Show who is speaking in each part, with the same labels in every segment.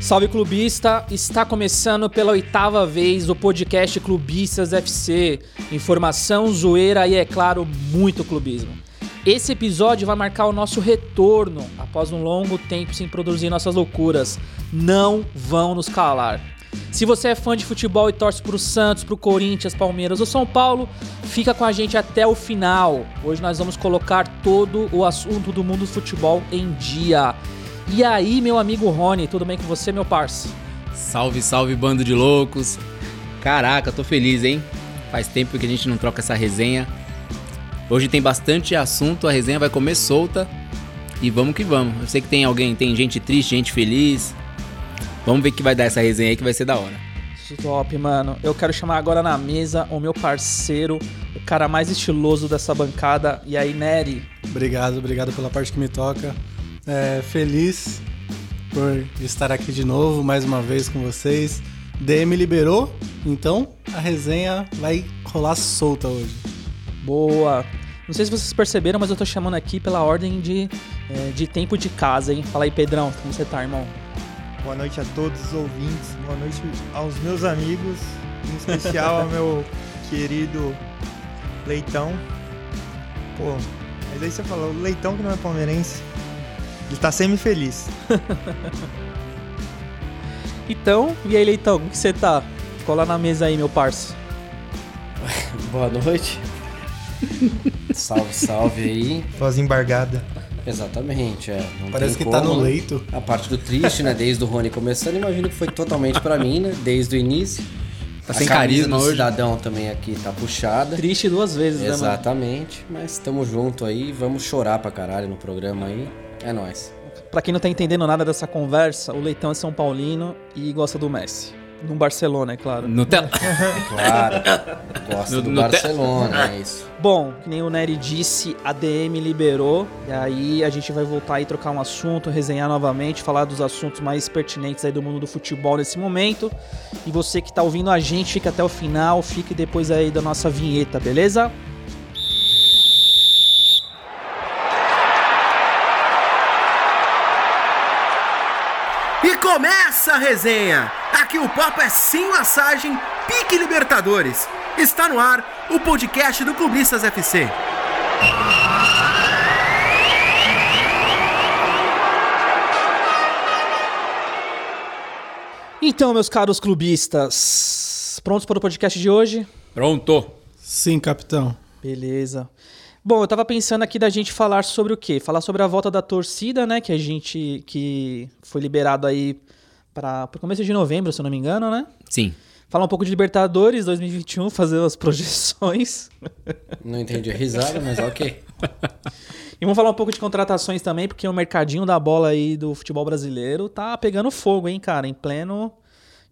Speaker 1: Salve clubista, está começando pela oitava vez o podcast Clubistas FC. Informação, zoeira e é claro, muito clubismo. Esse episódio vai marcar o nosso retorno após um longo tempo sem produzir nossas loucuras. Não vão nos calar. Se você é fã de futebol e torce pro Santos, pro Corinthians, Palmeiras ou São Paulo, fica com a gente até o final. Hoje nós vamos colocar todo o assunto do mundo do futebol em dia. E aí, meu amigo Rony, tudo bem com você, meu parceiro?
Speaker 2: Salve, salve, bando de loucos. Caraca, tô feliz, hein? Faz tempo que a gente não troca essa resenha. Hoje tem bastante assunto, a resenha vai comer solta. E vamos que vamos. Eu sei que tem alguém, tem gente triste, gente feliz. Vamos ver que vai dar essa resenha aí que vai ser da hora.
Speaker 1: Top, mano. Eu quero chamar agora na mesa o meu parceiro, o cara mais estiloso dessa bancada. E aí, Nery?
Speaker 3: Obrigado, obrigado pela parte que me toca. É, feliz por estar aqui de novo, mais uma vez com vocês. DM liberou, então a resenha vai rolar solta hoje.
Speaker 1: Boa. Não sei se vocês perceberam, mas eu tô chamando aqui pela ordem de, é, de tempo de casa, hein? Fala aí, Pedrão, como você tá, irmão?
Speaker 4: Boa noite a todos os ouvintes, boa noite aos meus amigos, em especial ao meu querido Leitão. Pô, mas aí você falou, o Leitão que não é palmeirense, ele tá semi-feliz.
Speaker 1: Então, e aí, Leitão, como que você tá? Cola na mesa aí, meu parça.
Speaker 5: Boa noite. salve, salve aí.
Speaker 4: Voz embargada.
Speaker 5: Exatamente, é. Não
Speaker 3: Parece que
Speaker 5: tem
Speaker 3: tá no
Speaker 5: como, né?
Speaker 3: leito.
Speaker 5: A parte do triste, né? Desde o Rony começando, imagino que foi totalmente pra mim, né? Desde o início.
Speaker 2: Tá
Speaker 5: A
Speaker 2: sem
Speaker 5: camisa
Speaker 2: carisma
Speaker 5: do
Speaker 2: hoje.
Speaker 5: cidadão também aqui tá puxada.
Speaker 1: Triste duas vezes, né, mano?
Speaker 5: Exatamente, mas tamo junto aí, vamos chorar pra caralho no programa aí. É nóis.
Speaker 1: Pra quem não tá entendendo nada dessa conversa, o Leitão é São Paulino e gosta do Messi. No Barcelona, é claro.
Speaker 2: Nutella.
Speaker 5: Claro. Gosta
Speaker 2: No-
Speaker 5: do
Speaker 2: no te-
Speaker 5: Barcelona, é isso.
Speaker 1: Bom, que nem o Nery disse, a DM liberou. E aí a gente vai voltar aí trocar um assunto, resenhar novamente, falar dos assuntos mais pertinentes aí do mundo do futebol nesse momento. E você que tá ouvindo a gente, fica até o final, fique depois aí da nossa vinheta, beleza?
Speaker 6: E começa a resenha! Aqui o papo é sem laçagem, pique Libertadores. Está no ar o podcast do Clubistas FC.
Speaker 1: Então, meus caros clubistas, prontos para o podcast de hoje?
Speaker 2: Pronto.
Speaker 3: Sim, capitão.
Speaker 1: Beleza. Bom, eu tava pensando aqui da gente falar sobre o quê? Falar sobre a volta da torcida, né? Que a gente que foi liberado aí para o começo de novembro, se eu não me engano, né?
Speaker 2: Sim.
Speaker 1: Falar um pouco de Libertadores 2021, fazer as projeções.
Speaker 5: Não entendi a risada, mas ok.
Speaker 1: E vamos falar um pouco de contratações também, porque o mercadinho da bola aí do futebol brasileiro tá pegando fogo, hein, cara? Em pleno,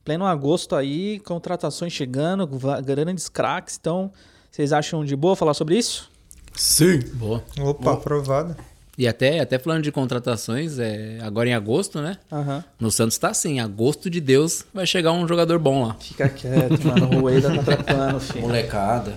Speaker 1: pleno agosto aí, contratações chegando, va- grandes craques. Então, vocês acham de boa falar sobre isso?
Speaker 3: Sim.
Speaker 2: Boa.
Speaker 4: Opa, aprovado.
Speaker 2: E até, até falando de contratações, é, agora em agosto, né?
Speaker 1: Aham.
Speaker 2: No Santos tá assim, agosto de Deus vai chegar um jogador bom lá.
Speaker 1: Fica quieto, mano. O Rueda tá atrapalhando, filho.
Speaker 5: Molecada.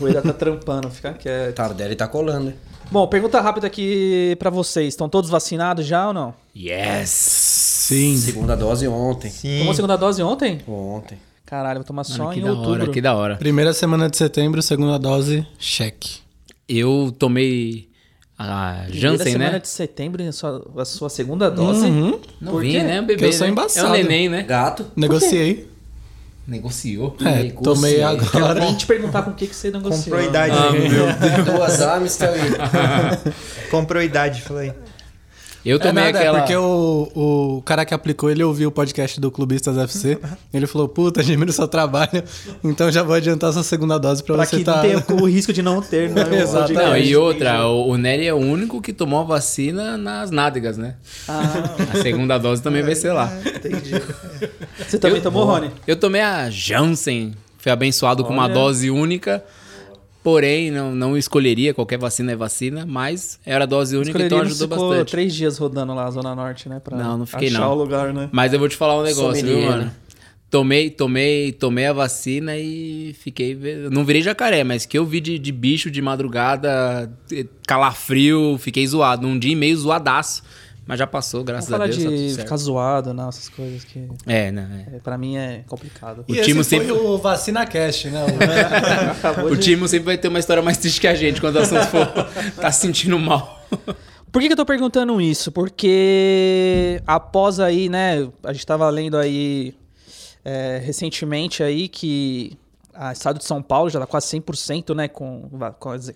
Speaker 1: O Rueda tá trampando, fica quieto.
Speaker 5: Tardelli tá colando, né?
Speaker 1: Bom, pergunta rápida aqui pra vocês. Estão todos vacinados já ou não?
Speaker 2: Yes!
Speaker 3: Sim.
Speaker 5: Segunda dose ontem.
Speaker 4: Sim.
Speaker 1: Tomou segunda dose ontem?
Speaker 5: Ontem.
Speaker 1: Caralho, vou tomar só
Speaker 2: Mano, que
Speaker 1: em
Speaker 2: da
Speaker 1: outubro.
Speaker 2: hora, que da hora.
Speaker 3: Primeira semana de setembro, segunda dose, cheque.
Speaker 2: Eu tomei a
Speaker 1: Primeira
Speaker 2: Janssen,
Speaker 1: semana
Speaker 2: né?
Speaker 1: de setembro, a sua, a sua segunda dose.
Speaker 3: Uhum.
Speaker 2: Não
Speaker 1: Por
Speaker 2: vim,
Speaker 1: quê?
Speaker 2: né? Um bebê,
Speaker 3: Porque eu sou
Speaker 2: né?
Speaker 3: embaçado.
Speaker 2: É um neném, né?
Speaker 5: Gato.
Speaker 3: Negociei.
Speaker 2: Negociou.
Speaker 3: É,
Speaker 5: Negociei.
Speaker 3: tomei
Speaker 1: Quero
Speaker 3: agora.
Speaker 1: nem te perguntar com o que, que você negociou.
Speaker 4: Comprou a
Speaker 2: Ah,
Speaker 4: idade.
Speaker 5: Duas Amistel e
Speaker 4: Comprou a idade, falei.
Speaker 2: Eu
Speaker 5: né,
Speaker 3: É
Speaker 2: tomei
Speaker 3: nada, é
Speaker 2: aquela...
Speaker 3: porque o, o cara que aplicou, ele ouviu o podcast do Clubistas FC. Ele falou, puta, Gemiro só trabalha, então já vou adiantar essa segunda dose pra,
Speaker 1: Pra
Speaker 3: você
Speaker 1: que não
Speaker 3: tá...
Speaker 1: tenha o risco de não ter, né?
Speaker 3: Exato.
Speaker 2: Não,
Speaker 3: Verdade.
Speaker 2: e outra, o, o Nery é o único que tomou a vacina nas nádegas, né?
Speaker 1: Ah,
Speaker 2: A segunda dose também vai ser lá.
Speaker 1: É. Você também tomou, Rony?
Speaker 2: Eu tomei a Janssen, fui abençoado com uma dose única, porém não, não escolheria, qualquer vacina é vacina, mas era dose única, então
Speaker 1: Escolheria,
Speaker 2: ajudou
Speaker 1: ficou
Speaker 2: bastante.
Speaker 1: três dias rodando lá na Zona Norte, né? Pra
Speaker 2: Não, não fiquei,
Speaker 1: achar
Speaker 2: não.
Speaker 1: o lugar, né?
Speaker 2: Mas eu vou te falar um
Speaker 5: Sou
Speaker 2: negócio, viu,
Speaker 5: mineiro.
Speaker 2: mano? Tomei, tomei, tomei a vacina e fiquei. ve- Não virei jacaré, mas que eu vi de, de bicho de madrugada, eh, calafrio, fiquei zoado. Um dia e meio zoadaço. Mas já passou,
Speaker 1: Vamos
Speaker 2: graças a
Speaker 1: falar
Speaker 2: Deus. tá tudo
Speaker 1: de
Speaker 2: certo.
Speaker 1: ficar zoado, não, essas coisas que
Speaker 2: É, né? é.
Speaker 1: é, pra mim é complicado.
Speaker 2: O
Speaker 3: e
Speaker 2: Timo
Speaker 3: esse
Speaker 2: sempre-
Speaker 3: foi o Vacina Cast, né?
Speaker 1: É. Acabou
Speaker 2: O
Speaker 1: de-
Speaker 2: Timo sempre vai ter uma história mais triste que a gente quando o assunto for tá se sentindo mal.
Speaker 1: Por que, que eu tô perguntando isso? Porque após aí, né, a gente tava lendo aí é, recentemente aí que a estado de São Paulo já tá quase 100%, né, com, va- com as-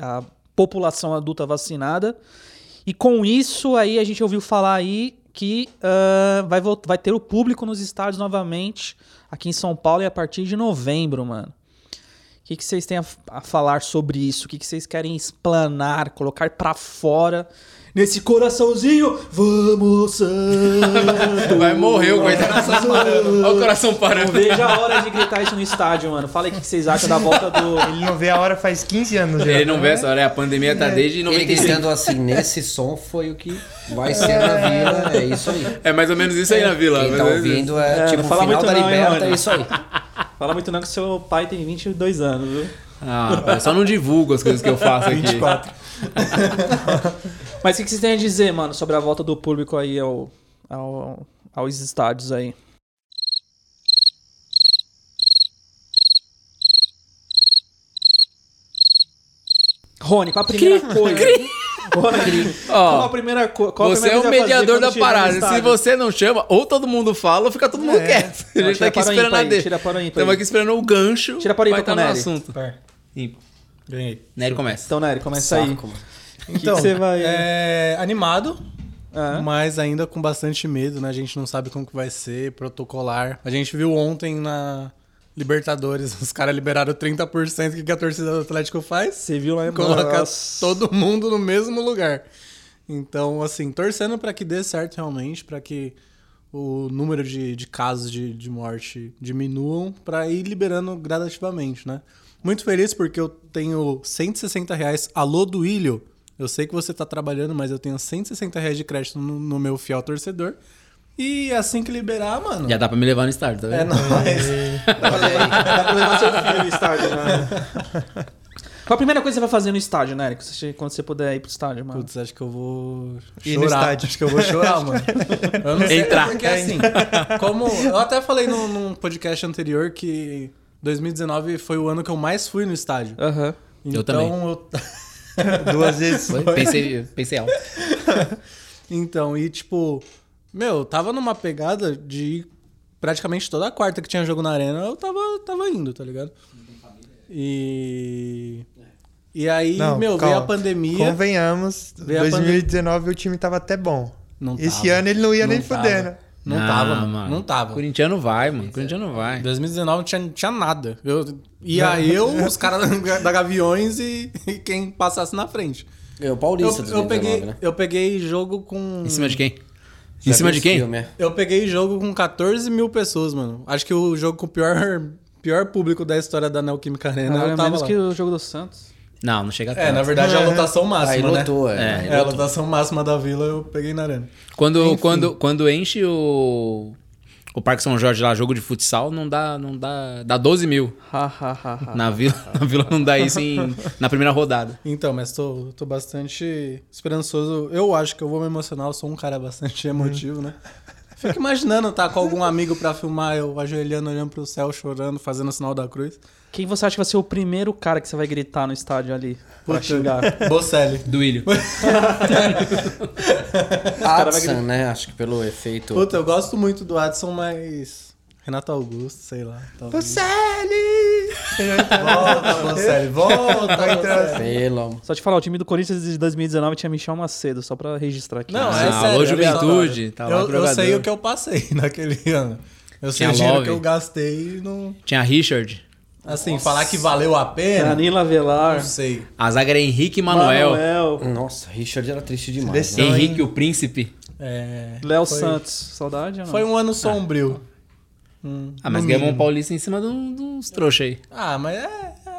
Speaker 1: a, a população adulta vacinada. E com isso aí a gente ouviu falar aí que ah, vai, vol- vai ter o público nos estádios novamente aqui em São Paulo e a partir de novembro, mano. O que, que vocês têm a, a falar sobre isso? O que, que vocês querem explanar, colocar pra fora nesse coraçãozinho? Vamos, Santos!
Speaker 2: Vai morrer o coitado. Olha o coração
Speaker 1: Não
Speaker 2: parando.
Speaker 1: vejo a hora de gritar isso no estádio, mano. Fala aí o que que vocês acham da volta do...
Speaker 4: Ele não vê a hora faz 15 anos
Speaker 1: né?
Speaker 4: já.
Speaker 2: Ele não vê essa hora, é, a pandemia tá desde
Speaker 5: Ele
Speaker 2: 95.
Speaker 5: gritando assim, nesse som foi o que vai ser na vila, é isso aí.
Speaker 2: É mais ou menos isso aí na vila.
Speaker 5: Quem
Speaker 2: mas
Speaker 5: tá
Speaker 2: é isso.
Speaker 5: ouvindo é,
Speaker 1: É,
Speaker 5: tipo,
Speaker 1: não fala
Speaker 5: final
Speaker 1: muito
Speaker 5: da
Speaker 1: não, hein,
Speaker 5: liberta,
Speaker 1: mano?
Speaker 5: é isso aí.
Speaker 1: Fala muito não que seu pai tem 22 anos, viu?
Speaker 2: Ah, pai, só não divulgo as coisas que eu faço aqui.
Speaker 4: 24.
Speaker 1: Mas o que que vocês têm a dizer, mano, sobre a volta do público aí ao, ao- aos estádios aí? Rony, qual a primeira coisa? Rony, qual a
Speaker 2: Ó,
Speaker 1: primeira coisa?
Speaker 2: você é o mediador da parada. Se você não chama, ou todo mundo fala, ou fica todo mundo
Speaker 1: É.
Speaker 2: quieto. A gente tá aqui esperando a dele.
Speaker 1: Tira para aí,
Speaker 2: Estamos aqui esperando o gancho.
Speaker 1: Tira para aí,
Speaker 2: vai
Speaker 1: pra
Speaker 2: tá no
Speaker 1: Nery.
Speaker 2: assunto. Ímpar.
Speaker 3: Ganhei. Então,
Speaker 2: Nery começa.
Speaker 1: Então, Nery, começa aí.
Speaker 5: Saco, mano.
Speaker 1: que você vai-
Speaker 3: É, animado,
Speaker 1: Ah.
Speaker 3: mas ainda com bastante medo, né? A gente não sabe como que vai ser, protocolar. A gente viu ontem na Libertadores, os caras liberaram 30%, o que que a torcida do Atlético faz?
Speaker 1: Você viu lá em
Speaker 3: Coloca
Speaker 1: Nossa.
Speaker 3: todo mundo no mesmo lugar. Então, assim, torcendo pra que dê certo realmente, pra que o número de, de casos de, de morte diminuam, pra ir liberando gradativamente, né? Muito feliz porque eu tenho 160 reais. Alô, Duílio, eu sei que você tá trabalhando, mas eu tenho 160 reais de crédito no, no meu fiel torcedor. E assim que liberar, mano...
Speaker 2: Já dá pra me levar no estádio, tá vendo?
Speaker 3: É nóis.
Speaker 1: Dá pra levar seu filho no estádio, né? Qual a primeira coisa que você vai fazer no estádio, né, Eric? Você- Quando você puder ir pro estádio, mano.
Speaker 3: Putz, acho que eu vou
Speaker 4: Ir no
Speaker 3: chorar.
Speaker 4: estádio.
Speaker 3: Acho que eu vou chorar, mano. Eu não sei
Speaker 2: Entrar.
Speaker 3: porque assim, como eu até falei num, num podcast anterior que 2019 foi o ano que eu mais fui no estádio.
Speaker 1: Aham.
Speaker 3: Então,
Speaker 2: Eu também.
Speaker 3: eu-
Speaker 4: Duas vezes.
Speaker 2: Foi? Pensei, pensei alto.
Speaker 3: então, e tipo, meu, eu tava numa pegada de ir praticamente toda quarta que tinha jogo na arena, eu tava tava indo, tá ligado? E e aí,
Speaker 4: Não,
Speaker 3: meu,
Speaker 4: calma.
Speaker 3: veio a pandemia.
Speaker 4: Convenhamos,
Speaker 3: Veio a pandemia.
Speaker 4: 2019 o time tava até bom.
Speaker 3: Não
Speaker 4: Esse
Speaker 3: tava.
Speaker 4: ano ele não ia nem né?
Speaker 3: tava.
Speaker 4: fudendo.
Speaker 3: Não tava,
Speaker 2: Ah,
Speaker 3: mano. Não tava.
Speaker 2: Corintiano vai, mano. Corintiano vai.
Speaker 3: 2019 não tinha, não tinha nada. Eu, ia eu, os caras da Gaviões e, e quem passasse na frente.
Speaker 5: Ganhou o
Speaker 3: Eu,
Speaker 5: Paulista
Speaker 3: eu
Speaker 5: 2019,
Speaker 3: peguei,
Speaker 5: né?
Speaker 3: eu peguei jogo com.
Speaker 2: Em cima de quem? Em cima de quem?
Speaker 5: Filme, é.
Speaker 3: Eu peguei jogo com 14 mil pessoas, mano. Acho que o jogo com o pior, pior público da história da Neoquímica Arena eu tava
Speaker 1: menos
Speaker 3: lá.
Speaker 1: que o jogo do Santos.
Speaker 2: Não, não chega
Speaker 3: É,
Speaker 2: até.
Speaker 3: na verdade é a lotação máxima,
Speaker 5: Aí
Speaker 3: né?
Speaker 5: lotou, é.
Speaker 2: É.
Speaker 5: aí
Speaker 3: É, a
Speaker 5: lotou.
Speaker 3: lotação máxima da vila eu peguei na arena.
Speaker 2: Quando, quando, quando enche o, o Parque São Jorge lá, jogo de futsal, não dá, não dá, dá 12 mil.
Speaker 1: Ha, ha, ha, ha.
Speaker 2: Na vila, na vila Ah, não dá isso em- na primeira rodada.
Speaker 3: Então, mas tô, tô bastante esperançoso. Eu acho que eu vou me emocionar, eu sou um cara bastante emotivo, né? Fico imaginando tá com algum amigo pra filmar, eu ajoelhando, olhando pro céu, chorando, fazendo o sinal da cruz.
Speaker 1: Quem você acha que vai ser o primeiro cara que você vai gritar no estádio ali? Pra
Speaker 3: Puta.
Speaker 1: xingar.
Speaker 3: Bocelli.
Speaker 2: Duílio.
Speaker 5: Adson, né? Acho que pelo efeito.
Speaker 3: Puta, eu gosto muito do Adson, mas. Renato Augusto, sei lá. talvez.
Speaker 4: tá
Speaker 3: Volta, Bocelli, volta,
Speaker 5: assim.
Speaker 3: Bocelli.
Speaker 5: Pelo amor.
Speaker 1: Só te falar, o time do Corinthians de 2019 tinha Michel Macedo, só pra registrar aqui.
Speaker 3: Não, é
Speaker 2: Ah,
Speaker 3: sério.
Speaker 2: alô,
Speaker 3: é verdade.
Speaker 2: juventude, tá lá
Speaker 3: eu,
Speaker 2: pro
Speaker 3: eu sei
Speaker 2: jogador.
Speaker 3: o que eu passei naquele ano. Eu sei
Speaker 2: Tinha
Speaker 3: o dinheiro
Speaker 2: Love.
Speaker 3: que eu gastei e não.
Speaker 2: Tinha Richard.
Speaker 3: Assim, falar que valeu a pena.
Speaker 1: Danila Velar,
Speaker 3: Não sei.
Speaker 2: A zaga era Henrique e Manuel.
Speaker 1: Manuel,
Speaker 5: Nossa, Richard era triste demais.
Speaker 4: Desse-
Speaker 5: Né?
Speaker 2: Henrique, o príncipe.
Speaker 3: É,
Speaker 1: Léo
Speaker 3: foi-
Speaker 1: Santos. Saudade ou não?
Speaker 3: Foi um ano sombrio.
Speaker 2: Ah, mas ganhamos um paulista em cima de, um, de uns trouxa aí.
Speaker 3: Ah, mas é. é,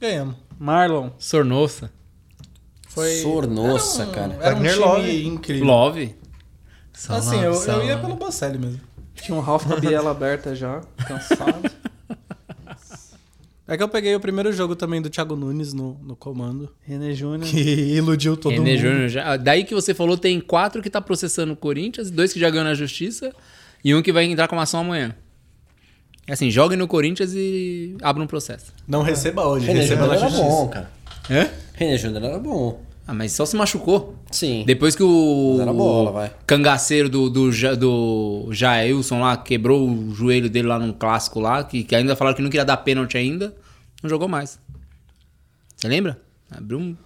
Speaker 3: ganhamos.
Speaker 1: Marlon.
Speaker 2: Sornossa.
Speaker 3: Foi.
Speaker 5: Sornossa,
Speaker 3: era um-
Speaker 5: cara.
Speaker 3: Era um
Speaker 4: Wagner
Speaker 3: time
Speaker 4: Love.
Speaker 3: incrível.
Speaker 2: Love.
Speaker 3: Assim, eu, eu ia pelo Bocelli mesmo.
Speaker 1: Tinha um Ralph com a biela aberta já, cansado.
Speaker 3: É que eu peguei o primeiro jogo também do Thiago Nunes no, no comando. René Júnior. Que iludiu todo
Speaker 2: René
Speaker 3: mundo.
Speaker 2: Júnior já. ah, Daí que você falou, tem quatro que tá processando o Corinthians, dois que já ganhou na justiça e um que vai entrar com ação amanhã. É assim, jogue no Corinthians e abra um processo.
Speaker 3: Não receba hoje,
Speaker 5: René
Speaker 3: receba
Speaker 5: Júnior
Speaker 3: na
Speaker 5: era
Speaker 3: justiça.
Speaker 5: bom, cara.
Speaker 2: Hã?
Speaker 5: René Júnior era bom.
Speaker 2: Ah, mas só se machucou.
Speaker 5: Sim.
Speaker 2: Depois que o
Speaker 5: Mas era bola, vai.
Speaker 2: cangaceiro do, do, Ja- do Jailson lá quebrou o joelho dele lá num clássico lá, que, que ainda falaram que não queria dar pênalti ainda, não jogou mais. Você lembra? Abriu um.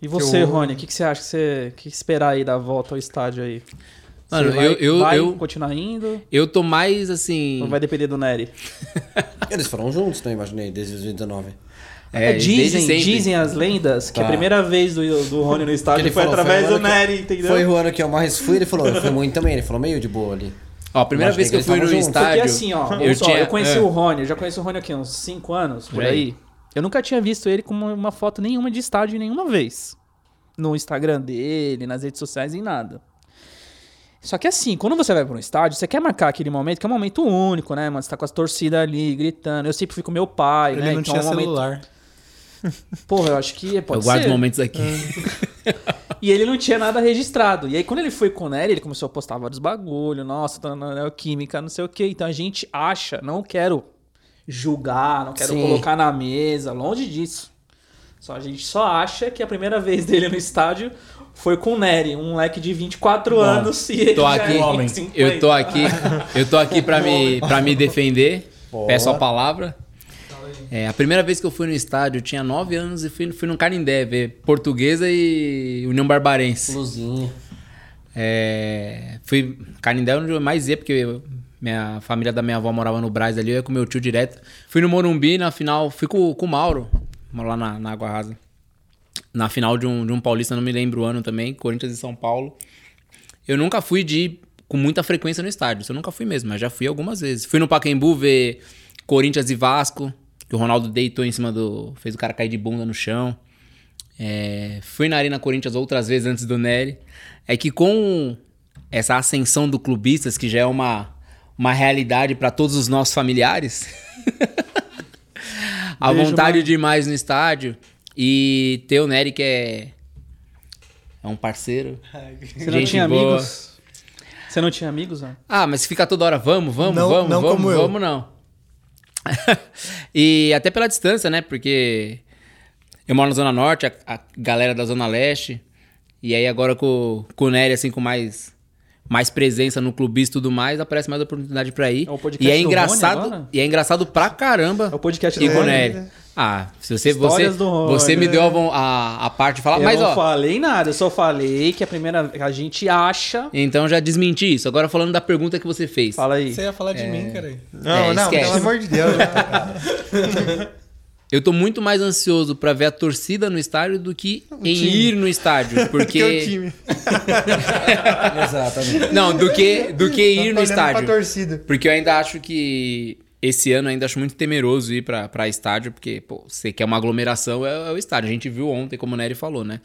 Speaker 1: E você, Rony, o que, que você acha que você que esperar aí da volta ao estádio aí?
Speaker 2: Mano,
Speaker 1: Você vai,
Speaker 2: eu- eu-
Speaker 1: vai
Speaker 2: eu-
Speaker 1: continuar indo?
Speaker 2: Eu tô mais assim.
Speaker 1: Ou vai depender do Nery?
Speaker 5: Eles foram juntos, não imaginei, desde os 29.
Speaker 1: É,
Speaker 2: desde
Speaker 1: dizem,
Speaker 2: sempre.
Speaker 1: dizem as lendas que a
Speaker 5: Tá.
Speaker 1: primeira vez do, do Rony no estádio
Speaker 5: Ele
Speaker 1: foi
Speaker 5: falou,
Speaker 1: através
Speaker 5: foi o
Speaker 1: do
Speaker 5: ano que-
Speaker 1: Nery, entendeu?
Speaker 5: Foi o ano que eu mais fui, ele falou, eu fui muito também, ele falou meio de boa ali.
Speaker 2: Ó, a primeira
Speaker 5: Mas
Speaker 2: vez que eu
Speaker 5: eles
Speaker 2: fui no
Speaker 5: estavam juntos.
Speaker 2: estádio.
Speaker 1: Porque assim, ó, eu, só,
Speaker 2: tinha-
Speaker 1: eu conheci
Speaker 2: é.
Speaker 1: o Rony, eu já conheço o Rony aqui uns 5 anos, por
Speaker 2: Por aí.
Speaker 1: aí. Eu nunca tinha visto ele com uma, uma foto nenhuma de estádio nenhuma vez. No Instagram dele, nas redes sociais, em nada. Só que assim, quando você vai pra um estádio, você quer marcar aquele momento, que é um momento único, né, mano? Você tá com as torcidas ali, gritando. Eu sempre fui com meu pai,
Speaker 3: Ele
Speaker 1: né?
Speaker 3: não
Speaker 1: então
Speaker 3: tinha
Speaker 1: é um momento...
Speaker 3: celular.
Speaker 1: Porra, eu acho que pode
Speaker 2: Eu guardo
Speaker 1: ser. Ah.
Speaker 2: momentos aqui.
Speaker 1: E ele não tinha nada registrado. E aí, quando ele foi com o Nery, ele começou a postar vários bagulho. Nossa, tá na neoquímica, não sei o quê. Então a gente acha, não quero julgar, não quero
Speaker 5: Sim.
Speaker 1: colocar na mesa, longe disso. Só a gente só acha que a primeira vez dele no estádio foi com o Nery, um moleque de 24 anos. E ele
Speaker 2: tô
Speaker 1: já
Speaker 2: aqui,
Speaker 1: é
Speaker 3: homem.
Speaker 1: 50.
Speaker 2: eu tô aqui, eu tô aqui para me para me defender. Peço a palavra. É, a primeira vez que eu fui no estádio, eu tinha 9 anos e fui, fui no Canindé ver Portuguesa e União Barbarense.
Speaker 5: Luzinha.
Speaker 2: É, fui Canindé é onde eu mais ia porque eu- minha família da minha avó morava no Brás ali, eu ia com meu tio direto. Fui no Morumbi, na final, fui com, com o Mauro, lá na, na Água Rasa. Na final de um, de um paulista, não me lembro o ano também, Corinthians e São Paulo. Eu nunca fui de ir com muita frequência no estádio. Isso eu nunca fui mesmo, mas já fui algumas vezes. Fui no Pacaembu ver Corinthians e Vasco, que o Ronaldo deitou em cima do. fez o cara cair de bunda no chão. É, fui na Arena Corinthians outras vezes antes do Nery. É que com essa ascensão do clubistas, que já é uma, uma realidade para todos os nossos familiares, a
Speaker 1: Beijo,
Speaker 2: vontade
Speaker 1: mano.
Speaker 2: de ir mais no estádio e ter o Nery que é, é um parceiro.
Speaker 1: Você não
Speaker 2: Gente
Speaker 1: tinha
Speaker 2: boa.
Speaker 1: amigos? Você não tinha amigos, né?
Speaker 2: Ah, mas fica toda hora, vamos, vamos,
Speaker 3: Não-
Speaker 2: vamos,
Speaker 3: não
Speaker 2: vamos,
Speaker 3: como eu.
Speaker 2: vamos, não. e até pela distância, né? Porque eu moro na Zona Norte, a, a galera da Zona Leste. E aí agora com, com o Nery, assim, com mais, mais presença no clubista e tudo mais, aparece mais oportunidade pra ir.
Speaker 1: É o podcast
Speaker 2: e é
Speaker 1: do Rony
Speaker 2: engraçado,
Speaker 1: agora?
Speaker 2: e é engraçado pra caramba.
Speaker 1: É o podcast do
Speaker 2: ir com o
Speaker 1: Rony,
Speaker 2: Nery.
Speaker 4: né?
Speaker 2: Ah, se você, você,
Speaker 1: Histórias do Rony,
Speaker 2: você me
Speaker 1: né?
Speaker 2: deu a von- a, a parte de falar,
Speaker 1: eu
Speaker 2: mas
Speaker 1: não
Speaker 2: ó,
Speaker 1: falei nada, eu só falei que a primeira a gente acha.
Speaker 2: então já desmenti isso. Agora falando da pergunta que você fez.
Speaker 1: Fala aí.
Speaker 3: Você ia falar de mim, cara.
Speaker 4: Não,
Speaker 2: É,
Speaker 4: não,
Speaker 2: esquece.
Speaker 4: pelo amor de Deus. né?
Speaker 2: Eu tô muito mais ansioso pra ver a torcida no estádio do que em ir no estádio,
Speaker 4: Que é o
Speaker 2: porque
Speaker 4: time.
Speaker 5: Exatamente.
Speaker 2: não, do que do que ir no
Speaker 4: Olhando Tá Pra
Speaker 2: estádio.
Speaker 4: torcida.
Speaker 2: Porque eu ainda acho que esse ano eu ainda acho muito temeroso ir pra pra estádio, porque pô, você quer uma aglomeração é, é o estádio. A gente viu ontem como o Nery falou, né?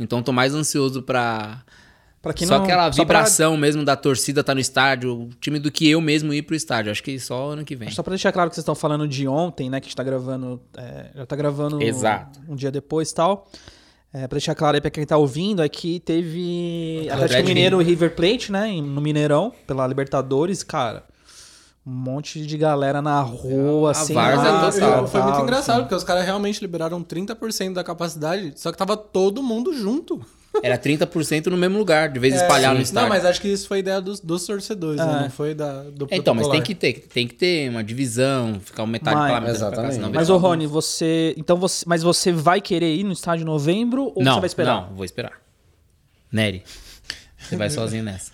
Speaker 2: Então eu tô mais ansioso pra
Speaker 1: Pra quem
Speaker 2: só
Speaker 1: não-
Speaker 2: aquela
Speaker 1: só pra-
Speaker 2: vibração mesmo da torcida tá no estádio, o time do que eu mesmo ir pro estádio. Acho que só ano que vem.
Speaker 1: Só pra deixar claro que vocês estão falando de ontem, né? Que a gente tá gravando. é, já tá gravando
Speaker 2: Exato.
Speaker 1: um dia depois e tal. É, pra deixar claro aí pra quem tá ouvindo, é que teve Atlético
Speaker 2: Atlético
Speaker 1: Mineiro e River Plate, né? em- No Mineirão, pela Libertadores, cara. Um monte de galera na rua,
Speaker 2: Ah,
Speaker 1: assim,
Speaker 2: A
Speaker 1: sem
Speaker 2: várzea
Speaker 1: nada,
Speaker 2: total.
Speaker 1: tal,
Speaker 3: Ah, foi muito
Speaker 1: assim.
Speaker 3: engraçado, porque os caras realmente liberaram 30% da capacidade, só que tava todo mundo junto.
Speaker 2: Era 30% no mesmo lugar, de vez espalhar no estádio.
Speaker 3: Não, mas acho que isso foi ideia dos, dos torcedores, né? Não foi da, do
Speaker 2: Então, mas tem
Speaker 3: protocolar.
Speaker 2: que ter, tem que ter uma divisão, ficar uma metade
Speaker 1: Mas-
Speaker 2: pra lá, metade pra cá,
Speaker 5: Exatamente.
Speaker 2: senão vai
Speaker 1: Mas
Speaker 2: ficar-
Speaker 1: ô Rony, você. Então você. Mas você vai querer ir no estádio em novembro ou
Speaker 2: não,
Speaker 1: você vai esperar?
Speaker 2: Não, vou esperar. Nery, você vai sozinho nessa.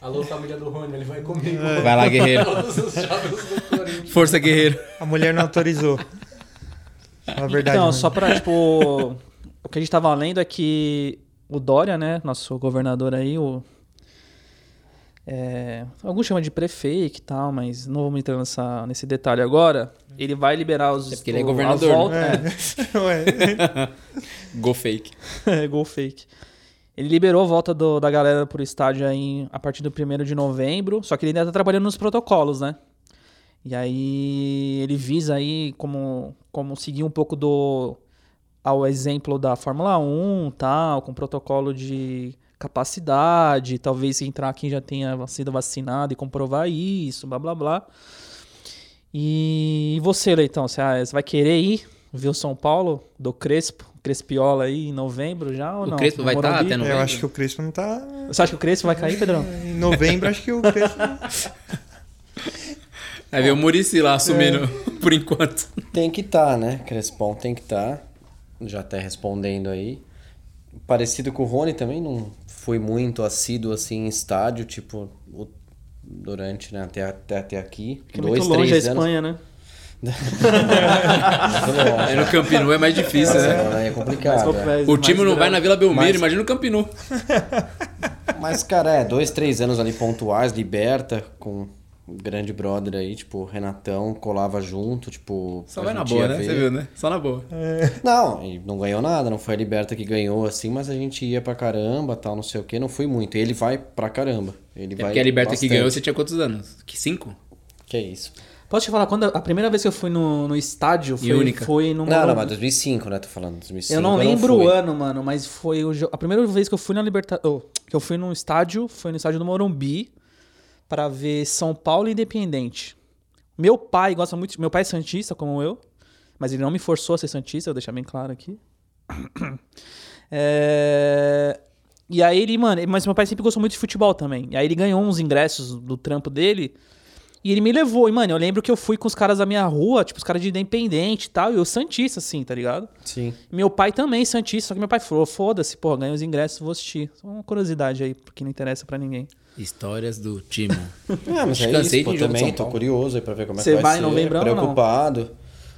Speaker 3: Alô, família do Rony, ele vai comigo.
Speaker 2: Vai lá, guerreiro. Força, guerreiro.
Speaker 4: A mulher não autorizou. Fala a verdade. né?
Speaker 1: Então,
Speaker 4: mano.
Speaker 1: só pra, tipo. o que a gente tava lendo é que o Dória, né? Nosso governador aí, o. é, alguns chamam de prefeito e tal, mas não vamos entrar nessa, nesse detalhe agora. Ele vai liberar os.
Speaker 2: É porque ele é
Speaker 1: o- a
Speaker 2: governador, né?
Speaker 1: volta-
Speaker 4: Ué,
Speaker 2: Go fake.
Speaker 1: É, gol fake. Ele liberou a volta do- da galera pro estádio aí a partir do 1 de novembro, só que ele ainda tá trabalhando nos protocolos, né? E aí ele visa aí como, como seguir um pouco do ao exemplo da Fórmula 1, tal, com protocolo de capacidade, talvez entrar quem já tenha sido vacinado e comprovar isso, blá blá blá. E você, Leitão, você ah, você vai querer ir ver o São Paulo do Crespo, Crespiola aí em novembro já ou
Speaker 2: O
Speaker 1: não?
Speaker 2: Crespo vai estar
Speaker 1: Morumbi?
Speaker 2: até
Speaker 4: eu
Speaker 2: novembro?
Speaker 4: acho que o Crespo não tá.
Speaker 1: Você acha que o Crespo vai cair, Pedrão?
Speaker 4: Em novembro, acho que o Crespo.
Speaker 2: Aí vem o Murici lá assumindo por enquanto.
Speaker 5: Tem que estar, né? Crespon tem que estar. Já até respondendo aí. Parecido com o Rony também, não fui muito assíduo assim em estádio, tipo, o- durante, né, até, até, até aqui.
Speaker 1: Porque é
Speaker 5: dois,
Speaker 1: muito longe a
Speaker 5: três anos.
Speaker 1: Espanha, né?
Speaker 2: Aí no Campinu é mais difícil, né?
Speaker 5: É, é complicado. é.
Speaker 2: O time não vai na Vila Belmiro,
Speaker 5: Mas-
Speaker 2: imagina o Campinu.
Speaker 5: Mas, cara, é, dois, três anos ali pontuais, liberta, com um grande brother aí, tipo, o Renatão colava junto, tipo.
Speaker 2: Só
Speaker 5: a
Speaker 2: vai na
Speaker 5: gente
Speaker 2: boa,
Speaker 5: ia
Speaker 2: né?
Speaker 5: ver.
Speaker 2: Você viu, né? Só na boa.
Speaker 5: Não, e não ganhou nada, não foi a Liberta que ganhou, assim, mas a gente ia pra caramba, tal, não sei o quê, não foi muito. Ele vai pra caramba. Ele
Speaker 2: É
Speaker 5: vai
Speaker 2: porque a Liberta que
Speaker 5: bastante.
Speaker 2: ganhou, você tinha quantos anos? Que cinco?
Speaker 5: Que é isso.
Speaker 1: Posso te falar, quando a primeira vez que eu fui no, no estádio foi,
Speaker 2: E única.
Speaker 1: foi numa.
Speaker 5: Não, não, mas 2005, né? Tô falando, 2005.
Speaker 1: eu não lembro
Speaker 5: fui.
Speaker 1: o ano, mano, mas foi o jo- a primeira vez que eu fui na Libertadores. que eu fui num estádio, foi no estádio do Morumbi pra ver São Paulo e Independente. Meu pai gosta muito. Meu pai é Santista, como eu, mas ele não me forçou a ser Santista, eu vou deixar bem claro aqui. É, E aí ele, mano, mas meu pai sempre gostou muito de futebol também. E aí ele ganhou uns ingressos do trampo dele. E ele me levou, e, mano, eu lembro que eu fui com os caras da minha rua, tipo, os caras de Independente e tal, e eu Santista, assim, tá ligado?
Speaker 5: Sim.
Speaker 1: Meu pai também, Santista, só que meu pai falou: foda-se, pô, ganha os ingressos, vou assistir. Só uma curiosidade aí, porque não interessa pra ninguém.
Speaker 2: Histórias do time.
Speaker 5: Ah, mas é
Speaker 2: Tá Descansei
Speaker 5: isso, pô,
Speaker 2: de jogo de
Speaker 5: também
Speaker 2: São
Speaker 5: tô
Speaker 2: Paulo.
Speaker 5: curioso aí pra ver como é
Speaker 1: Você vai
Speaker 5: que vai
Speaker 1: em
Speaker 5: ser.
Speaker 1: novembro ou não?
Speaker 5: Preocupado.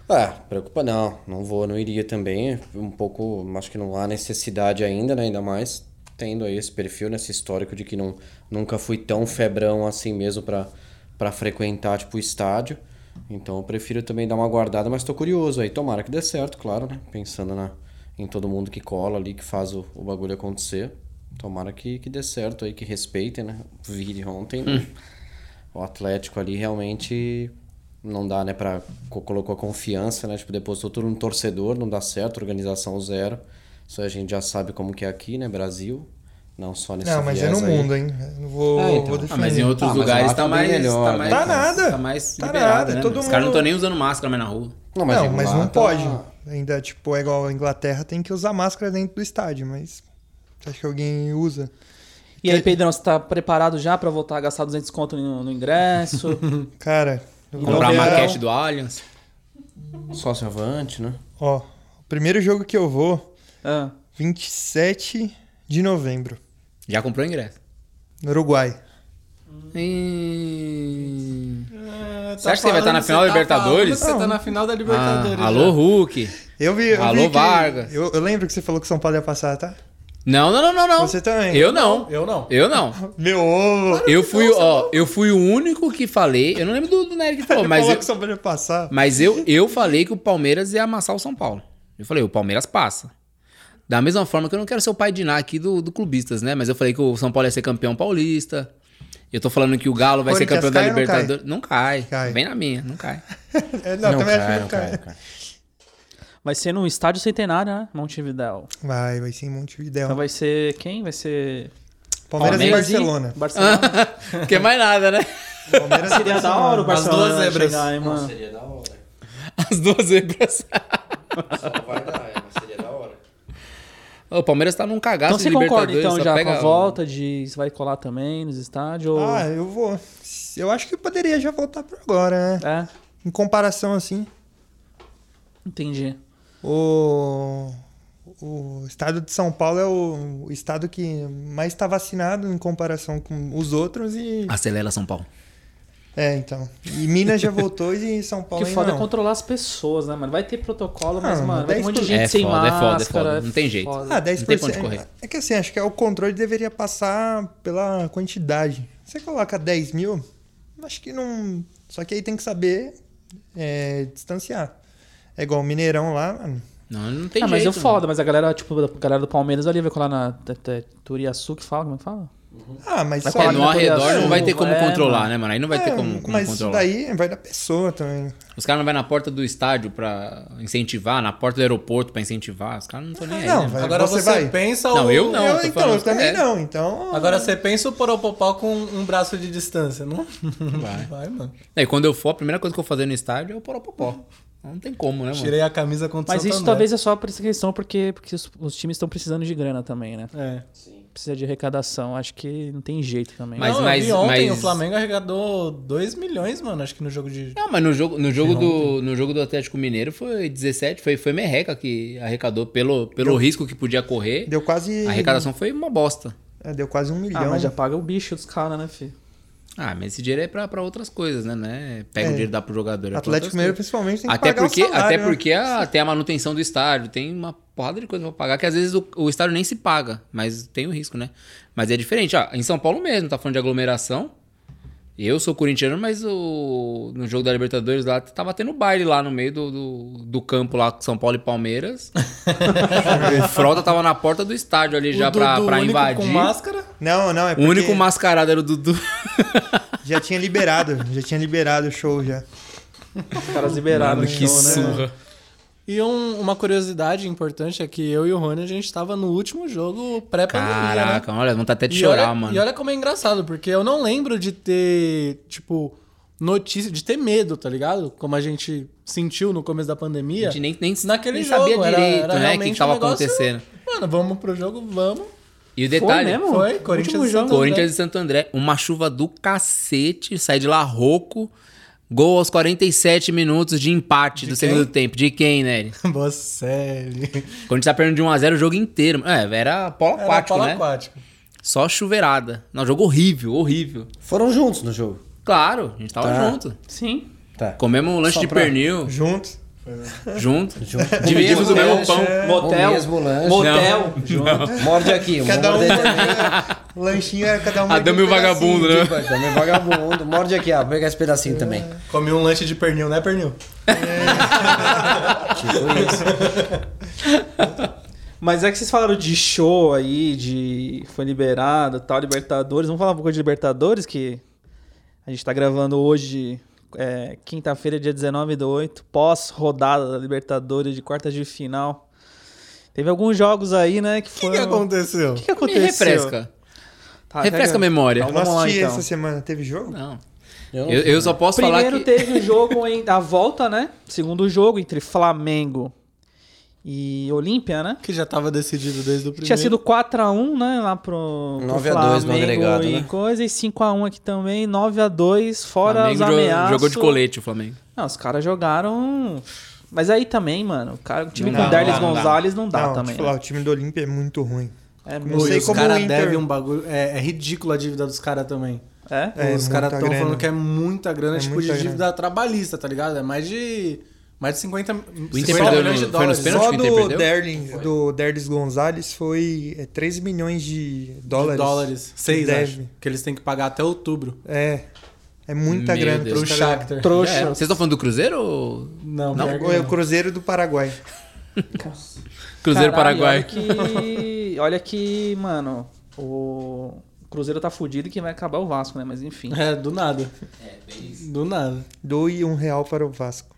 Speaker 5: Ah, preocupa não, não vou, não iria também. Um pouco, acho que não há necessidade ainda, né? Ainda mais tendo aí esse perfil, né? esse histórico de que não, nunca fui tão febrão assim mesmo pra, pra frequentar, tipo, o estádio. Então eu prefiro também dar uma guardada, mas tô curioso aí. Tomara que dê certo, claro, né? Pensando na, em todo mundo que cola ali, que faz o, o bagulho acontecer. Tomara que, que dê certo aí, que respeitem, né? Vire ontem, né?
Speaker 2: Hum.
Speaker 5: o Atlético ali realmente não dá, né, para colocou a confiança, né, tipo, depositou tudo no torcedor, não dá certo, organização zero. Isso a gente já sabe como que é aqui, né, Brasil, não só nesse
Speaker 4: Não, mas é no
Speaker 5: viés aí.
Speaker 4: mundo, hein? Eu Não vou,
Speaker 5: Ah, então.
Speaker 4: vou
Speaker 5: Ah,
Speaker 2: Ah,
Speaker 4: definir.
Speaker 2: mas em outros
Speaker 5: Ah, mas
Speaker 2: lugares
Speaker 5: lá
Speaker 2: tá
Speaker 5: tá bem
Speaker 2: mais,
Speaker 5: melhor,
Speaker 2: tá mais.
Speaker 4: Tá nada.
Speaker 2: Tá mais
Speaker 4: Tá
Speaker 2: liberado,
Speaker 4: nada,
Speaker 2: né?
Speaker 4: todo
Speaker 2: Os caras não
Speaker 4: mundo-
Speaker 2: estão nem usando máscara mais na rua.
Speaker 5: Não, mas,
Speaker 4: Não,
Speaker 5: digo,
Speaker 4: mas
Speaker 5: lá
Speaker 4: não
Speaker 5: tá-
Speaker 4: pode. Ainda, tipo, é igual a Inglaterra, tem que usar máscara dentro do estádio, mas. Acho que alguém usa.
Speaker 1: E aí, Pedrão, você tá preparado já pra voltar a gastar 200 conto no, no ingresso?
Speaker 4: Cara, eu vou
Speaker 2: Comprar a
Speaker 4: ver
Speaker 2: maquete do Allianz.
Speaker 5: Sócio avante, né?
Speaker 4: Ó, o primeiro jogo que eu vou,
Speaker 1: Ah,
Speaker 4: 27 de novembro,
Speaker 2: Já comprou o ingresso.
Speaker 4: no Uruguai.
Speaker 2: Ih. Ah,
Speaker 3: Você
Speaker 2: acha que você vai estar na final da Libertadores?
Speaker 3: Você tá na final da
Speaker 2: Ah,
Speaker 3: Libertadores. né?
Speaker 2: alô, Hulk.
Speaker 4: Eu vi. Eu
Speaker 2: Alô,
Speaker 4: vi que-
Speaker 2: Vargas.
Speaker 4: Eu, eu lembro que você falou que São Paulo ia passar, tá?
Speaker 2: Não, não, não, não, não.
Speaker 4: Você também.
Speaker 2: Eu não.
Speaker 3: já. Eu não.
Speaker 2: Eu não.
Speaker 4: Meu ovo!
Speaker 2: Eu fui, ó, eu fui o único que falei. Eu não lembro do, do Nery que falou,
Speaker 4: Ele
Speaker 2: mas
Speaker 4: falou
Speaker 2: eu,
Speaker 4: que São Paulo ia passar.
Speaker 2: mas eu, eu falei que o Palmeiras ia amassar o São Paulo. Eu falei, o Palmeiras passa. Da mesma forma que eu não quero ser o pai de Ná aqui do, do Clubistas, né? Mas eu falei que o São Paulo ia ser campeão paulista. Eu tô falando que o Galo vai ser
Speaker 4: Corinthians
Speaker 2: campeão da
Speaker 4: cai ou não cai?
Speaker 2: Libertadores. Não cai.
Speaker 4: Cai.
Speaker 2: Vem na minha, não cai.
Speaker 4: É, não, também acho que não cai.
Speaker 5: cara.
Speaker 1: vai ser no Estádio Centenário, né? Montevidéu.
Speaker 4: Vai, vai ser um em Montevidéu.
Speaker 1: Então vai ser quem? Vai ser.
Speaker 4: Palmeiras,
Speaker 2: Palmeiras
Speaker 4: e Barcelona. Ah.
Speaker 1: Barcelona.
Speaker 2: Não quer mais nada, né?
Speaker 4: Palmeiras e
Speaker 1: Seria da hora o
Speaker 4: Barcelona.
Speaker 1: Barcelona
Speaker 3: duas zebras.
Speaker 1: chegar, hein, mano?
Speaker 5: Seria da hora.
Speaker 2: As duas zebras.
Speaker 5: Só não vai dar, é, mas seria da hora.
Speaker 2: O Palmeiras tá num cagaço
Speaker 1: Então
Speaker 2: de
Speaker 1: você concorda
Speaker 2: Libertadores.
Speaker 1: então
Speaker 2: só
Speaker 1: já com
Speaker 2: pega
Speaker 1: a volta de. Você vai colar também nos estádios? ou-
Speaker 4: Ah, eu vou. Eu acho que poderia já voltar pra agora, né?
Speaker 1: É,
Speaker 4: Em comparação, assim,
Speaker 1: entendi.
Speaker 4: o, o estado de São Paulo é o, o estado que mais está vacinado em comparação com os outros e...
Speaker 2: Acelera São Paulo.
Speaker 4: É, então. E Minas já voltou e São
Speaker 1: O
Speaker 4: Paulo
Speaker 1: que
Speaker 4: ainda
Speaker 1: foda é
Speaker 4: não.
Speaker 1: controlar as pessoas, né, mano? Vai ter protocolo, mas,
Speaker 4: Ah,
Speaker 1: mano, vai ter um monte de
Speaker 4: 10%.
Speaker 1: gente
Speaker 2: É
Speaker 1: sem
Speaker 2: foda, é foda, é
Speaker 1: máscara.
Speaker 2: foda, não tem jeito.
Speaker 1: foda.
Speaker 4: Ah,
Speaker 2: tem pra onde correr.
Speaker 4: 10%. É que assim, acho que é o controle deveria passar pela quantidade. Você coloca 10 mil, acho que não. Só que aí tem que saber é, distanciar. É igual o Mineirão lá, mano.
Speaker 2: Não, não tem
Speaker 1: ah,
Speaker 2: jeito.
Speaker 1: mas eu
Speaker 2: mano.
Speaker 1: é foda, mas a galera, tipo, a galera do Palmeiras ali vai colar na T- T- Turiaçu que fala, como é que fala?
Speaker 4: Ah, mas
Speaker 1: Vai
Speaker 4: só.
Speaker 1: falar
Speaker 2: É,
Speaker 1: que
Speaker 2: no
Speaker 1: vai poder
Speaker 2: arredor não vai ter
Speaker 1: assunto,
Speaker 2: como
Speaker 1: é,
Speaker 2: controlar,
Speaker 1: mano.
Speaker 2: né, mano? Aí não vai ter
Speaker 4: É,
Speaker 2: como, como
Speaker 4: mas isso
Speaker 2: controlar.
Speaker 4: daí vai da pessoa também.
Speaker 2: Os caras não vão na porta do estádio pra incentivar, na porta do aeroporto pra incentivar. Os caras não estão nem aí.
Speaker 4: não,
Speaker 2: né?
Speaker 4: vai-
Speaker 3: Agora
Speaker 4: Você
Speaker 3: você,
Speaker 4: vai?
Speaker 3: pensa
Speaker 2: Não,
Speaker 3: o...
Speaker 2: eu não.
Speaker 4: eu,
Speaker 2: tô
Speaker 4: então,
Speaker 2: falando-
Speaker 4: eu também
Speaker 2: é.
Speaker 4: não. Então.
Speaker 3: Agora você pensa o Poropopó com um braço de distância, não? Vai. Vai, mano.
Speaker 2: Aí quando eu for, a primeira coisa que eu vou fazer no estádio é o poropopó. Não tem como, né, mano?
Speaker 3: Tirei a camisa contra o
Speaker 1: Mas isso
Speaker 3: Santo André.
Speaker 1: talvez é só por essa questão, porque, porque os, os times estão precisando de grana também, né?
Speaker 3: É.
Speaker 1: Precisa de arrecadação. Acho que não tem jeito também.
Speaker 2: Mas-
Speaker 3: Mas, não,
Speaker 2: mas-
Speaker 3: eu vi ontem
Speaker 2: mas-
Speaker 3: o Flamengo arrecadou 2 milhões, mano, acho que no jogo de.
Speaker 2: Não, mas no jogo, no jogo, do, no jogo do Atlético Mineiro foi 17, foi, foi merreca que arrecadou pelo, pelo risco que podia correr.
Speaker 4: Deu quase.
Speaker 2: A arrecadação foi uma bosta.
Speaker 4: é, deu quase um
Speaker 1: Ah,
Speaker 4: milhão.
Speaker 1: mas já paga o bicho dos caras, né, filho?
Speaker 2: Ah, mas esse dinheiro é pra, pra outras coisas, né? né? Pega o
Speaker 4: É.
Speaker 2: dinheiro e dá pro jogador. é pra
Speaker 4: Atlético
Speaker 2: outras
Speaker 4: Mineiro,
Speaker 2: coisas.
Speaker 4: principalmente, tem que
Speaker 2: Até
Speaker 4: pagar o
Speaker 2: porque,
Speaker 4: salário,
Speaker 2: até
Speaker 4: né?
Speaker 2: porque a, tem a manutenção do estádio, tem uma porrada de coisa pra pagar, que às vezes o, o estádio nem se paga, mas tem o risco, né? Mas é diferente. Ó, em São Paulo mesmo, tá falando de aglomeração. Eu sou corintiano, mas o- no jogo da Libertadores lá tava tendo baile lá no meio do, do, do campo lá com São Paulo e Palmeiras. o Frota tava na porta do estádio ali já
Speaker 3: O Dudu,
Speaker 2: pra,
Speaker 3: o
Speaker 2: pra
Speaker 3: único
Speaker 2: invadir.
Speaker 3: Com máscara? Né?
Speaker 4: Não, não, é
Speaker 2: O
Speaker 4: porque
Speaker 2: único mascarado era o Dudu.
Speaker 4: já tinha liberado, já tinha liberado o show já.
Speaker 1: Os caras liberaram. né?
Speaker 2: que surra.
Speaker 3: E um- uma curiosidade importante é que eu e o Rony, a gente tava no último jogo pré-pandemia. né?
Speaker 2: Caraca, olha, vontade até de
Speaker 3: E
Speaker 2: chorar,
Speaker 3: olha-
Speaker 2: mano.
Speaker 3: E olha como é engraçado, porque eu não lembro de ter, tipo, notícia, de ter medo, tá ligado? Como a gente sentiu no começo da pandemia.
Speaker 2: A gente nem, nem,
Speaker 3: Naquele
Speaker 2: nem
Speaker 3: jogo,
Speaker 2: sabia
Speaker 3: era-
Speaker 2: direito,
Speaker 3: era
Speaker 2: né? O que
Speaker 3: realmente
Speaker 2: que tava
Speaker 3: um negócio-
Speaker 2: acontecendo.
Speaker 3: Mano, vamos pro jogo, vamos.
Speaker 2: E o detalhe,
Speaker 1: mesmo?
Speaker 3: Foi,
Speaker 1: Último
Speaker 3: Corinthians e
Speaker 1: jogo.
Speaker 3: Santo André.
Speaker 2: Corinthians é- e Santo André, uma chuva do cacete, sai de lá rouco, gol aos 47 minutos de empate do segundo tempo. De quem, né?
Speaker 3: Bocelli.
Speaker 2: Corinthians tá perdendo de 1x0 o jogo inteiro. É, era polo
Speaker 3: Era
Speaker 2: aquático,
Speaker 3: polo
Speaker 2: né?
Speaker 3: aquático.
Speaker 2: Só chuveirada. Não, jogo horrível, horrível.
Speaker 5: Foram juntos no jogo.
Speaker 2: Claro, a gente tava
Speaker 5: Tá.
Speaker 2: junto.
Speaker 1: Sim.
Speaker 5: Tá.
Speaker 2: Comemos um lanche de pernil
Speaker 4: Juntos.
Speaker 2: junto. Dividimos o mesmo pão.
Speaker 1: Motel.
Speaker 5: O mesmo lanche.
Speaker 1: Motel. Junto.
Speaker 5: Morde aqui, um
Speaker 4: Cada um
Speaker 5: morde aqui.
Speaker 4: o lanchinho era cada um.
Speaker 2: Adão e
Speaker 4: um
Speaker 2: o vagabundo, né?
Speaker 5: Tipo, também vagabundo. Morde aqui, ó. Pega esse pedacinho também.
Speaker 3: Comi um lanche de pernil, né, pernil?
Speaker 1: Mas é que vocês falaram de show aí, de foi liberado, tal, Libertadores. Vamos falar um pouco de Libertadores, que a gente tá gravando hoje, é, quinta-feira, dia 19 do 8, pós-rodada da Libertadores de quartas de final. Teve alguns jogos aí, né, que
Speaker 3: O
Speaker 1: foram...
Speaker 3: que aconteceu?
Speaker 1: O que
Speaker 2: Me
Speaker 1: aconteceu?
Speaker 2: refresca. Ah,
Speaker 1: Tá,
Speaker 2: refresca
Speaker 1: pega-
Speaker 2: a memória.
Speaker 1: Então
Speaker 4: Eu
Speaker 1: Vamos lá,
Speaker 4: assisti
Speaker 1: então.
Speaker 4: essa semana. Teve jogo?
Speaker 2: Não.
Speaker 5: Eu não
Speaker 2: Eu, eu só posso falar
Speaker 1: Primeiro
Speaker 2: que...
Speaker 1: teve o jogo em, da volta, né? Segundo jogo entre Flamengo e Olímpia, né?
Speaker 3: Que já tava decidido desde o primeiro.
Speaker 1: Tinha sido 4x1, né? Lá pro, pro
Speaker 5: 9 a 2 no
Speaker 1: Flamengo
Speaker 5: agregado,
Speaker 1: e
Speaker 5: né?
Speaker 1: coisa. E 5x1 aqui também. 9x2, fora
Speaker 2: Flamengo
Speaker 1: os
Speaker 2: jo-
Speaker 1: ameaços.
Speaker 2: jogou de colete o Flamengo.
Speaker 1: Não, os caras jogaram... Mas aí também, mano, o, cara, o time
Speaker 2: Não
Speaker 1: com
Speaker 2: dá,
Speaker 1: o Darlis
Speaker 2: não dá. né?
Speaker 1: Gonzalez não dá
Speaker 4: não,
Speaker 1: também.
Speaker 4: Falar, o time do Olímpia é muito ruim.
Speaker 1: né? É
Speaker 4: não
Speaker 1: muito-
Speaker 4: sei
Speaker 3: os
Speaker 4: como o
Speaker 3: caras
Speaker 4: Inter-
Speaker 3: devem um bagulho. É, é ridículo a dívida dos caras também.
Speaker 1: É?
Speaker 4: É,
Speaker 3: os caras
Speaker 4: muita
Speaker 3: estão
Speaker 4: grana.
Speaker 3: falando que é muita grana,
Speaker 4: É
Speaker 3: tipo,
Speaker 4: muita
Speaker 3: de
Speaker 4: grana.
Speaker 3: dívida trabalhista, tá ligado? É mais de. Mais de 50,
Speaker 2: O
Speaker 3: 50
Speaker 2: Inter perdeu
Speaker 3: milhões de
Speaker 2: no- foi nos
Speaker 3: dólares.
Speaker 2: pênaltis
Speaker 4: Só
Speaker 2: que o Inter
Speaker 4: do
Speaker 2: perdeu?
Speaker 4: Derlis, do Derlis Gonzalez foi é, 13 milhões de dólares.
Speaker 3: dólares. dólares. Seis,
Speaker 4: Deve.
Speaker 3: acho. Que eles têm que pagar até outubro.
Speaker 4: É. É muita
Speaker 2: Meu
Speaker 4: grana.
Speaker 2: Deus.
Speaker 4: pros
Speaker 3: Pro
Speaker 4: caras.
Speaker 3: Shakhtar.
Speaker 2: Já
Speaker 1: Trouxa.
Speaker 2: era. É, Vocês estão falando do Cruzeiro ou...
Speaker 3: Não,
Speaker 4: Não,
Speaker 3: pior que
Speaker 4: é o Cruzeiro do Paraguai.
Speaker 1: Caralho,
Speaker 2: Cruzeiro Paraguai?
Speaker 1: Olha que, olha que, mano, o Cruzeiro tá fudido e que vai acabar o Vasco, né? Mas enfim.
Speaker 3: É, do nada. É, bem isso. Do nada.
Speaker 4: Doe um real para o Vasco.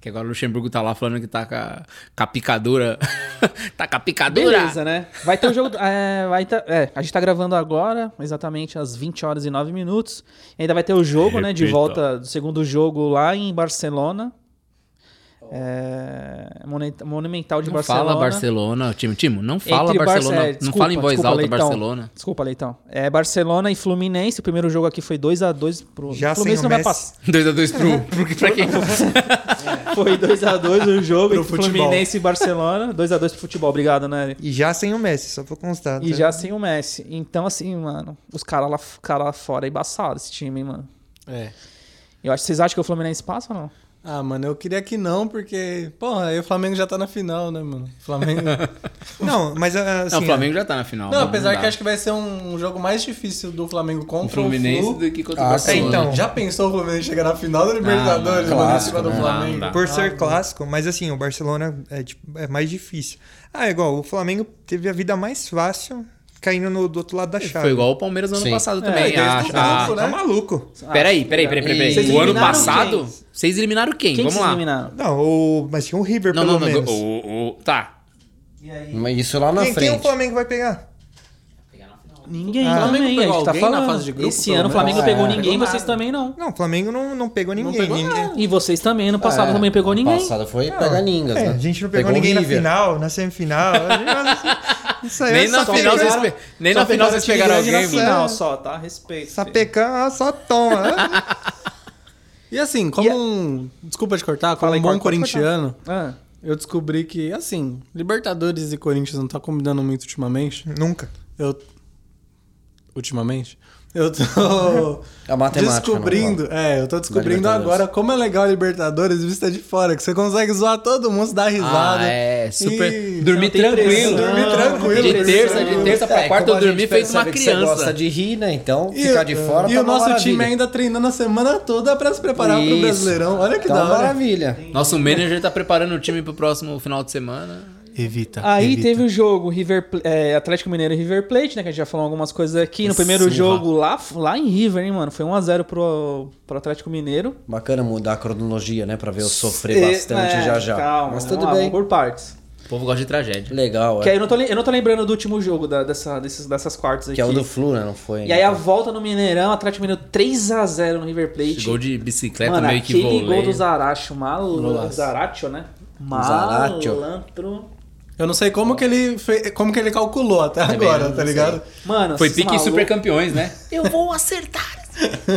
Speaker 2: Que agora o Luxemburgo tá lá falando que tá com a, com a picadura. tá com a picadura.
Speaker 1: Beleza, né? Vai ter o jogo. É, vai tá- é, a gente tá gravando agora, exatamente às 20 horas e 9 minutos. E ainda vai ter o jogo, né? De
Speaker 2: Repita.
Speaker 1: volta do segundo jogo lá em Barcelona. É, Mone- Monumental de
Speaker 2: Não
Speaker 1: Barcelona.
Speaker 2: fala Barcelona, time, Timo, não
Speaker 1: Entre
Speaker 2: fala
Speaker 1: Barce-
Speaker 2: Barcelona.
Speaker 1: é,
Speaker 2: não
Speaker 1: desculpa,
Speaker 2: fala em voz
Speaker 1: desculpa,
Speaker 2: alta
Speaker 1: Leitão.
Speaker 2: Barcelona.
Speaker 1: Desculpa, Leitão. É Barcelona e Fluminense. O primeiro jogo aqui foi 2x2 pro.
Speaker 4: Já sem
Speaker 1: Fluminense
Speaker 4: o
Speaker 1: não vai
Speaker 4: Messi.
Speaker 1: passar.
Speaker 2: 2x2 pro, pro pra quem?
Speaker 1: Foi 2x2 o jogo
Speaker 3: Pro
Speaker 1: entre
Speaker 3: futebol.
Speaker 1: Fluminense e Barcelona. 2x2 pro futebol, obrigado, né?
Speaker 4: E já sem o Messi, só pra constar.
Speaker 1: E
Speaker 4: tá?
Speaker 1: já sem o Messi. Então, assim, mano, os caras lá, cara lá fora é embaçado esse time, hein, mano.
Speaker 3: É.
Speaker 1: Eu acho, vocês acham que o Fluminense passa ou não?
Speaker 3: Ah, mano, eu queria que não, porque. Porra, aí o Flamengo já tá na final, né, mano? Flamengo.
Speaker 4: Não, mas ah, assim...
Speaker 2: não, o Flamengo já tá na final.
Speaker 3: não,
Speaker 2: mano,
Speaker 3: apesar
Speaker 2: dá.
Speaker 3: que acho que vai ser um jogo mais difícil do Flamengo
Speaker 2: O
Speaker 3: contra
Speaker 2: Um Fluminense
Speaker 3: o Flu.
Speaker 2: do que contra o
Speaker 5: Ah,
Speaker 4: é,
Speaker 2: Barcelona.
Speaker 4: então.
Speaker 3: Já pensou o Fluminense chegar na final da Libertadores,
Speaker 5: não,
Speaker 3: mano, em
Speaker 5: clássico,
Speaker 3: cima do
Speaker 5: né?
Speaker 3: Flamengo?
Speaker 2: Não, não.
Speaker 4: ah, Por ser clássico, mas assim, o Barcelona é, tipo, é mais difícil. Ah, igual, o Flamengo teve a vida mais fácil caindo no, do outro lado da chave.
Speaker 2: Foi igual o Palmeiras no ano
Speaker 5: Sim.
Speaker 2: passado também.
Speaker 3: eles
Speaker 2: Ah,
Speaker 3: tão
Speaker 2: ah,
Speaker 3: pouco,
Speaker 4: Tá
Speaker 3: né?
Speaker 4: maluco.
Speaker 2: Peraí, peraí, peraí, peraí. peraí.
Speaker 5: Vocês
Speaker 2: O ano
Speaker 1: eliminaram
Speaker 2: passado,
Speaker 1: quem?
Speaker 2: vocês eliminaram quem?
Speaker 1: Quem que
Speaker 2: Vamos
Speaker 1: vocês
Speaker 2: lá.
Speaker 1: eliminaram?
Speaker 4: Não, o- mas tinha um River,
Speaker 2: Não, não,
Speaker 4: pelo
Speaker 2: não.
Speaker 4: menos.
Speaker 2: o- o- tá.
Speaker 5: Mas isso lá na
Speaker 4: quem, quem o
Speaker 5: frente.
Speaker 4: Flamengo vai pegar?
Speaker 1: Ninguém
Speaker 2: Ah,
Speaker 1: também,
Speaker 2: Flamengo
Speaker 1: a
Speaker 2: pegou
Speaker 1: gente tá
Speaker 2: alguém na
Speaker 1: falando.
Speaker 2: fase de grupo,
Speaker 1: Esse
Speaker 2: pelo
Speaker 1: ano o
Speaker 2: menos?
Speaker 1: Flamengo
Speaker 2: Ah,
Speaker 1: pegou
Speaker 2: é,
Speaker 1: ninguém,
Speaker 2: pegou
Speaker 1: vocês também não.
Speaker 4: Não, o Flamengo não, não pegou ninguém.
Speaker 3: pegou
Speaker 1: E vocês também, no passado também pegou ninguém.
Speaker 5: Passada foi pegar ningas,
Speaker 4: É,
Speaker 5: né?
Speaker 4: a gente não pegou,
Speaker 5: o
Speaker 4: ninguém
Speaker 5: River.
Speaker 4: na final, na semifinal. a gente- Isso aí
Speaker 2: Nem
Speaker 4: é
Speaker 2: na
Speaker 4: só
Speaker 2: final
Speaker 4: pegar-
Speaker 2: vocês, pe- nem na final vocês pegaram
Speaker 1: Grande
Speaker 2: alguém,
Speaker 1: na
Speaker 2: mano.
Speaker 1: final só, tá? Respeito.
Speaker 4: Essa pecan, ah, só toma.
Speaker 3: E assim, como
Speaker 4: E a-
Speaker 3: um. Desculpa te cortar, como
Speaker 4: Fala aí,
Speaker 3: um bom
Speaker 4: corta, pode
Speaker 3: corintiano,
Speaker 1: Ah,
Speaker 3: eu descobri que, assim, Libertadores e Corinthians não tá combinando muito ultimamente.
Speaker 4: Nunca.
Speaker 3: Eu. Ultimamente? Eu tô.
Speaker 5: A É matemática.
Speaker 3: descobrindo. É, eu tô descobrindo
Speaker 5: Libertadores.
Speaker 3: agora como é legal a Libertadores vista de fora, que você consegue zoar todo mundo, se dar risada.
Speaker 2: Ah, é. Super.
Speaker 3: E-
Speaker 2: Dormir
Speaker 1: não tem pressão,
Speaker 2: tranquilo.
Speaker 3: Dormir tranquilo.
Speaker 2: De terça, de terça pra quarta eu dormi feito
Speaker 5: fez
Speaker 2: uma
Speaker 5: Você gosta
Speaker 2: criança.
Speaker 5: de rir, né? Então,
Speaker 3: E-
Speaker 5: ficar de fora
Speaker 3: E
Speaker 5: tá
Speaker 3: o
Speaker 5: uma
Speaker 3: nosso
Speaker 5: maravilha.
Speaker 3: time ainda treinando a semana toda pra se preparar pro
Speaker 5: Isso.
Speaker 3: Brasileirão. Olha que
Speaker 5: Tá
Speaker 3: da
Speaker 5: uma
Speaker 3: hora.
Speaker 5: maravilha.
Speaker 2: Nosso manager tá preparando o time pro próximo final de semana.
Speaker 3: Evita.
Speaker 1: Aí
Speaker 3: evita.
Speaker 1: teve o jogo River, Pla- é, Atlético Mineiro e River Plate, né? Que a gente já falou algumas coisas aqui. No primeiro jogo lá, lá em River, hein, mano? Foi 1x0 pro, pro Atlético Mineiro.
Speaker 5: Bacana mudar a cronologia, né? Pra ver eu sofrer
Speaker 1: E-
Speaker 5: bastante
Speaker 1: é,
Speaker 5: já já.
Speaker 1: Calma,
Speaker 5: Mas
Speaker 1: vamos
Speaker 5: tudo
Speaker 1: lá,
Speaker 5: bem.
Speaker 1: vamos por partes.
Speaker 2: O povo gosta de tragédia.
Speaker 5: Legal,
Speaker 1: Que aí
Speaker 5: é.
Speaker 1: eu não tô, lem- eu não tô lembrando do último jogo da- dessa, desses, dessas quartas aqui.
Speaker 5: Que é o do Flu, né? Não foi?
Speaker 1: E aí a volta no Mineirão, Atlético Mineiro 3x0 no River Plate.
Speaker 2: Gol de bicicleta
Speaker 1: Mano,
Speaker 2: meio que
Speaker 1: aquele gol do
Speaker 2: vôlei.
Speaker 1: Zaracho, malandro.
Speaker 5: Golaço.
Speaker 1: Zaracho, né?
Speaker 5: Zaratio.
Speaker 1: Malandro.
Speaker 3: Eu não sei como que ele fe... como que ele calculou até agora, tá ligado?
Speaker 1: Mano,
Speaker 2: Foi
Speaker 1: esses
Speaker 2: pique
Speaker 1: malucos-
Speaker 2: super campeões, né?
Speaker 1: Eu vou acertar.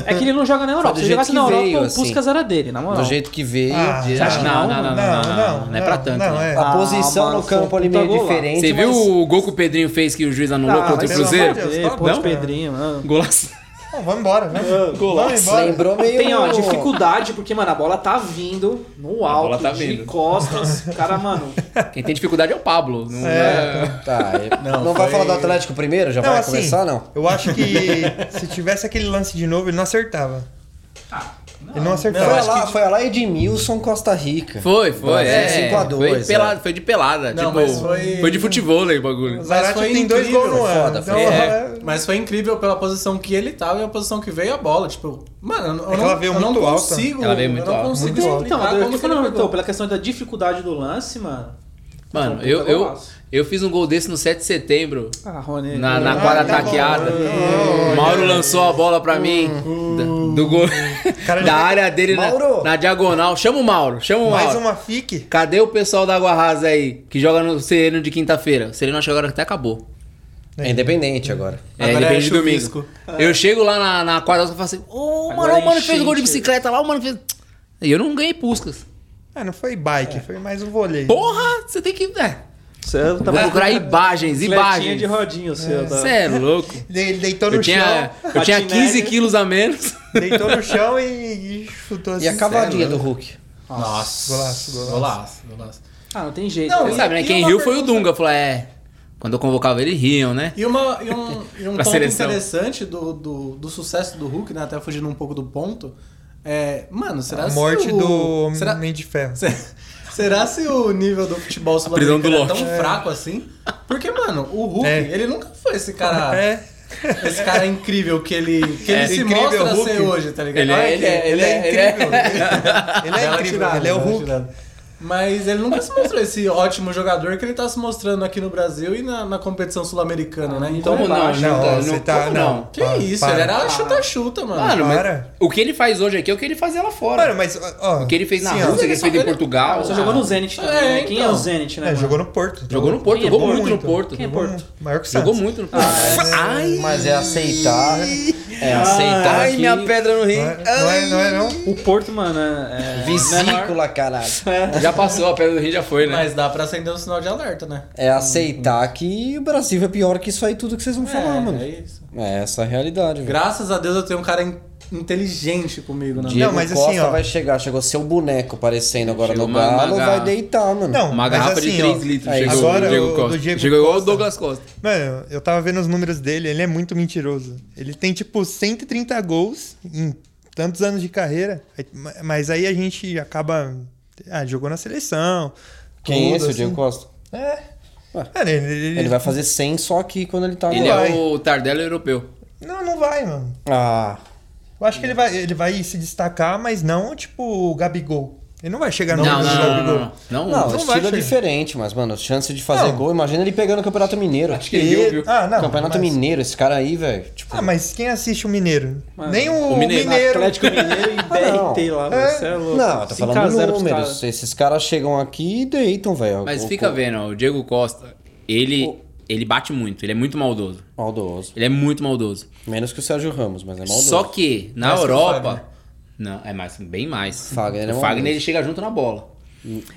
Speaker 1: É que ele não joga na Europa.
Speaker 5: do
Speaker 1: Se
Speaker 5: jeito
Speaker 1: jogasse
Speaker 5: que
Speaker 1: na Europa,
Speaker 5: veio,
Speaker 1: o
Speaker 5: assim.
Speaker 1: Puskas era dele, na moral.
Speaker 5: Do jeito que veio.
Speaker 4: Ah,
Speaker 5: de-
Speaker 4: você acha que
Speaker 1: não?
Speaker 2: não, não, não, não, não, não, não é pra tanto.
Speaker 4: Não,
Speaker 2: né?
Speaker 4: é.
Speaker 5: A
Speaker 1: Ah,
Speaker 5: posição
Speaker 1: mano,
Speaker 5: no campo ali
Speaker 1: puta
Speaker 5: meio
Speaker 1: golaço.
Speaker 5: diferente.
Speaker 2: Você viu
Speaker 5: mas-
Speaker 2: o gol que o Pedrinho fez que o juiz anulou
Speaker 1: Ah,
Speaker 2: contra o
Speaker 1: pelo
Speaker 2: Cruzeiro?
Speaker 1: amor de Deus, pô,
Speaker 2: Não?
Speaker 1: Pedrinho, mano.
Speaker 2: Golaço.
Speaker 4: Não, vamos embora, né? Vamos embora.
Speaker 5: Lembrou meio.
Speaker 1: Tem, ó, dificuldade, porque, mano, a bola tá vindo no alto,
Speaker 2: bola tá
Speaker 1: de
Speaker 2: vindo.
Speaker 1: costas. Cara, mano,
Speaker 2: Quem tem dificuldade é o Pablo. Não é.
Speaker 5: Tá, eu- não, vai falar do Atlético primeiro? Já
Speaker 4: Não,
Speaker 5: vai
Speaker 4: assim,
Speaker 5: começar, não?
Speaker 4: Eu acho que se tivesse aquele lance de novo, ele não acertava.
Speaker 2: Ah,
Speaker 4: ele não acertava.
Speaker 5: Foi
Speaker 4: Eu acho
Speaker 5: lá, foi lá Edmilson Costa Rica.
Speaker 2: Foi, foi.
Speaker 5: Brasil
Speaker 2: É,
Speaker 5: 5 a 2,
Speaker 2: foi,
Speaker 5: é.
Speaker 2: pelada, foi de pelada.
Speaker 3: Não,
Speaker 2: tipo,
Speaker 3: mas foi-
Speaker 2: de futebol aí o bagulho.
Speaker 4: que o
Speaker 3: Mas
Speaker 4: Zarate
Speaker 3: foi
Speaker 4: tem dois
Speaker 3: incrível,
Speaker 4: gols no ano.
Speaker 5: foda,
Speaker 4: então,
Speaker 2: foi- é.
Speaker 4: é.
Speaker 3: Mas foi incrível pela posição que ele tava e a posição que veio a bola, tipo, mano, eu não,
Speaker 4: É que ela veio
Speaker 3: eu não
Speaker 4: muito alta.
Speaker 3: consigo,
Speaker 2: Ela veio
Speaker 3: eu
Speaker 2: muito
Speaker 3: não
Speaker 2: alta.
Speaker 3: consigo
Speaker 4: Muito alta.
Speaker 1: então,
Speaker 3: explicar
Speaker 1: eu
Speaker 3: como
Speaker 1: tô
Speaker 3: que ele
Speaker 1: falando, então,
Speaker 3: pegou.
Speaker 1: pela questão da dificuldade do lance, mano.
Speaker 2: Mano,
Speaker 1: Puta
Speaker 2: eu, eu,
Speaker 1: golaço.
Speaker 2: eu fiz um gol desse no 7 de setembro.
Speaker 1: Ah, Rony.
Speaker 2: Na, na
Speaker 1: Ah,
Speaker 2: quadra
Speaker 4: tá bom.
Speaker 2: taqueada.
Speaker 4: Ah,
Speaker 2: Mauro lançou a bola pra mim. da- Do gol.
Speaker 4: Cara,
Speaker 2: da
Speaker 4: já-
Speaker 2: área dele na,
Speaker 5: Mauro!
Speaker 2: na diagonal. Chama o Mauro, chama o
Speaker 4: Mais
Speaker 2: Mauro.
Speaker 4: uma fique.
Speaker 2: Cadê o pessoal da Água Rasa aí? Que joga no Sereno de quinta-feira. O Sereno acho que agora até acabou.
Speaker 5: É independente agora.
Speaker 2: É,
Speaker 3: Agora
Speaker 2: depende de
Speaker 3: é
Speaker 2: domingo.
Speaker 3: chuvisco.
Speaker 2: Eu chego lá na, na quadra e falo assim: Ô,
Speaker 1: Agora
Speaker 2: mano,
Speaker 1: é
Speaker 2: o mano fez
Speaker 1: enchente.
Speaker 2: gol de bicicleta lá, o mano fez. E eu não ganhei puscas.
Speaker 4: Ah, não foi bike, foi mais um vôlei.
Speaker 2: Porra, você tem que. É,
Speaker 1: Você tá
Speaker 2: vou procurar imagens,
Speaker 1: Fletinha
Speaker 2: imagens.
Speaker 1: de rodinho, seu.
Speaker 2: Você
Speaker 1: Tá?
Speaker 2: é louco.
Speaker 4: Ele deitou no
Speaker 2: Eu tinha,
Speaker 4: chão.
Speaker 2: eu tinha
Speaker 1: patinete.
Speaker 2: 15 quilos a menos.
Speaker 4: Deitou no chão e, e chutou assim.
Speaker 5: E a cavadinha do Hulk.
Speaker 2: Nossa.
Speaker 4: Golaço, golaço.
Speaker 1: Ah, não tem jeito.
Speaker 3: Não,
Speaker 2: Você sabe, né?
Speaker 3: E
Speaker 2: Quem
Speaker 3: uma
Speaker 2: riu foi o
Speaker 3: pergunta-
Speaker 2: Dunga. Falou, é. Quando eu convocava ele, riam, né?
Speaker 3: E, uma, e um, e um
Speaker 2: Pra
Speaker 3: ponto
Speaker 2: seleção.
Speaker 3: interessante do, do, do sucesso do Hulk, né? Até fugindo um pouco do ponto. É, mano, será
Speaker 4: A
Speaker 3: se
Speaker 4: morte
Speaker 3: o-
Speaker 4: do
Speaker 3: será-
Speaker 4: Homem de Ferro.
Speaker 3: Se- Será se o nível do futebol
Speaker 2: prisão do
Speaker 3: sul-americano é tão
Speaker 2: Loki.
Speaker 3: fraco assim? Porque, mano, o Hulk,
Speaker 4: É.
Speaker 3: ele nunca foi esse cara.
Speaker 4: É.
Speaker 3: Esse cara é incrível que ele, que
Speaker 2: É.
Speaker 3: ele se
Speaker 4: Incrível
Speaker 3: mostra
Speaker 4: Hulk.
Speaker 3: ser hoje, tá ligado?
Speaker 2: Ele é,
Speaker 3: Olha que
Speaker 2: ele é,
Speaker 4: Ele é incrível. Ele é
Speaker 3: Bela
Speaker 4: incrível.
Speaker 3: tirada,
Speaker 4: Ele é o
Speaker 3: bela
Speaker 4: Hulk.
Speaker 3: tirada. Mas ele nunca se mostrou esse ótimo jogador que ele tá se mostrando aqui no Brasil e na, na competição sul-americana, né? Então,
Speaker 2: Como
Speaker 1: não,
Speaker 2: não? Não,
Speaker 4: Não, você
Speaker 2: não,
Speaker 4: tá.
Speaker 2: como
Speaker 4: não.
Speaker 2: não?
Speaker 3: que é
Speaker 4: Para,
Speaker 3: isso,
Speaker 4: para.
Speaker 3: ele era chuta-chuta, mano.
Speaker 2: Mano, mas
Speaker 4: Para.
Speaker 2: o que ele faz hoje aqui é o que ele fazia lá fora.
Speaker 4: Mano, mas. Ó,
Speaker 2: o que ele fez na
Speaker 4: assim, ó,
Speaker 2: Rússia, o que ele
Speaker 3: só
Speaker 2: fez em
Speaker 3: fez-
Speaker 2: Portugal.
Speaker 1: Você
Speaker 2: Ah,
Speaker 1: jogou no Zenit também,
Speaker 3: É,
Speaker 1: né? Quem é o
Speaker 3: então.
Speaker 1: Zenit, né?
Speaker 4: É,
Speaker 1: mano?
Speaker 4: jogou no Porto.
Speaker 2: Jogou no Porto,
Speaker 1: Quem é
Speaker 2: jogou
Speaker 1: Porto?
Speaker 2: muito no Porto.
Speaker 1: Quem é Porto?
Speaker 4: Maior que o
Speaker 2: Ah, Jogou
Speaker 4: Santos.
Speaker 2: muito no Porto. Ai,
Speaker 5: Mas é aceitar. É aceitar.
Speaker 2: ai,
Speaker 5: que-
Speaker 2: minha pedra no rim.
Speaker 4: Não é, não é, não é, não.
Speaker 1: O Porto, mano, é... é-
Speaker 5: Vesícula, caralho.
Speaker 2: Já passou, a pedra do rim já foi, né?
Speaker 3: Mas dá pra acender um sinal de alerta, né?
Speaker 5: É aceitar que o Brasil é pior que isso aí tudo que vocês vão falar,
Speaker 3: é,
Speaker 5: mano.
Speaker 3: é isso.
Speaker 5: É essa a realidade, velho.
Speaker 3: Graças a Deus eu tenho um cara in- inteligente comigo, né?
Speaker 5: Diego
Speaker 4: Não, mas
Speaker 5: Costa
Speaker 4: assim, ó.
Speaker 5: vai chegar, chegou seu boneco parecendo agora
Speaker 2: Chegou
Speaker 5: no
Speaker 2: uma- uma
Speaker 5: Galo,
Speaker 2: garra-
Speaker 5: vai deitar, mano.
Speaker 4: Não,
Speaker 2: Uma
Speaker 4: mas
Speaker 2: garrafa
Speaker 4: assim,
Speaker 2: de 3
Speaker 4: ó,
Speaker 2: litros.
Speaker 5: é isso.
Speaker 2: chegou
Speaker 4: Agora,
Speaker 2: o Diego
Speaker 4: o-
Speaker 2: Costa.
Speaker 4: do Diego
Speaker 2: chegou igual o
Speaker 4: Costa.
Speaker 2: Douglas Costa.
Speaker 4: Mano, eu tava vendo os números dele, ele é muito mentiroso. Ele tem tipo 130 gols em tantos anos de carreira, aí- ma- mas aí a gente acaba. Ah, jogou na seleção.
Speaker 5: Quem é
Speaker 4: tudo,
Speaker 5: esse, o
Speaker 4: assim.
Speaker 5: Diego Costa?
Speaker 4: É. Cara, ele, ele-
Speaker 5: Ele vai fazer 100 só aqui quando ele tá
Speaker 2: Ele
Speaker 5: lá.
Speaker 2: é o Tardello europeu.
Speaker 4: Não, não vai, mano.
Speaker 5: Ah,
Speaker 4: Eu acho que ele vai, ele vai se destacar, mas não tipo o Gabigol. Ele não vai chegar no
Speaker 2: Não, não,
Speaker 4: nível do
Speaker 2: não, não,
Speaker 4: Gabigol.
Speaker 2: não, não.
Speaker 5: não,
Speaker 4: não
Speaker 5: o
Speaker 4: vai
Speaker 5: estilo é
Speaker 4: chegar.
Speaker 5: diferente, mas, mano, a chance de fazer
Speaker 4: Não.
Speaker 5: gol, imagina ele pegando o Campeonato Mineiro.
Speaker 2: Acho que ele viu, viu?
Speaker 4: Ah, não.
Speaker 5: Campeonato
Speaker 4: mas-
Speaker 5: Mineiro, esse cara aí, velho. Tipo,
Speaker 4: Ah, mas quem assiste o Mineiro? Nem o,
Speaker 2: o Mineiro.
Speaker 4: Mineiro.
Speaker 7: Atlético Mineiro e BRT lá,
Speaker 1: é
Speaker 2: é
Speaker 7: Marcelo.
Speaker 5: não, eu tô
Speaker 7: 5 a
Speaker 5: falando
Speaker 7: 0 pros
Speaker 5: números.
Speaker 7: caras.
Speaker 5: Esses caras chegam aqui e deitam, velho.
Speaker 2: Mas
Speaker 5: O-
Speaker 2: fica
Speaker 5: o-
Speaker 2: vendo, ó, o Diego Costa, ele, ele bate muito, ele é muito maldoso.
Speaker 5: Maldoso.
Speaker 2: Ele é muito maldoso.
Speaker 5: Menos que o Sérgio Ramos, mas é maldoso.
Speaker 2: Só que na
Speaker 4: Mais que o
Speaker 2: Europa.
Speaker 4: Fagner.
Speaker 2: não, é mais, bem mais.
Speaker 5: Fagner é Hum,
Speaker 2: o
Speaker 5: um
Speaker 2: Fagner
Speaker 5: maldoso.
Speaker 2: ele chega junto na bola.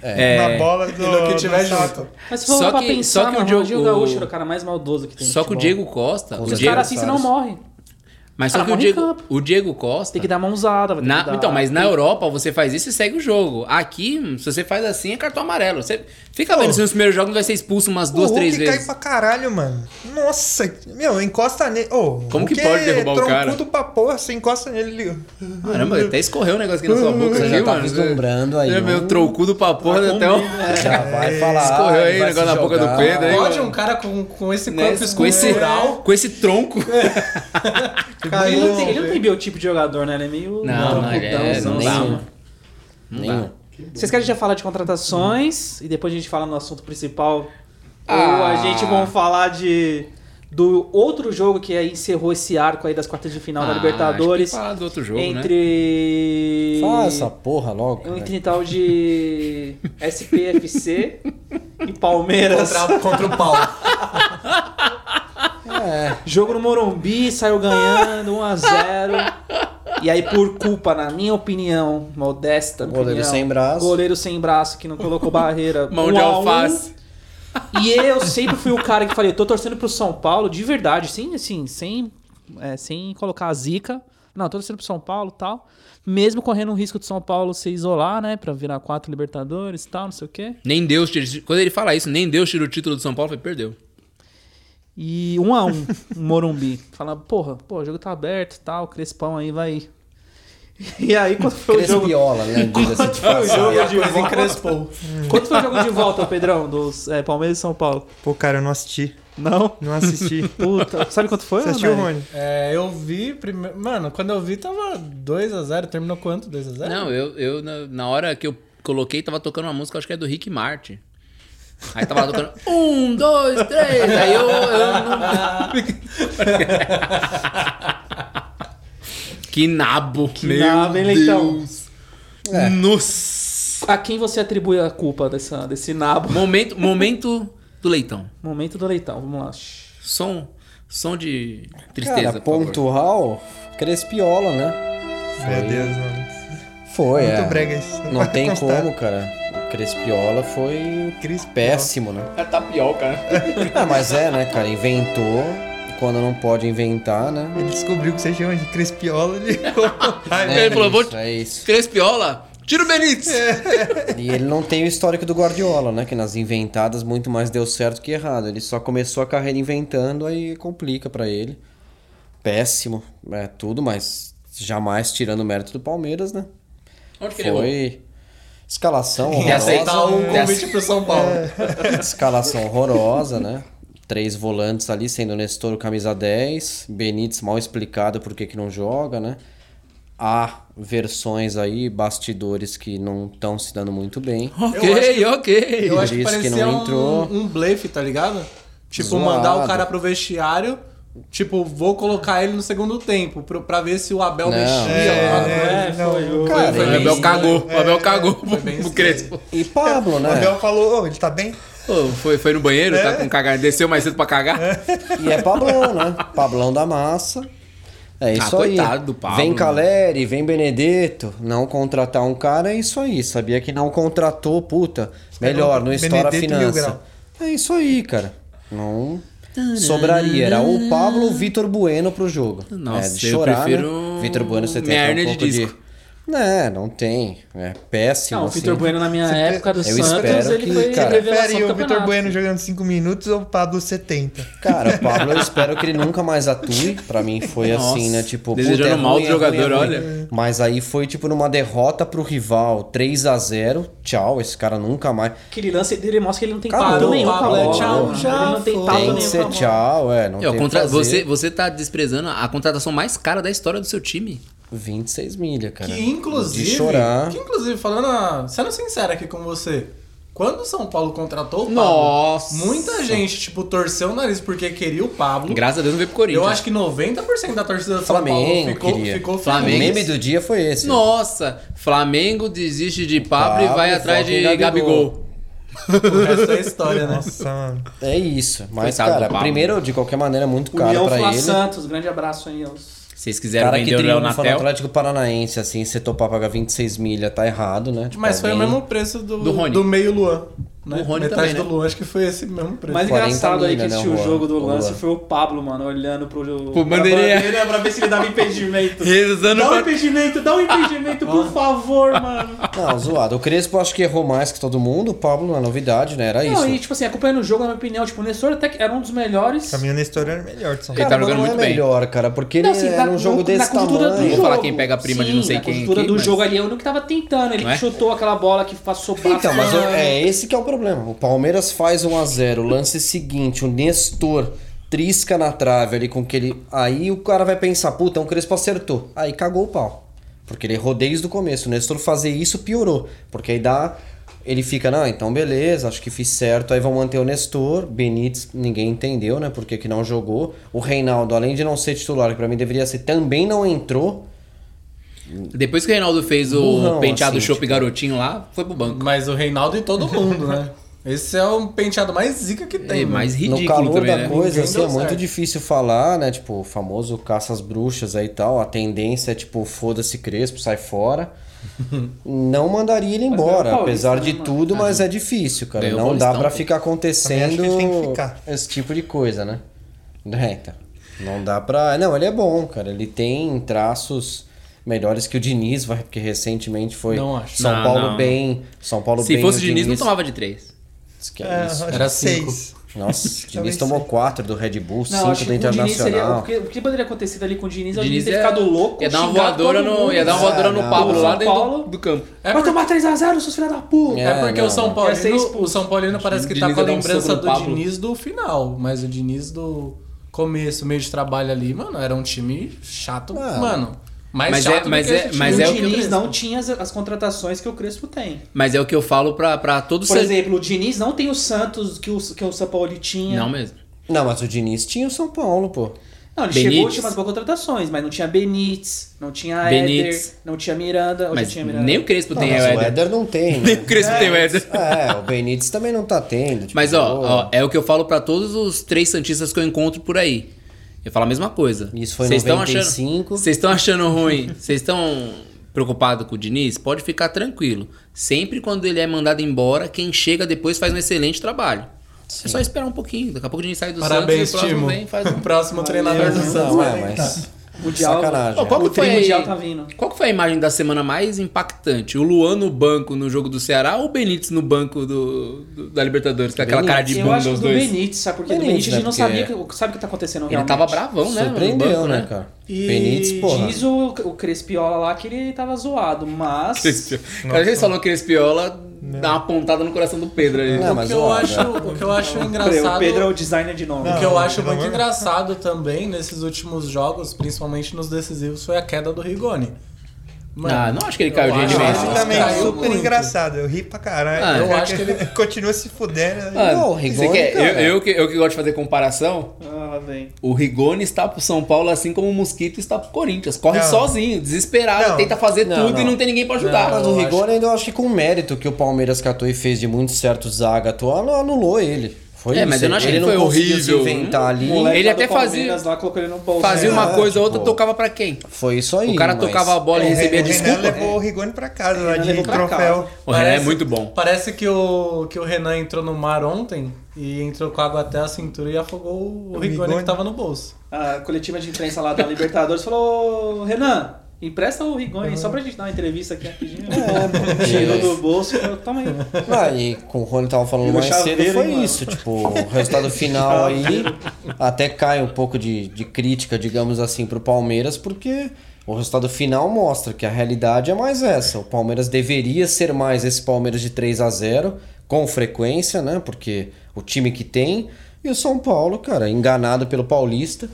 Speaker 5: é.
Speaker 2: É,
Speaker 4: Na bola do.
Speaker 3: E no que tiver
Speaker 4: do Sato.
Speaker 3: junto.
Speaker 1: Mas se for
Speaker 2: Só
Speaker 1: pra
Speaker 2: que-
Speaker 1: pensar,
Speaker 2: só que o
Speaker 1: mano,
Speaker 2: Diogo-
Speaker 1: Ronaldinho Gaúcho era o cara mais maldoso que tem no
Speaker 2: Só que o
Speaker 1: futebol.
Speaker 2: Diego Costa. O
Speaker 1: Os
Speaker 2: Diego,
Speaker 1: caras assim, senão morrem.
Speaker 2: mas só
Speaker 1: cara
Speaker 2: que o
Speaker 1: morre em
Speaker 2: Diego,
Speaker 1: campo.
Speaker 2: o Diego Costa.
Speaker 1: Tem que dar mãozada. vai ter
Speaker 2: na-
Speaker 1: que dar-
Speaker 2: então, mas na Europa você faz isso e segue o jogo. Aqui, hum, se você faz assim, é cartão amarelo. Você fica vendo se nos primeiros jogos vai ser expulso umas duas,
Speaker 4: o Hulk
Speaker 2: três vezes.
Speaker 4: cai pra caralho, mano. Nossa, meu, encosta nele. Ô,
Speaker 2: Como
Speaker 4: o
Speaker 2: que
Speaker 4: Hulk
Speaker 2: pode
Speaker 4: é
Speaker 2: derrubar o cara?
Speaker 4: Troncudo pra porra, você encosta nele. ele-
Speaker 2: Caramba, até escorreu o negócio aqui na sua boca.
Speaker 5: Você já
Speaker 2: viu,
Speaker 5: tá
Speaker 2: mano?
Speaker 5: vislumbrando aí,
Speaker 2: É, meu
Speaker 5: um-
Speaker 2: troncudo
Speaker 1: Tá
Speaker 2: pra porra, até um...
Speaker 1: né?
Speaker 5: Já vai falar.
Speaker 2: Escorreu
Speaker 5: ah,
Speaker 2: aí
Speaker 5: ele
Speaker 2: o
Speaker 5: vai
Speaker 2: negócio
Speaker 5: se
Speaker 2: na boca do
Speaker 5: jogar.
Speaker 2: Pedro. aí,
Speaker 7: Pode
Speaker 2: mano.
Speaker 7: um cara com, com esse corpo
Speaker 2: Né? Com esse,
Speaker 7: escultural
Speaker 2: com esse tronco.
Speaker 5: É,
Speaker 2: Ah,
Speaker 1: Ele não,
Speaker 7: caiu.
Speaker 1: tem, ele não tem biotipo de jogador, né? Ele é meio.
Speaker 2: Não, não, ele é-
Speaker 1: brancudãozão,
Speaker 2: não
Speaker 1: assim.
Speaker 2: dá,
Speaker 5: Nenhum.
Speaker 2: mano.
Speaker 5: Nenhum.
Speaker 1: Vocês querem já falar de contratações e depois a gente fala no assunto principal? Ou
Speaker 2: Ah.
Speaker 1: a gente vão falar de do outro jogo que aí encerrou esse arco aí das quartas de final da
Speaker 2: Ah,
Speaker 1: Libertadores
Speaker 2: acho que tem que falar do outro jogo, né?
Speaker 1: entre
Speaker 5: um. Fala essa porra né? logo.
Speaker 1: um
Speaker 5: velho.
Speaker 1: quintal de SPFC e Palmeiras.
Speaker 7: contra, contra o pau.
Speaker 1: Jogo no Morumbi, saiu ganhando 1 a 0. E aí por culpa, na minha opinião, modesta,
Speaker 5: Goleiro
Speaker 1: opinião,
Speaker 5: sem braço.
Speaker 1: Goleiro sem braço que não colocou barreira.
Speaker 2: Mão
Speaker 1: Um
Speaker 2: de
Speaker 1: a um.
Speaker 2: alface.
Speaker 1: E eu sempre fui o cara que falei, eu tô torcendo pro São Paulo, de verdade, sim, assim, sem, é, sem colocar a zica. Não, tô torcendo pro São Paulo e tal. Mesmo correndo o risco de São Paulo se isolar, né? Pra virar quatro Libertadores e tal, não sei o quê.
Speaker 2: Nem Deus tira... Quando ele fala isso, nem Deus tira o título do São Paulo, ele perdeu.
Speaker 1: E um a um, um Morumbi. Fala, porra, pô, o jogo tá aberto e tal, Crespão aí vai. E aí, quando foi o jogo.
Speaker 5: Crespiola, né? Diz assim, tipo,
Speaker 1: Quando foi o jogo de
Speaker 7: Coisa
Speaker 1: volta?
Speaker 7: encrespou.
Speaker 1: Quanto foi o jogo de volta, Pedrão? Dos é, Palmeiras e São Paulo?
Speaker 4: Pô, cara, eu não assisti.
Speaker 1: Não?
Speaker 4: Não assisti.
Speaker 1: Puta, sabe quanto foi?
Speaker 4: Você assistiu,
Speaker 1: Ronaldo?
Speaker 4: Rony?
Speaker 3: É, eu vi primeiro. Mano, quando eu vi tava 2x0. Terminou quanto? 2x0?
Speaker 2: Não, eu, eu na, na hora que eu coloquei, tava tocando uma música, acho que é do Rick Martin. Aí tava lá tocando um, dois, três. Aí eu, eu não. que nabo. Que
Speaker 1: nabo, hein, Leitão?
Speaker 2: Deus. Nossa.
Speaker 1: A quem você atribui a culpa dessa, desse nabo?
Speaker 2: Momento, momento do leitão.
Speaker 1: Momento do leitão, vamos lá.
Speaker 5: Tipo
Speaker 1: Shhh.
Speaker 2: Som, som de tristeza.
Speaker 5: cara,
Speaker 2: por favor.
Speaker 5: pontual, Crespiola, né?
Speaker 4: Meu Deus, mano.
Speaker 5: Foi, é.
Speaker 4: Muito brega isso.
Speaker 5: Não
Speaker 4: vai
Speaker 5: tem
Speaker 4: constar.
Speaker 5: como, cara. O Crespiola foi
Speaker 4: Crespiola.
Speaker 5: péssimo, né?
Speaker 2: É tapioca, né?
Speaker 5: Ah, mas é, né, cara? Inventou. Quando não pode inventar, né?
Speaker 4: Ele descobriu que você chama de Crespiola, ele ficou com raiva.
Speaker 2: Ele falou, vou-
Speaker 5: isso, é isso.
Speaker 2: Crespiola, tira o Benítez.
Speaker 5: E ele não tem o histórico do Guardiola, né? Que nas inventadas muito mais deu certo que errado. Ele só começou a carreira inventando, aí complica pra ele. Péssimo, é tudo, mas jamais tirando o mérito do Palmeiras, né?
Speaker 2: Onde que ele errou?
Speaker 5: Foi escalação
Speaker 7: E aceitar
Speaker 2: um
Speaker 5: horrorosa,
Speaker 7: o convite pro São Paulo.
Speaker 2: É.
Speaker 5: escalação horrorosa, né? Três volantes ali, sendo Nestor o camisa 10, Benítez mal explicado por que que não joga, né? Há versões aí, bastidores que não estão se dando muito bem.
Speaker 2: Ok, ok.
Speaker 7: Eu acho que
Speaker 5: Por isso que
Speaker 7: parecia
Speaker 5: não
Speaker 7: um-
Speaker 5: entrou.
Speaker 7: um, blefe, tá ligado? Tipo,
Speaker 5: Zoado.
Speaker 7: mandar o cara pro vestiário. Tipo, vou colocar ele no segundo tempo pro- pra ver se o Abel
Speaker 5: Não,
Speaker 7: mexia.
Speaker 5: é,
Speaker 7: alguma coisa. assim.
Speaker 4: É, não, o
Speaker 5: Cara,
Speaker 2: O
Speaker 5: e-
Speaker 2: Abel cagou, o Abel cagou
Speaker 7: é, foi bem
Speaker 2: pro
Speaker 7: estranho.
Speaker 2: Crespo.
Speaker 5: E Pablo, né?
Speaker 4: Abel falou, ô, ele tá bem?
Speaker 2: Ô, foi, foi no banheiro,
Speaker 7: É.
Speaker 2: tá com cagar, desceu mais cedo pra cagar.
Speaker 5: E é Pablão, né? Pablão da massa. É isso aí.
Speaker 2: Ah, coitado do Pablo,
Speaker 5: Vem
Speaker 2: né?
Speaker 5: Caleri, vem Benedetto. Não contratar um cara é isso aí. Sabia que não contratou, puta.
Speaker 1: um
Speaker 5: Melhor, não estoura a
Speaker 4: Benedetto e Mil
Speaker 5: finança. É isso aí, cara. Não sobraria. Era o Pablo ou o Vitor Bueno pro jogo.
Speaker 2: Nossa,
Speaker 5: é, de
Speaker 2: eu
Speaker 5: chorar,
Speaker 2: prefiro
Speaker 5: né? Vitor Bueno, você tem
Speaker 2: minha
Speaker 5: até um
Speaker 2: hérnia de
Speaker 5: pouco de... Né,
Speaker 2: disco.
Speaker 5: Não, não tem. É péssimo.
Speaker 1: Não, Ah, o
Speaker 5: assim.
Speaker 1: Vitor Bueno na minha época do
Speaker 5: eu
Speaker 1: Santos,
Speaker 5: espero
Speaker 1: ele
Speaker 5: que,
Speaker 1: foi
Speaker 5: cara,
Speaker 1: revelação do
Speaker 4: Prefere o Vitor
Speaker 1: campeonato.
Speaker 4: Bueno jogando 5 minutos ou o Pablo 70?
Speaker 5: Cara, o Pablo, eu espero que ele nunca mais atue. Pra mim foi
Speaker 2: Nossa,
Speaker 5: assim, né? Tipo,
Speaker 2: desejando
Speaker 5: puta, é
Speaker 2: mal
Speaker 5: ruim,
Speaker 2: do
Speaker 5: é ruim, é
Speaker 2: jogador,
Speaker 5: ruim.
Speaker 2: olha.
Speaker 5: Mas aí foi tipo numa derrota pro rival, 3 a 0 Tchau, esse cara nunca mais.
Speaker 1: Aquele lance dele mostra que ele não tem
Speaker 5: Acabou,
Speaker 1: tato nenhum com a
Speaker 5: Pablo, é
Speaker 1: bola.
Speaker 5: tchau,
Speaker 1: mano.
Speaker 7: já
Speaker 1: ele não tem
Speaker 7: foi.
Speaker 1: tato
Speaker 5: Tem
Speaker 1: nenhum
Speaker 5: que
Speaker 1: com
Speaker 5: ser
Speaker 1: a bola.
Speaker 5: tchau, é. Não
Speaker 2: É, o
Speaker 5: tem o que
Speaker 2: contra...
Speaker 5: fazer.
Speaker 2: você, você tá desprezando a contratação mais cara da história do seu time.
Speaker 5: 26 milha, cara.
Speaker 7: Que inclusive.
Speaker 5: De chorar.
Speaker 7: Que inclusive, falando. a- Sendo sincero aqui com você. Quando o São Paulo contratou o Pablo,
Speaker 2: Nossa.
Speaker 7: muita gente, tipo, torceu o nariz porque queria o Pablo.
Speaker 2: Graças a Deus não veio pro Corinthians.
Speaker 7: Eu acho que 90% da torcida do São Paulo
Speaker 5: Flamengo
Speaker 7: ficou,
Speaker 5: queria.
Speaker 7: ficou feliz.
Speaker 5: O
Speaker 2: Flamengo.
Speaker 5: meme do dia foi esse.
Speaker 2: Nossa, Flamengo desiste de Pablo, e
Speaker 5: Pablo,
Speaker 2: vai atrás
Speaker 5: foca em
Speaker 2: de Gabigol.
Speaker 5: Gabigol.
Speaker 7: O resto é história, né?
Speaker 4: Nossa, mano.
Speaker 5: É isso. Mas,
Speaker 2: Coitado do
Speaker 5: cara,
Speaker 2: Pablo.
Speaker 5: primeiro, de qualquer maneira, é muito caro
Speaker 1: União
Speaker 5: pra
Speaker 1: Fla
Speaker 5: ele.
Speaker 1: Santos, grande abraço aí aos...
Speaker 2: Se vocês
Speaker 5: O
Speaker 2: quiserem
Speaker 5: cara que
Speaker 2: vender o Léo
Speaker 5: triunfa no
Speaker 2: Natel
Speaker 5: Atlético Paranaense, assim, você topar pagar 26 milha, tá errado, né? Tipo,
Speaker 7: Mas foi o
Speaker 5: alguém-
Speaker 7: mesmo preço do,
Speaker 2: É Do Rony.
Speaker 7: do meio Luan. Né?
Speaker 2: Do Rony
Speaker 7: Metade
Speaker 2: também, né?
Speaker 7: do Luan, acho que foi esse mesmo preço.
Speaker 1: Mais
Speaker 5: 40
Speaker 1: engraçado aí que
Speaker 5: milha, né,
Speaker 1: assistiu o
Speaker 5: Juan?
Speaker 1: jogo do
Speaker 5: O
Speaker 1: lance
Speaker 5: Luan.
Speaker 1: foi o Pablo, mano, olhando pro...
Speaker 2: Pro bandeirinha.
Speaker 1: pra Pra ver se ele dava impedimento.
Speaker 2: rezando
Speaker 1: Dá um
Speaker 2: pra...
Speaker 1: impedimento, dá um impedimento, por favor, mano.
Speaker 5: Não, zoado. O Crespo acho que errou mais que todo mundo. O Pablo é novidade, né? Era isso.
Speaker 1: Não, e tipo assim, acompanhando o jogo, na minha opinião, tipo, o Nestor até que era um dos melhores.
Speaker 4: Pra mim o Nestor era melhor de São
Speaker 2: Ele
Speaker 4: Paulo.
Speaker 2: tá
Speaker 5: mas
Speaker 2: jogando
Speaker 5: não
Speaker 2: muito
Speaker 5: é
Speaker 2: bem.
Speaker 5: melhor, cara, porque
Speaker 1: Não,
Speaker 5: ele
Speaker 1: assim,
Speaker 5: era um jogo desse
Speaker 1: conjuntura do
Speaker 5: tamanho.
Speaker 2: Vou falar quem pega a prima de não sei quem
Speaker 1: Na cultura
Speaker 2: aqui,
Speaker 1: do
Speaker 2: mas-
Speaker 1: jogo ali, eu não que tava tentando. Ele
Speaker 2: Não é?
Speaker 1: chutou aquela bola que passou pra
Speaker 5: Então, mas o- é esse que é o problema. O Palmeiras faz 1 a 0 o lance seguinte, o Nestor trisca na trave ali com que ele. Aí o cara vai pensar, puta, o Crespo acertou. Aí cagou o pau. Porque ele errou desde o começo. O Nestor fazer isso piorou. Porque aí dá. Ele fica, não, então beleza, acho que fiz certo. Aí vão manter o Nestor. Benítez, ninguém entendeu, né? Porque que não jogou. O Reinaldo, além de não ser titular, que pra mim deveria ser, também não entrou.
Speaker 2: Depois que o Reinaldo fez o
Speaker 5: Burrão,
Speaker 2: penteado
Speaker 5: assim,
Speaker 2: chopp
Speaker 5: tipo.
Speaker 2: garotinho lá, foi pro banco.
Speaker 7: Mas o Reinaldo e todo mundo, né? Esse é o penteado mais zica que tem. né?
Speaker 2: É
Speaker 7: mano.
Speaker 2: mais
Speaker 5: No
Speaker 2: ridículo
Speaker 5: calor
Speaker 2: também,
Speaker 5: da
Speaker 2: né?
Speaker 5: coisa,
Speaker 7: Ninguém
Speaker 5: assim,
Speaker 7: deu
Speaker 5: é muito
Speaker 7: certo.
Speaker 5: difícil falar, né? Tipo, o famoso caça às bruxas aí e tal. A tendência é, tipo, foda-se Crespo, sai fora. não mandaria ele
Speaker 1: ganhou o
Speaker 5: embora,
Speaker 1: Paulista,
Speaker 5: apesar
Speaker 1: né,
Speaker 5: de
Speaker 1: mano?
Speaker 5: tudo, mas é difícil, cara.
Speaker 2: Ganhou o
Speaker 5: não dá
Speaker 2: Paulistão,
Speaker 5: pra
Speaker 2: pô.
Speaker 5: ficar
Speaker 4: Também
Speaker 5: acontecendo
Speaker 4: acho que ele tem que ficar.
Speaker 5: esse tipo de coisa, né? É, então. Não dá pra... Não, ele é bom, cara. Ele tem traços melhores que o Diniz, vai, porque recentemente foi
Speaker 7: Não acho.
Speaker 5: São
Speaker 2: Não,
Speaker 5: Paulo
Speaker 2: não.
Speaker 5: bem... São Paulo
Speaker 2: Se
Speaker 5: bem,
Speaker 2: fosse o
Speaker 5: o
Speaker 2: Diniz, não tomava de três.
Speaker 5: Que é
Speaker 4: É,
Speaker 5: isso.
Speaker 4: acho
Speaker 7: Era
Speaker 4: que
Speaker 7: cinco.
Speaker 4: seis.
Speaker 5: Nossa, o Diniz
Speaker 4: Talvez
Speaker 5: tomou
Speaker 4: sim.
Speaker 5: 4 do Red Bull, 5
Speaker 1: Não, acho
Speaker 5: do
Speaker 1: que o Diniz seria. O
Speaker 5: Internacional.
Speaker 1: que, o que poderia acontecer ali com o Diniz é o Diniz
Speaker 2: Diniz
Speaker 1: ter
Speaker 2: ia-
Speaker 1: ficado louco.
Speaker 2: Ia dar uma
Speaker 1: xingar
Speaker 2: voadora
Speaker 1: todo
Speaker 2: no,
Speaker 1: mundo. Ah,
Speaker 2: ia dar uma voadora no
Speaker 5: não,
Speaker 2: Pablo
Speaker 5: não.
Speaker 2: lá dentro
Speaker 1: Paulo?
Speaker 2: do, do campo.
Speaker 7: É
Speaker 1: Vai
Speaker 7: porque,
Speaker 1: tomar 3x0, seus filhos da puta.
Speaker 7: é porque
Speaker 5: É,
Speaker 7: o São
Speaker 5: não.
Speaker 1: Ia ser
Speaker 7: Paulino,
Speaker 1: expulso.
Speaker 7: o São Paulino parece que
Speaker 2: O
Speaker 7: tá
Speaker 2: Diniz
Speaker 7: com a
Speaker 2: ia dar um
Speaker 7: lembrança
Speaker 2: soco no
Speaker 7: do
Speaker 2: Pablo.
Speaker 7: Diniz do final, mas o Diniz do começo, meio de trabalho ali, mano, era um time chato,
Speaker 5: Ah.
Speaker 7: mano. Mais
Speaker 2: Mas é-
Speaker 7: chato do
Speaker 2: mas
Speaker 7: que
Speaker 2: é-
Speaker 7: esse time
Speaker 2: mas
Speaker 7: do
Speaker 2: é
Speaker 1: o
Speaker 2: o que eu
Speaker 1: Diniz
Speaker 7: Crespo.
Speaker 1: não tinha as, as contratações que o Crespo tem.
Speaker 2: Mas é o que eu falo pra, pra todo
Speaker 1: Por
Speaker 2: ser-
Speaker 1: exemplo, o Diniz não tem o Santos que o, que o São Paulo tinha.
Speaker 2: Não mesmo.
Speaker 5: Não, mas o Diniz tinha o São Paulo, pô.
Speaker 1: Não, ele
Speaker 2: Benítez.
Speaker 1: chegou, tinha umas boas contratações, mas não tinha Benítez, não tinha
Speaker 2: Benítez.
Speaker 1: Éder, não tinha Miranda. Ou já
Speaker 2: Mas
Speaker 1: tinha Miranda.
Speaker 2: nem o Crespo
Speaker 5: Não,
Speaker 2: tem
Speaker 5: mas
Speaker 2: o
Speaker 5: o
Speaker 2: Éder.
Speaker 5: Éder não tem.
Speaker 2: Nem o
Speaker 5: Né?
Speaker 2: Crespo tem o Éder.
Speaker 5: é, o Benítez também não tá tendo. tipo,
Speaker 2: Mas ó,
Speaker 5: pô,
Speaker 2: ó, é o que eu falo pra todos os três Santistas que eu encontro por aí. Eu falo a mesma coisa.
Speaker 5: Isso foi em
Speaker 2: Vocês tão
Speaker 5: 95.
Speaker 2: Achando, vocês estão achando ruim? Vocês estão preocupados com o Diniz? Pode ficar tranquilo. Sempre quando ele é mandado embora, quem chega depois faz um excelente trabalho. É só esperar um pouquinho. Daqui a pouco o Diniz sai do
Speaker 7: Parabéns,
Speaker 2: Santos e o
Speaker 7: Timo.
Speaker 2: próximo vem e faz um...
Speaker 7: Próximo treinador do Santos.
Speaker 5: Não, é,
Speaker 2: tá
Speaker 5: mas.
Speaker 1: Mundial.
Speaker 5: Sacanagem.
Speaker 2: Ó, qual,
Speaker 1: O
Speaker 2: que foi,
Speaker 1: tri mundial
Speaker 2: a-
Speaker 1: tá vindo.
Speaker 2: qual que foi a imagem da semana mais impactante? O Luan no banco no jogo do Ceará ou o Benítez no banco do, do- da Libertadores? Com aquela cara de
Speaker 1: Eu
Speaker 2: bunda
Speaker 1: acho que
Speaker 2: os
Speaker 1: do
Speaker 2: dois.
Speaker 1: Benítez, sabe? Porque do
Speaker 5: Benítez,
Speaker 1: Benítez a gente não
Speaker 5: né, porque-
Speaker 1: sabia o que, sabe o que tá acontecendo
Speaker 2: Ele
Speaker 1: realmente.
Speaker 2: tava bravão, né? no
Speaker 5: Surpreendeu,
Speaker 2: banco,
Speaker 5: né, cara?
Speaker 7: E
Speaker 5: Benítez, porra.
Speaker 1: Diz o, o Crespiola lá que ele tava zoado, mas.
Speaker 2: Crespiola. Cara, ele falou Crespiola, dá uma pontada no coração do Pedro aí.
Speaker 5: Não,
Speaker 7: O
Speaker 5: mas
Speaker 7: que eu
Speaker 5: ó,
Speaker 7: acho, o que eu acho
Speaker 1: O
Speaker 7: engraçado
Speaker 1: Pedro é o designer de nome.
Speaker 7: O que eu
Speaker 4: Não,
Speaker 7: acho
Speaker 4: pelo
Speaker 7: muito
Speaker 4: amor.
Speaker 7: engraçado também nesses últimos jogos, principalmente nos decisivos, foi a queda do Rigoni.
Speaker 2: Ah, não acho que ele caiu
Speaker 7: eu
Speaker 2: de
Speaker 7: acho
Speaker 2: rendimento.
Speaker 7: que
Speaker 4: Esse
Speaker 7: Nossa,
Speaker 5: tá-
Speaker 4: também é
Speaker 7: caiu
Speaker 4: super
Speaker 7: muito.
Speaker 4: engraçado. Eu ri pra caralho.
Speaker 2: Ah,
Speaker 4: eu
Speaker 7: eu
Speaker 4: acho que ele continua se fudendo.
Speaker 2: Ah,
Speaker 5: Não, o
Speaker 2: você
Speaker 5: Rigoni,
Speaker 2: quer- eu,
Speaker 5: cara.
Speaker 2: eu que, eu que gosto de fazer comparação,
Speaker 1: Ah, lá vem.
Speaker 2: o Rigoni está pro São Paulo assim como o Mosquito está pro Corinthians. Corre
Speaker 4: Não.
Speaker 2: sozinho, desesperado,
Speaker 4: Não.
Speaker 2: tenta fazer
Speaker 5: Não,
Speaker 2: tudo e
Speaker 5: não.
Speaker 2: não tem ninguém pra ajudar.
Speaker 5: Mas o Rigoni ainda eu acho que com o mérito que o Palmeiras catou e fez de muito certo zaga atual, não anulou ele. Foi
Speaker 2: É,
Speaker 5: isso.
Speaker 2: mas eu não acho que
Speaker 5: ele
Speaker 2: ele
Speaker 5: não
Speaker 2: foi
Speaker 5: conseguiu
Speaker 2: horrível. Hum,
Speaker 5: se inventar ali.
Speaker 1: O moleque
Speaker 2: Ele
Speaker 1: lá
Speaker 2: até
Speaker 1: do
Speaker 2: fazia-
Speaker 1: Palmeiras Lá, colocou ele né? no bolso.
Speaker 2: Fazia uma
Speaker 5: É,
Speaker 2: coisa ou
Speaker 5: tipo,
Speaker 2: outra, tocava pra quem?
Speaker 5: Foi isso aí.
Speaker 2: O cara
Speaker 5: mas-
Speaker 2: tocava a bola e recebia
Speaker 4: o é Renan
Speaker 2: desculpa.
Speaker 4: levou o Rigoni pra casa lá
Speaker 1: Renan
Speaker 4: de
Speaker 1: levou pra
Speaker 4: troféu.
Speaker 2: O Renan é muito bom.
Speaker 7: Parece que o, que o Renan entrou no mar ontem e entrou com água até a cintura e afogou o Rigoni
Speaker 4: Rigoni.
Speaker 7: que tava no bolso.
Speaker 1: A coletiva de imprensa lá da Libertadores falou: "Ô, Renan, Empresta o Rigoni aí, só pra gente dar uma entrevista aqui rapidinho.
Speaker 5: bom,
Speaker 1: Tirou
Speaker 5: isso.
Speaker 1: do bolso, falou, toma aí.
Speaker 5: Ah, e com o Rony tava falando
Speaker 1: E o
Speaker 5: mais
Speaker 1: chaveiro,
Speaker 5: cedo, foi
Speaker 1: hein, mano?
Speaker 5: isso. Tipo, o resultado final aí até cai um pouco de, de crítica, digamos assim, pro Palmeiras, porque o resultado final mostra que a realidade é mais essa. O Palmeiras deveria ser mais esse Palmeiras de 3 a 0 com frequência, né? Porque o time que tem. E o São Paulo, cara, enganado pelo Paulista.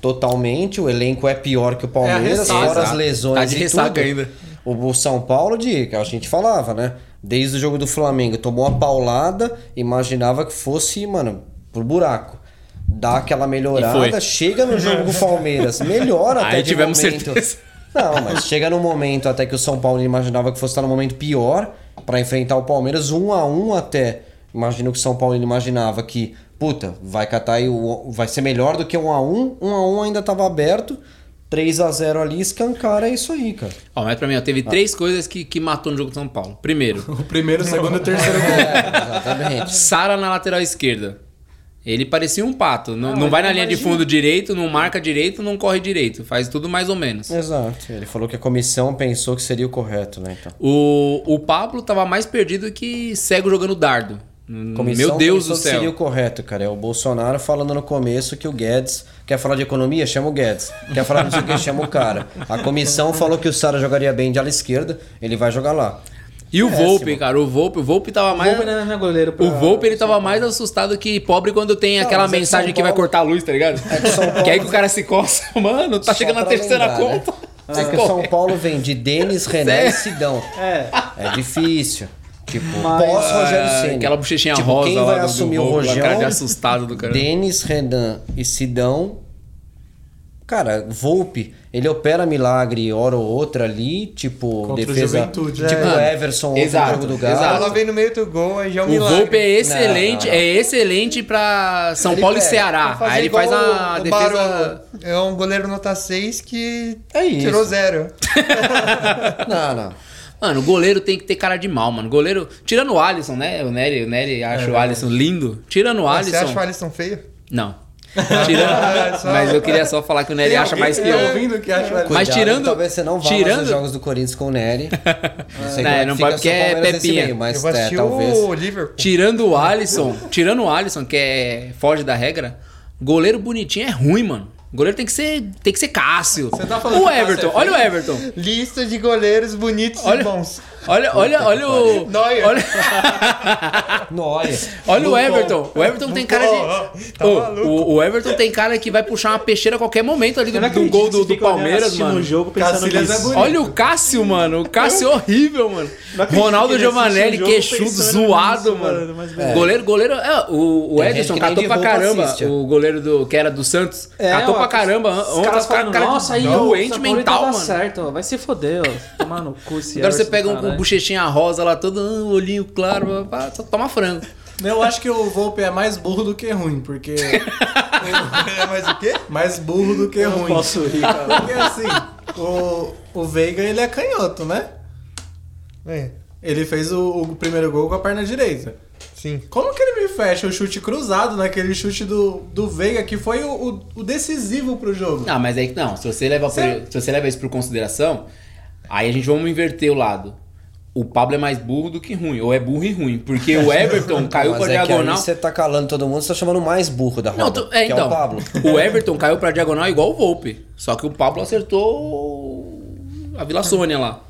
Speaker 5: Totalmente, o elenco é pior que o Palmeiras,
Speaker 3: ressaca.
Speaker 5: fora as lesões
Speaker 2: Tá de
Speaker 5: e
Speaker 2: ressaca
Speaker 5: tudo.
Speaker 2: ainda.
Speaker 5: O, o São Paulo, de, que a gente falava, né? Desde o jogo do Flamengo, tomou uma paulada, imaginava que fosse, mano, pro buraco. Dá aquela
Speaker 2: E
Speaker 5: melhorada,
Speaker 2: foi.
Speaker 5: chega no jogo com o Palmeiras, melhora até
Speaker 2: Aí
Speaker 5: de
Speaker 2: tivemos
Speaker 5: momento.
Speaker 2: certeza.
Speaker 5: Não, mas chega num momento até que o São Paulo imaginava que fosse estar num momento pior pra enfrentar o Palmeiras, um a um até. Imagino que o São Paulo imaginava que, puta, vai catar aí, o- vai ser melhor do que um a um, um a um ainda tava aberto, 3 a 0 ali, escancara, é isso aí, cara.
Speaker 2: Ó, mas pra mim, ó, teve três coisas que, que matou no jogo do São Paulo. Primeiro,
Speaker 3: O primeiro, o segundo e o terceiro gol.
Speaker 2: É,
Speaker 5: Exatamente.
Speaker 2: Sara na lateral esquerda. Ele parecia um pato. Não, não vai na linha de fundo direito, não marca direito, não corre direito. Faz tudo mais ou menos.
Speaker 5: É. Exato. Ele falou que a comissão pensou que seria o correto, né? Então.
Speaker 2: O, o Pablo tava mais perdido que cego jogando dardo.
Speaker 5: Comissão
Speaker 2: Meu Deus
Speaker 5: pensou
Speaker 2: do
Speaker 5: que seria
Speaker 2: céu.
Speaker 5: o correto, cara. É o Bolsonaro falando no começo que o Guedes quer falar de economia, chama o Guedes. Quer falar não sei o que, chama o cara. A comissão falou que o Sara jogaria bem de ala esquerda, ele vai jogar lá.
Speaker 2: E o Volpe, cara, o Volpe, o Volpe tava mais.
Speaker 1: O Volpe
Speaker 5: né?
Speaker 1: não é goleiro. pra-
Speaker 2: O Volpe ele tava mais assustado que pobre quando tem aquela
Speaker 5: mas é que
Speaker 2: mensagem
Speaker 5: São
Speaker 2: que vai
Speaker 5: Paulo-
Speaker 2: cortar a luz, tá ligado?
Speaker 5: É que São Paulo-
Speaker 2: Que aí que o cara se coça, mano, tá
Speaker 5: Só
Speaker 2: chegando na
Speaker 5: pra
Speaker 2: terceira
Speaker 5: lembrar, né?
Speaker 2: conta.
Speaker 5: É que o São Paulo vem de Denis, René e Sidão.
Speaker 1: É.
Speaker 5: É difícil. Tipo,
Speaker 1: Mas-
Speaker 5: pós Rogério
Speaker 2: Ah,
Speaker 5: Ceni.
Speaker 2: Aquela bochechinha
Speaker 5: tipo,
Speaker 2: rosa
Speaker 5: quem
Speaker 2: lá
Speaker 5: vai
Speaker 2: do- do
Speaker 5: assumir o
Speaker 2: Volpe, lá, cara de
Speaker 5: Rogério?
Speaker 2: assustado do cara.
Speaker 5: Denis, Renan e Sidão. Cara, Volpe, ele opera milagre hora ou outra ali, tipo,
Speaker 3: Contra o
Speaker 5: defesa.
Speaker 3: Juventude,
Speaker 5: tipo
Speaker 3: né?
Speaker 5: o Everson, outro
Speaker 2: Exato,
Speaker 5: jogo do
Speaker 4: A
Speaker 5: Galo.
Speaker 4: bola vem no meio do gol, aí já é um
Speaker 2: O
Speaker 4: milagre.
Speaker 2: Volpe é excelente,
Speaker 5: Não, não, não.
Speaker 2: é excelente pra São
Speaker 5: Ele
Speaker 2: Paulo e
Speaker 5: pega,
Speaker 2: Ceará.
Speaker 4: Pra fazer
Speaker 2: Aí ele
Speaker 4: igual
Speaker 2: faz a
Speaker 4: o- o
Speaker 2: defesa.
Speaker 4: Barolo. É um goleiro nota 6 que
Speaker 5: É isso.
Speaker 4: tirou zero.
Speaker 5: Não, não.
Speaker 2: Mano, o goleiro tem que ter cara de mal, mano. Goleiro, tirando o Alisson, né? O Nery, o Nery acha o Alisson lindo. Tirando o Alisson.
Speaker 4: Você acha o Alisson feio?
Speaker 2: Não. Tirando-
Speaker 4: É, só-
Speaker 2: Mas eu queria só falar que o Nery acha mais que
Speaker 7: Tá
Speaker 2: eu.
Speaker 3: ouvindo que acha
Speaker 5: Cuidado,
Speaker 2: Mas tirando-
Speaker 5: Talvez você não vá mais
Speaker 2: tirando-
Speaker 5: nos jogos do Corinthians com o Nery. Não sei
Speaker 2: Não,
Speaker 5: como é que
Speaker 2: não
Speaker 5: fica
Speaker 2: pode, porque
Speaker 5: seu
Speaker 2: é
Speaker 5: Palmeiras nesse
Speaker 2: Pepinha.
Speaker 5: meio,
Speaker 4: eu
Speaker 5: mas
Speaker 4: vou
Speaker 5: é,
Speaker 4: assistir
Speaker 5: talvez.
Speaker 4: o Liverpool.
Speaker 2: Tirando o Alisson, tirando o Alisson, que é foge da regra, goleiro bonitinho é ruim, mano. Goleiro tem que ser, tem que ser Cássio.
Speaker 3: tá falando
Speaker 2: o
Speaker 3: que Cássio
Speaker 2: Everton,
Speaker 3: é
Speaker 2: olha o Everton.
Speaker 4: Lista de goleiros bonitos e
Speaker 2: Olha,
Speaker 4: bons.
Speaker 2: olha, olha, olha o
Speaker 4: Neuer.
Speaker 2: olha,
Speaker 5: Noia.
Speaker 2: olha o Everton. O Everton tem cara de
Speaker 4: Tá
Speaker 2: Ô,
Speaker 4: maluco.
Speaker 2: o, o Everton tem cara que vai puxar uma peixeira a qualquer momento ali do,
Speaker 1: Eu não
Speaker 2: do
Speaker 1: acredito
Speaker 2: é um gol
Speaker 1: que
Speaker 2: do,
Speaker 1: você
Speaker 2: do
Speaker 1: fica olhando,
Speaker 2: Palmeiras,
Speaker 1: assistindo
Speaker 2: mano.
Speaker 1: um jogo pensando
Speaker 3: Cacilhas é
Speaker 1: nisso.
Speaker 3: bonito.
Speaker 2: Olha o Cássio, mano. O Cássio é horrível, mano.
Speaker 1: Não acredito que
Speaker 2: Ronaldo
Speaker 1: ele
Speaker 2: Giovanelli,
Speaker 1: assiste um jogo
Speaker 2: queixudo,
Speaker 1: pensando
Speaker 2: zoado,
Speaker 1: nisso, mano,
Speaker 2: mano.
Speaker 1: mas beleza.
Speaker 2: Goleiro, goleiro. é, o o
Speaker 5: Tem gente
Speaker 2: Ederson
Speaker 5: que nem
Speaker 2: catou
Speaker 5: de
Speaker 2: pra
Speaker 5: roupa
Speaker 2: caramba.
Speaker 5: assiste, é. ó.
Speaker 2: o goleiro do, que era do Santos.
Speaker 1: É,
Speaker 2: catou
Speaker 1: ó,
Speaker 2: pra caramba.
Speaker 1: os
Speaker 2: Ontem
Speaker 1: caras
Speaker 2: os caras
Speaker 1: falando,
Speaker 2: cara,
Speaker 1: nossa, aí o
Speaker 2: doente
Speaker 1: São Paulo
Speaker 2: mental,
Speaker 1: tava
Speaker 2: mano.
Speaker 1: certo, ó, vai se foder, ó. Tomar no cu esse
Speaker 2: Agora você
Speaker 1: Everson,
Speaker 2: pega um,
Speaker 1: caralho.
Speaker 2: um bochechinha rosa lá, todo ah, olhinho claro, pá, pá, pá, só toma frango.
Speaker 3: Eu acho que o Volpe é mais burro do que ruim, porque.
Speaker 4: É, mas o quê?
Speaker 3: mais burro do que ruim.
Speaker 1: posso rir, cara.
Speaker 3: Porque assim, o, o Veiga ele é canhoto, né?
Speaker 4: É,
Speaker 3: Ele fez o, o primeiro gol com a perna direita.
Speaker 4: sim.
Speaker 3: Como que ele me fecha o chute cruzado naquele chute do, do Veiga que foi o, o- o decisivo pro jogo?
Speaker 2: Não, Ah, mas aí não, se você leva, por-
Speaker 3: Sim.
Speaker 2: se você leva isso por consideração, aí a gente vamos inverter o lado. O Pablo é mais burro do que ruim, ou é burro e ruim, porque o Everton caiu
Speaker 5: Mas
Speaker 2: pra
Speaker 5: é que aí
Speaker 2: diagonal.
Speaker 5: você tá calando todo mundo, você tá chamando o mais burro da roda,
Speaker 2: Não, tu- é,
Speaker 5: que
Speaker 2: então.
Speaker 5: é o Pablo.
Speaker 2: o, Everton caiu pra diagonal igual o Volpe. Só que o Pablo acertou a Vila Sônia lá.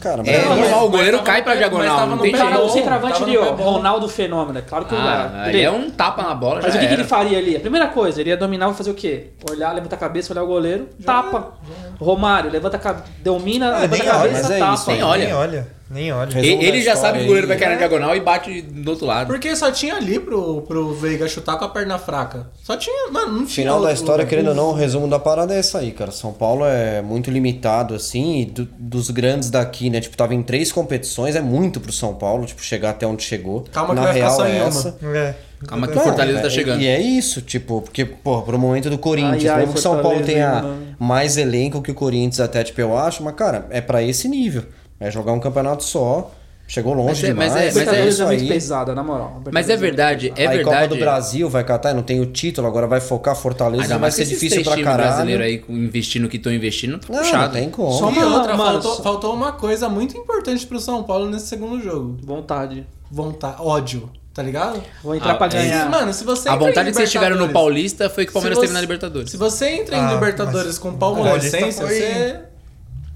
Speaker 5: Cara, mas
Speaker 2: É
Speaker 3: mas-
Speaker 2: normal, o
Speaker 3: mas
Speaker 2: goleiro
Speaker 3: tava
Speaker 2: cai pra
Speaker 3: no-
Speaker 2: diagonal,
Speaker 3: mas tava
Speaker 2: não
Speaker 3: no
Speaker 2: tem
Speaker 1: O cara,
Speaker 2: jeito.
Speaker 1: o um centroavante
Speaker 3: Tava no
Speaker 1: ali, ó,
Speaker 3: pé bom.
Speaker 1: Ronaldo Fenômeno, é claro que
Speaker 2: Ah,
Speaker 1: dá.
Speaker 2: ele é um tapa na bola,
Speaker 1: Mas
Speaker 2: já
Speaker 1: o que, que
Speaker 2: era.
Speaker 1: ele faria ali? A primeira coisa, ele ia dominar, vai fazer o quê? Olhar, levanta a cabeça, olhar o goleiro, tapa. Romário, levanta a cabeça, domina, levanta a
Speaker 5: nem olha,
Speaker 1: cabeça,
Speaker 5: mas é
Speaker 1: tapa.
Speaker 5: isso,
Speaker 2: hein?
Speaker 1: Olha,
Speaker 2: Olha.
Speaker 4: Nem olha, nem olha.
Speaker 2: E- Ele já
Speaker 5: Resolve a
Speaker 2: sabe que
Speaker 5: história
Speaker 2: o goleiro vai
Speaker 5: aí.
Speaker 2: cair na diagonal e bate do outro lado.
Speaker 3: Porque só tinha ali pro, pro Veiga chutar com a perna fraca. Só tinha, mano, não é tinha.
Speaker 5: Final da
Speaker 3: outro
Speaker 5: história,
Speaker 3: lugar.
Speaker 5: querendo ou não, o resumo da parada é essa aí, cara. São Paulo é muito limitado, assim, e do- dos grandes daqui, né? Tipo, tava em três competições, é muito pro São Paulo, tipo, chegar até onde chegou.
Speaker 3: Calma que
Speaker 5: Na
Speaker 3: vai ficar
Speaker 5: real,
Speaker 3: só
Speaker 5: é
Speaker 3: em uma.
Speaker 5: essa.
Speaker 4: É.
Speaker 2: Calma que o
Speaker 5: Não,
Speaker 2: Fortaleza tá
Speaker 5: é-
Speaker 2: chegando.
Speaker 5: E é isso, tipo, porque, pô, pro momento do Corinthians,
Speaker 1: Ai, ai,
Speaker 5: mesmo que o São Paulo
Speaker 1: Fortaleza,
Speaker 5: tenha
Speaker 1: hein, mano.
Speaker 5: mais elenco que o Corinthians, até, tipo, eu acho, mas, cara, é pra esse nível. É jogar um campeonato só, Chegou
Speaker 2: Mas
Speaker 5: longe
Speaker 2: é- mas
Speaker 5: demais.
Speaker 2: é- mas
Speaker 1: Libertadores
Speaker 5: isso
Speaker 1: é, muito
Speaker 5: aí.
Speaker 1: pesada, na moral.
Speaker 2: Mas é verdade, é
Speaker 5: aí Copa
Speaker 2: verdade.
Speaker 5: do Brasil vai catar, não tem o título, agora vai focar Fortaleza,
Speaker 2: Ainda
Speaker 5: vai
Speaker 2: mais
Speaker 5: ser
Speaker 2: que esses
Speaker 5: é difícil
Speaker 2: três
Speaker 5: pra
Speaker 2: times brasileiros
Speaker 5: caralho.
Speaker 2: aí com- investindo o que estão investindo, tá
Speaker 5: Não, não
Speaker 2: puxado.
Speaker 5: tem como. É,
Speaker 3: Só uma
Speaker 1: Mano,
Speaker 3: outra,
Speaker 1: mano,
Speaker 3: faltou,
Speaker 1: só-
Speaker 3: faltou uma coisa muito importante pro São Paulo nesse segundo jogo.
Speaker 1: Vontade.
Speaker 3: Vontade, ódio, tá ligado?
Speaker 1: Vou entrar
Speaker 2: Ah,
Speaker 1: pra
Speaker 2: é
Speaker 1: ganhar.
Speaker 3: Se- Mano, se você
Speaker 2: A
Speaker 3: entra em
Speaker 2: vontade é que vocês tiveram no
Speaker 3: Libertadores-
Speaker 2: Paulista foi que o Palmeiras
Speaker 3: Se você-
Speaker 2: teve na Libertadores.
Speaker 3: Se você entra em
Speaker 4: Ah,
Speaker 3: Libertadores
Speaker 4: mas
Speaker 3: com
Speaker 4: Paulista
Speaker 3: palmeirense,
Speaker 4: foi-
Speaker 3: você. tá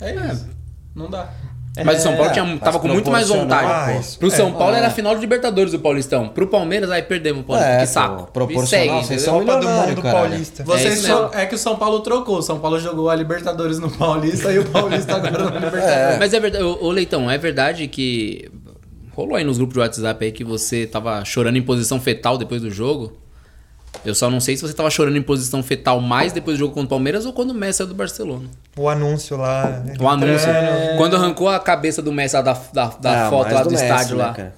Speaker 3: É isso. Não dá.
Speaker 5: É,
Speaker 2: Mas o São Paulo tinha-
Speaker 5: mas
Speaker 2: tava com muito mais
Speaker 5: proporcional,
Speaker 2: vontade.
Speaker 4: pô. Mas,
Speaker 2: Pro São Paulo
Speaker 5: é.
Speaker 2: era a final de Libertadores do Paulistão. Pro Palmeiras, aí perdemos, pô.
Speaker 5: É,
Speaker 2: que
Speaker 5: pô,
Speaker 2: saco.
Speaker 5: proporcional,
Speaker 2: E segue,
Speaker 5: vocês
Speaker 2: entendeu?
Speaker 5: são
Speaker 4: Copa do
Speaker 5: milionário,
Speaker 4: Mundo
Speaker 5: caralho.
Speaker 4: Paulista.
Speaker 3: Você
Speaker 2: isso
Speaker 3: só-
Speaker 2: mesmo.
Speaker 3: é que o São Paulo trocou. O São Paulo jogou a Libertadores no Paulista e o Paulista agora no Libertadores.
Speaker 2: Mas é verdade, ô, ô, Leitão, é verdade que rolou aí nos grupos de WhatsApp aí que você tava chorando em posição fetal depois do jogo. Eu só não sei se você tava chorando em posição fetal mais depois do jogo contra o Palmeiras ou quando o Messi saiu do Barcelona.
Speaker 4: O anúncio lá. né?
Speaker 2: O anúncio.
Speaker 4: Entrando.
Speaker 2: Quando arrancou a cabeça do Messi lá da, da, da
Speaker 5: Ah,
Speaker 2: foto
Speaker 5: mais
Speaker 2: lá do,
Speaker 5: Messi,
Speaker 2: estádio
Speaker 5: né,
Speaker 2: lá.
Speaker 5: cara?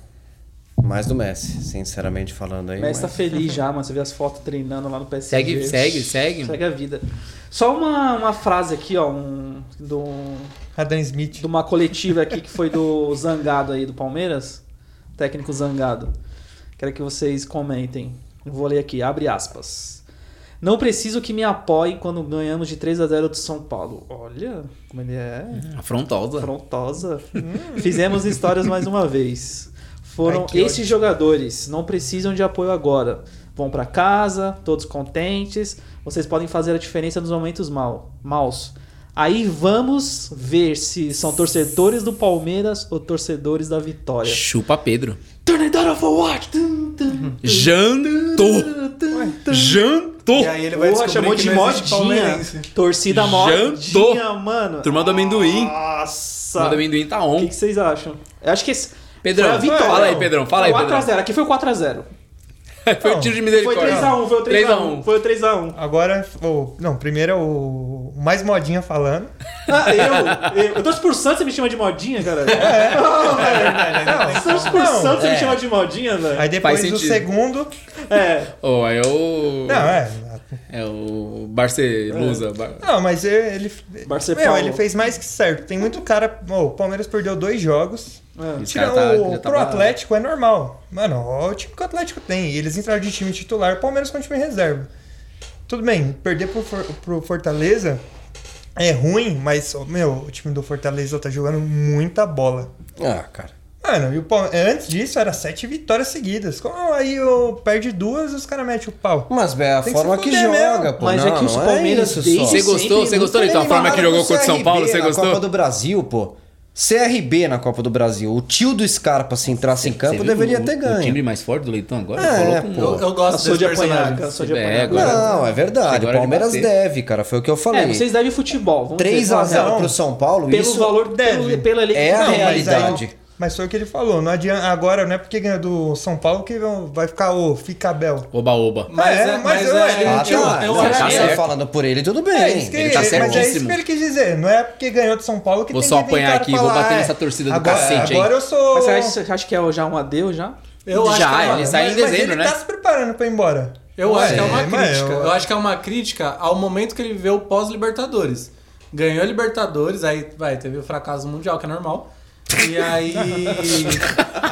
Speaker 5: Mais do Messi, sinceramente falando aí.
Speaker 1: O Messi tá
Speaker 5: mas-
Speaker 1: feliz já, mano. Você vê as fotos treinando lá no PSG.
Speaker 2: Segue, segue, segue.
Speaker 1: Segue a vida. Só uma, uma frase aqui, ó. Um, do,
Speaker 4: Adam Smith.
Speaker 1: de uma coletiva aqui que foi do Zangado aí do Palmeiras. Técnico Zangado. Quero que vocês comentem. Eu Vou ler aqui, abre aspas. Não preciso que me apoiem quando ganhamos de 3 a 0 do São Paulo. Olha, como ele é.
Speaker 2: Afrontosa.
Speaker 1: Afrontosa. Fizemos histórias mais uma vez. Foram
Speaker 4: Ai, que
Speaker 1: esses jogadores, não precisam de apoio agora. Vão pra casa, todos contentes. Vocês podem fazer a diferença nos momentos mal, maus. Aí vamos ver se são torcedores do Palmeiras ou torcedores da Vitória.
Speaker 2: Chupa Pedro.
Speaker 1: Turn it down for what? Tum, tum,
Speaker 2: Jantou!
Speaker 1: tum, tum, tum.
Speaker 2: Jantou!
Speaker 3: E aí ele vai
Speaker 1: Porra,
Speaker 3: descobrir
Speaker 1: chamou
Speaker 3: que
Speaker 1: de
Speaker 3: não existe
Speaker 1: modinha.
Speaker 3: palmeirense.
Speaker 1: Torcida modinha, mano.
Speaker 2: Turma do amendoim.
Speaker 1: Nossa.
Speaker 2: Manda amendoim tá
Speaker 1: O que,
Speaker 2: on.
Speaker 1: que vocês acham? Eu acho que esse.
Speaker 2: Pedrão,
Speaker 1: foi a vitória.
Speaker 2: fala aí, Pedrão, fala aí,
Speaker 1: 4x0. Aqui foi o 4x0.
Speaker 2: Foi o tiro de
Speaker 1: Foi
Speaker 2: misericórdia.
Speaker 1: 3x1, foi o 3x1.
Speaker 2: 3x1.
Speaker 1: Foi o 3x1.
Speaker 4: Agora, o, não, primeiro é o o mais modinha falando.
Speaker 1: Ah, eu, eu, eu torço por Santos você me chama de modinha, cara. É, Torço por Santos
Speaker 2: é.
Speaker 1: você me chama de modinha, velho.
Speaker 4: Aí depois
Speaker 2: Faz
Speaker 4: o
Speaker 2: sentido.
Speaker 4: segundo.
Speaker 1: É.
Speaker 2: Oh, é o.
Speaker 4: Não, é.
Speaker 2: É o Barcelusa. Bar-
Speaker 4: Não, mas ele.
Speaker 1: Barça
Speaker 4: Meu,
Speaker 1: Paulo.
Speaker 4: ele fez mais que certo. Tem muito cara. Ô, o Palmeiras perdeu dois jogos.
Speaker 2: Esse
Speaker 4: Tira
Speaker 2: cara tá-
Speaker 4: o,
Speaker 2: já
Speaker 4: pro
Speaker 2: tava-
Speaker 4: Atlético é normal. Mano, ó, o time que o Atlético tem. E Eles entraram de time titular, o Palmeiras com time reserva. Tudo bem, perder pro, For- pro Fortaleza é ruim, mas, ó, meu, o time do Fortaleza tá jogando muita bola.
Speaker 5: Ah, cara.
Speaker 4: Mano, e o Palme- antes disso era sete vitórias seguidas. Como aí eu perde duas os caras metem o pau?
Speaker 5: Mas é a
Speaker 4: Tem que
Speaker 5: forma
Speaker 4: se
Speaker 5: que,
Speaker 4: fuder
Speaker 5: joga,
Speaker 4: mesmo.
Speaker 5: pô.
Speaker 1: Mas é
Speaker 5: Não,
Speaker 1: que os
Speaker 5: não
Speaker 1: Palmeiras
Speaker 5: isso
Speaker 1: desde
Speaker 5: só.
Speaker 2: Você
Speaker 1: Sempre
Speaker 2: gostou? Você
Speaker 1: muito
Speaker 2: gostou, então? A forma que jogou contra o São Paulo, você
Speaker 5: na Copa
Speaker 2: gostou?
Speaker 5: do Brasil, pô. CRB na Copa do Brasil. O tio do Scarpa, se entrasse em
Speaker 2: Você
Speaker 5: campo,
Speaker 2: viu
Speaker 5: deveria
Speaker 2: o-
Speaker 5: ter
Speaker 2: O time
Speaker 5: ganho.
Speaker 2: mais forte do Leitão agora?
Speaker 5: É,
Speaker 2: Colocou um-
Speaker 5: pô.
Speaker 3: Eu, eu
Speaker 1: Eu
Speaker 3: gosto
Speaker 1: sou
Speaker 3: desse
Speaker 1: de apanhar,
Speaker 3: personagem.
Speaker 1: cara. eu Sou de
Speaker 2: É,
Speaker 1: apanhar.
Speaker 2: agora-
Speaker 5: Não, é verdade.
Speaker 2: Agora ele
Speaker 5: Palmeiras
Speaker 2: bater.
Speaker 5: deve, cara. Foi o que eu
Speaker 1: É,
Speaker 5: falei.
Speaker 1: vocês devem futebol. Vamos dizer,
Speaker 5: 3x0
Speaker 4: Não.
Speaker 5: pro São Paulo,
Speaker 1: Pelo
Speaker 5: isso
Speaker 1: valor,
Speaker 4: deve.
Speaker 1: pelo, pelo elenco
Speaker 5: é a
Speaker 1: que tem.
Speaker 4: mas aí-
Speaker 5: realidade.
Speaker 4: Mas foi o que ele falou, não adianta. Agora não é porque ganha do São Paulo que vão- vai ficar o fica Bel.
Speaker 2: Oba, oba.
Speaker 3: Mas
Speaker 4: É,
Speaker 3: é,
Speaker 4: mas
Speaker 3: mas
Speaker 4: eu-
Speaker 3: é.
Speaker 5: Ah,
Speaker 4: eu-
Speaker 3: eu-
Speaker 5: tá.
Speaker 3: eu
Speaker 5: Não,
Speaker 3: acho
Speaker 5: tá
Speaker 3: que-
Speaker 2: certo.
Speaker 5: você falando por ele, tudo bem.
Speaker 4: É isso que,
Speaker 2: Ele tá
Speaker 4: mas é isso
Speaker 2: certíssimo.
Speaker 4: que ele quis dizer. Não é porque ganhou de São Paulo que
Speaker 2: Vou
Speaker 4: tem
Speaker 2: só
Speaker 4: que inventar
Speaker 2: apanhar aqui, vou
Speaker 4: falar,
Speaker 2: bater
Speaker 4: "Ah,
Speaker 2: nessa torcida do
Speaker 4: agora,
Speaker 2: cacete aí."
Speaker 4: Agora eu sou.
Speaker 1: Mas você acha, você acha que é já um adeus já?
Speaker 3: Eu acho
Speaker 2: Já,
Speaker 3: que é uma-
Speaker 2: ele sai em
Speaker 4: Mas- mas
Speaker 2: dezembro,
Speaker 4: ele
Speaker 2: né?
Speaker 4: tá se preparando pra ir embora.
Speaker 3: Eu acho que é uma
Speaker 4: mas
Speaker 3: crítica.
Speaker 4: eu-
Speaker 3: Eu acho que é uma crítica ao momento que ele viveu pós-Libertadores. Ganhou a Libertadores, aí vai, teve o fracasso mundial, que é normal. E aí.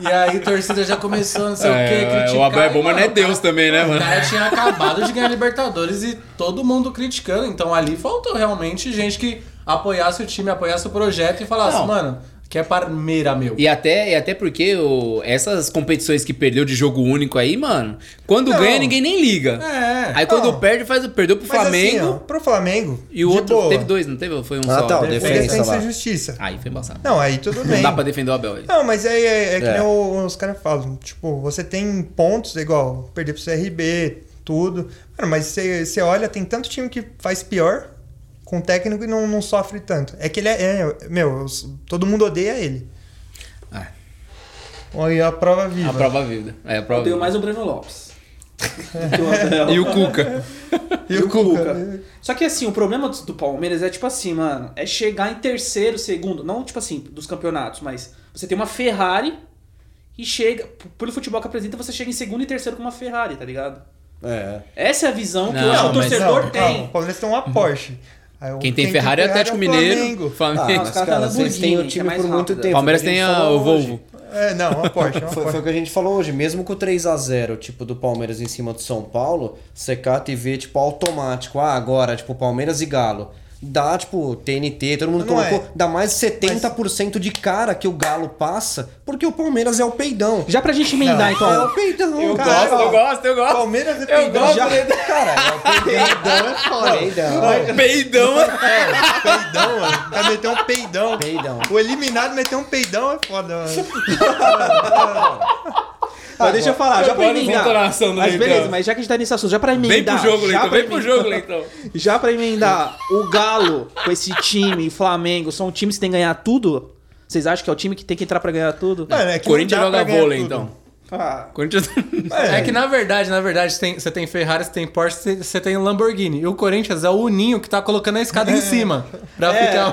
Speaker 3: e aí a torcida já começou, não sei o quê, criticar.
Speaker 2: o Abel é
Speaker 3: E,
Speaker 2: bom, mas não é
Speaker 3: mano,
Speaker 2: Deus também, né,
Speaker 3: O
Speaker 2: mano?
Speaker 3: cara tinha acabado de ganhar a Libertadores e todo mundo criticando. Então ali faltou realmente gente que apoiasse o time, apoiasse o projeto e falasse,
Speaker 2: Não.
Speaker 3: mano, que é Parmeira, meu.
Speaker 2: E até, e até porque o- essas competições que perdeu de jogo único aí, mano, quando
Speaker 4: Não.
Speaker 2: ganha ninguém nem liga.
Speaker 3: É.
Speaker 2: Aí quando
Speaker 4: Não.
Speaker 2: perde, faz, perdeu pro
Speaker 4: Mas
Speaker 2: Flamengo.
Speaker 4: assim, ó, pro Flamengo.
Speaker 2: e o
Speaker 4: de
Speaker 2: outro
Speaker 4: boa.
Speaker 2: teve dois, não teve? Foi um
Speaker 5: Ah,
Speaker 2: só.
Speaker 5: tá, o
Speaker 4: Foi
Speaker 5: Defensa
Speaker 4: defesa
Speaker 5: lá.
Speaker 4: e justiça.
Speaker 2: Aí foi embaçado.
Speaker 4: Não, aí tudo bem.
Speaker 2: Não dá pra defender o Abel aí.
Speaker 4: Não, mas aí é, é que
Speaker 5: É.
Speaker 4: nem o- os caras falam. Tipo, você tem pontos, igual perder pro CRB, tudo. Mano, mas você você olha, tem tanto time que faz pior com o técnico e não, não sofre tanto. É que ele é. é, meu, eu s- todo mundo odeia ele.
Speaker 2: Ah.
Speaker 4: Olha aí a prova viva.
Speaker 2: A prova vida. É, a prova
Speaker 1: Eu tenho
Speaker 2: viva.
Speaker 1: mais o Breno Lopes. Que o Abel.
Speaker 4: um.
Speaker 2: E o Cuca.
Speaker 4: E o Cuca.
Speaker 1: Só que assim, o problema do, do Palmeiras é tipo assim, mano, é chegar em terceiro, segundo, não tipo assim, dos campeonatos, mas você tem uma Ferrari e chega, p- pelo futebol que apresenta, você chega em segundo e terceiro com uma Ferrari, tá ligado?
Speaker 5: É.
Speaker 1: Essa é a visão que
Speaker 2: Não,
Speaker 1: hoje o
Speaker 2: mas Uhum.
Speaker 1: torcedor
Speaker 4: não,
Speaker 1: tem.
Speaker 4: não, o Palmeiras tem uma Porsche. Aí eu-
Speaker 2: Quem tem Ferrari é Atlético Mineiro.
Speaker 4: Flamengo.
Speaker 2: Flam-
Speaker 5: Ah,
Speaker 1: os
Speaker 5: mas
Speaker 1: caras
Speaker 5: cara,
Speaker 1: tá
Speaker 5: vocês têm
Speaker 1: Lamborghini,
Speaker 5: o
Speaker 1: que é
Speaker 5: time
Speaker 1: mais
Speaker 5: por muito
Speaker 1: rápido.
Speaker 5: tempo.
Speaker 2: Palmeiras
Speaker 5: foi o que
Speaker 2: tem
Speaker 5: a gente
Speaker 2: a- o
Speaker 5: falou hoje.
Speaker 2: Volvo.
Speaker 4: É, não, uma Porsche. Uma
Speaker 5: Foi, foi o
Speaker 4: Porsche.
Speaker 5: que a gente falou hoje, mesmo com o 3x0, tipo, do Palmeiras em cima do São Paulo, você cata e vê, tipo, automático. Ah, agora, tipo, Palmeiras e Galo. Dá, tipo, TNT, todo mundo
Speaker 4: Não
Speaker 5: colocou.
Speaker 4: é.
Speaker 5: Dá mais de 70% de cara que o Galo passa, porque o Palmeiras é o peidão.
Speaker 8: Já pra gente emendar, então.
Speaker 5: É o peidão, cara.
Speaker 4: gosto, eu
Speaker 2: gosto, eu gosto.
Speaker 5: Palmeiras é peidão.
Speaker 2: gosto.
Speaker 5: Já... Cara, é o peidão, é foda. Peidão.
Speaker 2: Peidão.
Speaker 4: É, Peidão, mano. Vai meter um peidão.
Speaker 5: Peidão.
Speaker 4: O eliminado meter um peidão é foda, mano.
Speaker 1: Mas deixa eu falar, já pra
Speaker 2: Agora
Speaker 1: emendar.
Speaker 2: volta na ação do
Speaker 1: Mas
Speaker 2: Leitão.
Speaker 1: beleza, mas já que a gente tá nesse assunto, já pra emendar.
Speaker 2: Vem pro jogo,
Speaker 1: já
Speaker 2: Leitão.
Speaker 1: pra
Speaker 2: Vem pro jogo, Leitão.
Speaker 1: Já pra emendar, o Galo com esse time, Flamengo, são times que tem que ganhar tudo? Vocês acham que é o time que tem que entrar pra ganhar tudo?
Speaker 4: Mano, é que não
Speaker 2: Corinthians
Speaker 4: dá pra
Speaker 2: joga
Speaker 4: ganhar
Speaker 2: vôlei,
Speaker 4: tudo.
Speaker 2: então.
Speaker 1: Ah,
Speaker 2: Corinthians...
Speaker 4: É.
Speaker 3: É que na verdade, na verdade, você tem, você tem Ferrari, você tem Porsche, você- você tem Lamborghini. E o Corinthians é o Ninho que tá colocando a escada em cima. Pra ficar.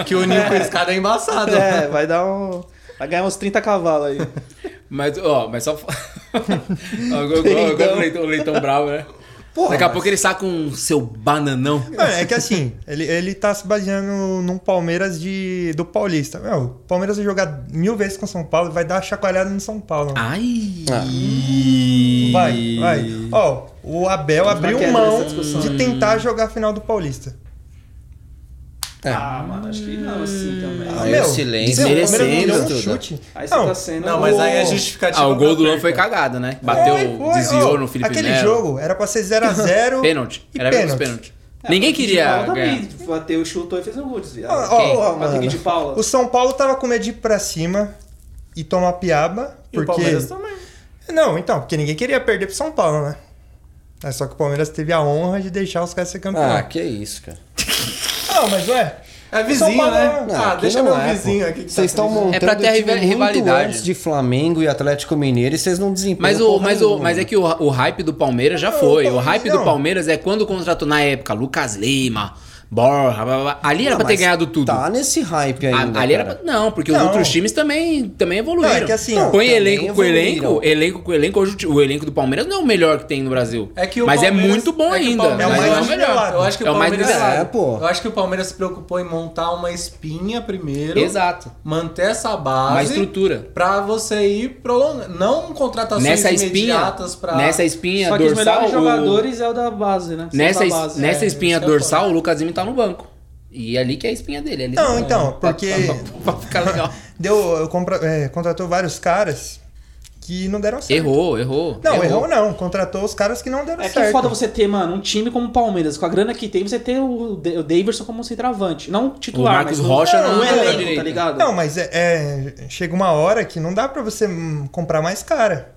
Speaker 3: um- que o Ninho com a escada é embaçado.
Speaker 1: é, vai dar um. Vai ganhar uns 30 cavalos aí.
Speaker 2: Mas, ó, mas só. agora
Speaker 4: Então.
Speaker 2: agora o leitão, o leitão bravo, né? Daqui a pouco ele saca um seu bananão.
Speaker 4: Mano, é que assim, ele, ele tá se baseando num Palmeiras de, do Paulista. Meu, o Palmeiras vai jogar mil vezes com o São Paulo, vai dar uma chacoalhada no São Paulo.
Speaker 2: Ai!
Speaker 4: Ah. Vai, vai. Ó, o Abel abriu
Speaker 1: quieto
Speaker 4: mão
Speaker 1: nessa discussão.
Speaker 4: de tentar jogar a final do Paulista.
Speaker 1: Ah, mano, acho que não assim também.
Speaker 5: Aí o silêncio.
Speaker 2: desmerecendo
Speaker 4: Não,
Speaker 5: tudo.
Speaker 4: um chute.
Speaker 1: Aí você
Speaker 4: Não,
Speaker 1: tá sendo.
Speaker 3: Não, mas aí é
Speaker 4: Oh.
Speaker 3: justificativa.
Speaker 2: Ah, o gol do
Speaker 3: pra
Speaker 2: Luan foi
Speaker 3: perca.
Speaker 2: cagado, né? Bateu,
Speaker 4: É, Foi, foi,
Speaker 2: desviou
Speaker 4: ó.
Speaker 2: no Felipe
Speaker 4: Aquele
Speaker 2: Melo.
Speaker 4: jogo era pra ser 0x0.
Speaker 2: Pênalti.
Speaker 4: E
Speaker 2: Era pênalti.
Speaker 4: pênalti. É,
Speaker 2: pênalti. Ninguém queria
Speaker 4: tá
Speaker 2: ganhar.
Speaker 1: Também, tipo, bateu, chutou e fez um gol desviado.
Speaker 4: Ah,
Speaker 3: Tá,
Speaker 4: Ó, ó, ó,
Speaker 1: Patrick de Paula.
Speaker 4: O São Paulo tava com medo de ir pra cima e tomar piaba.
Speaker 3: E o
Speaker 4: Porque...
Speaker 3: Palmeiras também.
Speaker 4: Não, então, porque ninguém queria perder pro São Paulo, né? É só que o Palmeiras teve a honra de deixar os caras ser campeão.
Speaker 5: Ah,
Speaker 4: Ah,
Speaker 5: que isso, cara.
Speaker 4: mas ué.
Speaker 3: É
Speaker 4: São
Speaker 3: vizinho,
Speaker 4: Paulo
Speaker 3: né?
Speaker 4: não.
Speaker 3: Ah,
Speaker 5: aqui
Speaker 3: deixa
Speaker 5: não
Speaker 3: meu
Speaker 5: é, pô.
Speaker 3: vizinho aqui. que tá
Speaker 5: Vocês estão
Speaker 3: comigo.
Speaker 5: montando
Speaker 2: É pra ter
Speaker 5: o time
Speaker 2: rival-
Speaker 5: muito
Speaker 2: rivalidade.
Speaker 5: antes de Flamengo e Atlético Mineiro e vocês não desempenham
Speaker 2: Mas, o,
Speaker 5: porra
Speaker 2: mas, o,
Speaker 5: nenhuma.
Speaker 2: mas é que o, o hype do Palmeiras já
Speaker 4: né, Não,
Speaker 2: foi.
Speaker 4: não,
Speaker 2: O hype do
Speaker 4: não.
Speaker 2: Palmeiras é quando contratou na época Lucas Lima, Borja, blá, blá, blá. ali era pra ter
Speaker 5: mas
Speaker 2: ganhado tudo.
Speaker 5: Tá nesse hype
Speaker 2: A-
Speaker 5: ainda,
Speaker 2: ali
Speaker 5: cara.
Speaker 2: era pra... Não, porque os
Speaker 4: Não.
Speaker 2: outros times também, também evoluíram.
Speaker 4: Não, é que assim, ó,
Speaker 2: Põe
Speaker 5: também
Speaker 2: elenco com elenco,
Speaker 5: evoluíram.
Speaker 2: elenco com elenco. Hoje o ti- o elenco do Palmeiras não é o melhor que tem no Brasil.
Speaker 3: É que o
Speaker 2: mas
Speaker 3: Palmeiras-
Speaker 2: é muito bom
Speaker 3: é que o
Speaker 2: ainda.
Speaker 3: Palmeiras-
Speaker 4: É o
Speaker 2: mas
Speaker 4: mais
Speaker 2: não
Speaker 4: nivelado.
Speaker 3: Eu acho que
Speaker 2: É
Speaker 3: o
Speaker 2: o mais
Speaker 3: Palmeiras.
Speaker 2: nivelado.
Speaker 5: É, pô.
Speaker 3: Eu acho que o Palmeiras se preocupou em montar uma espinha primeiro.
Speaker 2: Exato.
Speaker 3: Manter essa base.
Speaker 2: Uma estrutura.
Speaker 3: Pra você ir prolongando. Não contratações
Speaker 2: Nessa espinha,
Speaker 3: imediatas pra.
Speaker 2: nessa espinha
Speaker 1: Só que os
Speaker 2: dorsal,
Speaker 1: melhores
Speaker 2: o-
Speaker 1: jogadores é o da base, né? São
Speaker 2: nessa,
Speaker 1: da
Speaker 2: es-
Speaker 1: base,
Speaker 2: nessa
Speaker 3: é,
Speaker 2: espinha
Speaker 3: isso que eu
Speaker 2: dorsal, o Lucas Lima tá no banco. E ali que é Tá a espinha dele. Ali
Speaker 4: Não, então, porque
Speaker 2: Pra ficar legal.
Speaker 4: deu, eu compra- é, contratou vários caras que não deram certo.
Speaker 2: Errou, errou.
Speaker 4: Não, errou. não. Contratou os caras que não deram
Speaker 1: É que
Speaker 4: certo.
Speaker 1: foda você ter, mano, um time como o Palmeiras, com a grana que tem, você ter o, De- o Davidson como centroavante. Não titular,
Speaker 2: O Marcos
Speaker 1: mas
Speaker 2: Rocha
Speaker 1: um,
Speaker 2: não
Speaker 1: um
Speaker 2: joga
Speaker 1: elenco,
Speaker 2: direito.
Speaker 1: tá ligado?
Speaker 4: Não, mas é, é, chega uma hora que não dá pra você hum, comprar mais cara.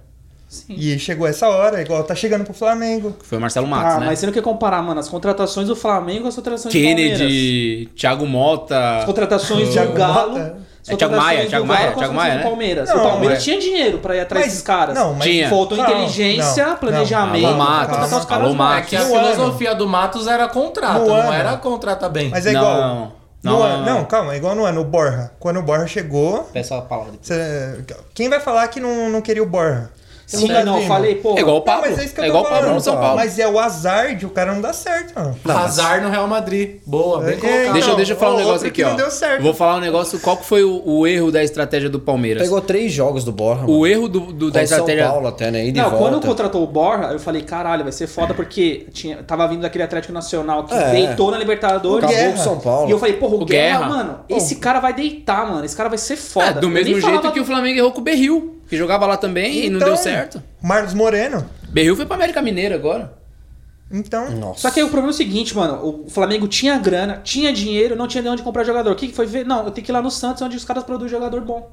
Speaker 1: Sim.
Speaker 4: E chegou essa hora, igual tá chegando pro Flamengo.
Speaker 2: Foi o Marcelo Matos,
Speaker 1: Ah,
Speaker 2: né?
Speaker 1: mas você não quer comparar, mano, as contratações do Flamengo com as contratações do Palmeiras.
Speaker 2: Kennedy, Thiago
Speaker 1: As
Speaker 2: Mota.
Speaker 1: contratações do
Speaker 4: Thiago
Speaker 1: Galo.
Speaker 4: Maia.
Speaker 1: as
Speaker 2: É Thiago
Speaker 1: contratações
Speaker 2: Maia,
Speaker 1: do
Speaker 2: Thiago
Speaker 1: Galo com as
Speaker 2: Maia, Thiago
Speaker 1: contratações
Speaker 2: Maia,
Speaker 1: do Palmeiras.
Speaker 4: né?
Speaker 1: o
Speaker 4: Não,
Speaker 1: Palmeiras
Speaker 4: é.
Speaker 1: tinha dinheiro pra ir atrás
Speaker 4: Mas-
Speaker 1: desses caras.
Speaker 4: não, mas-
Speaker 2: Tinha.
Speaker 1: Faltou
Speaker 4: Não,
Speaker 1: inteligência,
Speaker 4: não,
Speaker 1: planejamento.
Speaker 2: não. Alô,
Speaker 1: pra
Speaker 2: Matos.
Speaker 1: contratar os caras
Speaker 2: Alô,
Speaker 1: mais.
Speaker 3: É
Speaker 2: Matos.
Speaker 3: que a
Speaker 4: No ano.
Speaker 3: filosofia do Matos era contrata,
Speaker 4: No
Speaker 3: não
Speaker 4: ano.
Speaker 3: era contrata bem.
Speaker 4: Mas é
Speaker 2: Não,
Speaker 4: igual.
Speaker 2: não,
Speaker 4: no
Speaker 2: não,
Speaker 4: ano-
Speaker 2: não.
Speaker 4: não, calma, é igual no ano. O Borja. Quando o Borja chegou,
Speaker 2: Peço a palavra.
Speaker 4: Cê- Quem vai falar que não, não queria o Borja? tá
Speaker 1: Sim, não, eu falei, pô.
Speaker 2: É igual o
Speaker 4: Não,
Speaker 2: Pablo.
Speaker 4: mas é isso que eu
Speaker 2: é
Speaker 4: tô
Speaker 2: igual o Pablo
Speaker 4: falando,
Speaker 2: no São
Speaker 4: pô.
Speaker 2: Paulo.
Speaker 4: Mas é o azar de o cara não dar certo, mano.
Speaker 5: Não, mas-
Speaker 3: Azar no Real Madrid. Boa, bem
Speaker 4: É,
Speaker 3: colocado.
Speaker 2: Deixa, eu-
Speaker 4: Não,
Speaker 2: deixa eu falar um
Speaker 4: o
Speaker 2: negócio
Speaker 4: outro
Speaker 2: aqui,
Speaker 4: que
Speaker 2: ó.
Speaker 4: não deu certo.
Speaker 2: Vou falar um negócio. Qual que foi o, o erro da estratégia do Palmeiras?
Speaker 5: Pegou três jogos do Borja, mano.
Speaker 2: o erro do, do- da
Speaker 5: Com São
Speaker 2: estratégia.
Speaker 5: Paulo até, né? Ida e
Speaker 1: Não,
Speaker 5: volta.
Speaker 1: quando contratou o Borja, eu falei, caralho, vai ser foda, porque tinha, tava vindo daquele Atlético Nacional que
Speaker 5: É.
Speaker 1: deitou na Libertadores.
Speaker 5: Acabou com
Speaker 4: Guerra.
Speaker 5: o São Paulo.
Speaker 1: E eu falei, porra, o
Speaker 2: O
Speaker 1: Guerra,
Speaker 2: Guerra.
Speaker 1: mano, esse cara vai deitar, mano. Esse cara vai ser
Speaker 2: É,
Speaker 1: foda.
Speaker 2: do
Speaker 1: Eu nem
Speaker 2: mesmo
Speaker 1: falava
Speaker 2: jeito que o Flamengo errou com o Berril, que jogava lá também e não
Speaker 4: Então,
Speaker 2: deu certo.
Speaker 4: Marcos Moreno.
Speaker 2: Berril foi pra América Mineira agora.
Speaker 4: Então,
Speaker 5: Nossa.
Speaker 1: Só que aí o problema é o seguinte, mano. O Flamengo tinha grana, tinha dinheiro, não tinha de onde comprar jogador. O que que foi ver? Não, eu tenho que ir lá no Santos, onde os caras produzem jogador bom.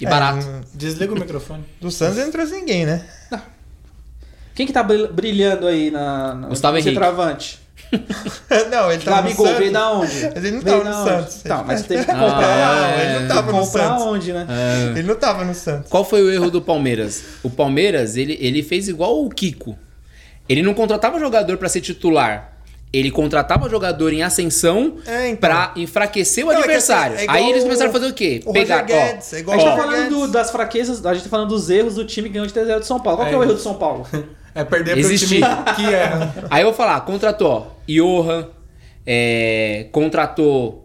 Speaker 2: E barato.
Speaker 4: é,
Speaker 3: Desliga o microfone.
Speaker 4: do Santos não trouxe ninguém, né?
Speaker 1: Quem que tá bril- brilhando aí na, na
Speaker 2: Gustavo
Speaker 1: no
Speaker 2: Henrique.
Speaker 1: centroavante?
Speaker 4: não, ele tava Tá no
Speaker 1: Gabigol,
Speaker 4: Santos.
Speaker 1: veio da onde?
Speaker 4: Mas ele não
Speaker 1: Veio
Speaker 4: tava no
Speaker 1: da onde?
Speaker 4: Santos.
Speaker 1: Tá, mas teve que
Speaker 4: Não,
Speaker 1: comprar.
Speaker 2: Ah,
Speaker 4: É,
Speaker 2: é.
Speaker 4: ele não tava no
Speaker 1: é, comprar
Speaker 4: Santos. É.
Speaker 1: onde, né?
Speaker 4: Ele não tava no Santos.
Speaker 2: Qual foi o erro do Palmeiras? O Palmeiras, ele, ele fez igual o Kiko. Ele não contratava jogador pra ser titular. Ele contratava jogador em ascensão
Speaker 4: É, então.
Speaker 2: pra enfraquecer o
Speaker 4: Não, é que
Speaker 2: adversário.
Speaker 4: assim, é
Speaker 2: Aí
Speaker 4: igual
Speaker 2: eles
Speaker 4: o-
Speaker 2: começaram a fazer o quê?
Speaker 4: o Roger
Speaker 2: Pegar, ó,
Speaker 4: Guedes, é igual
Speaker 1: A gente tá
Speaker 4: Ó.
Speaker 1: falando do- das fraquezas, a gente tá falando dos erros do time que ganhou de 3 de São Paulo. Qual que é o
Speaker 3: É.
Speaker 1: erro do São Paulo?
Speaker 3: É perder
Speaker 2: Existe.
Speaker 3: pro time que é- erra.
Speaker 2: Aí eu vou falar, contratou, ó, Johan, é, contratou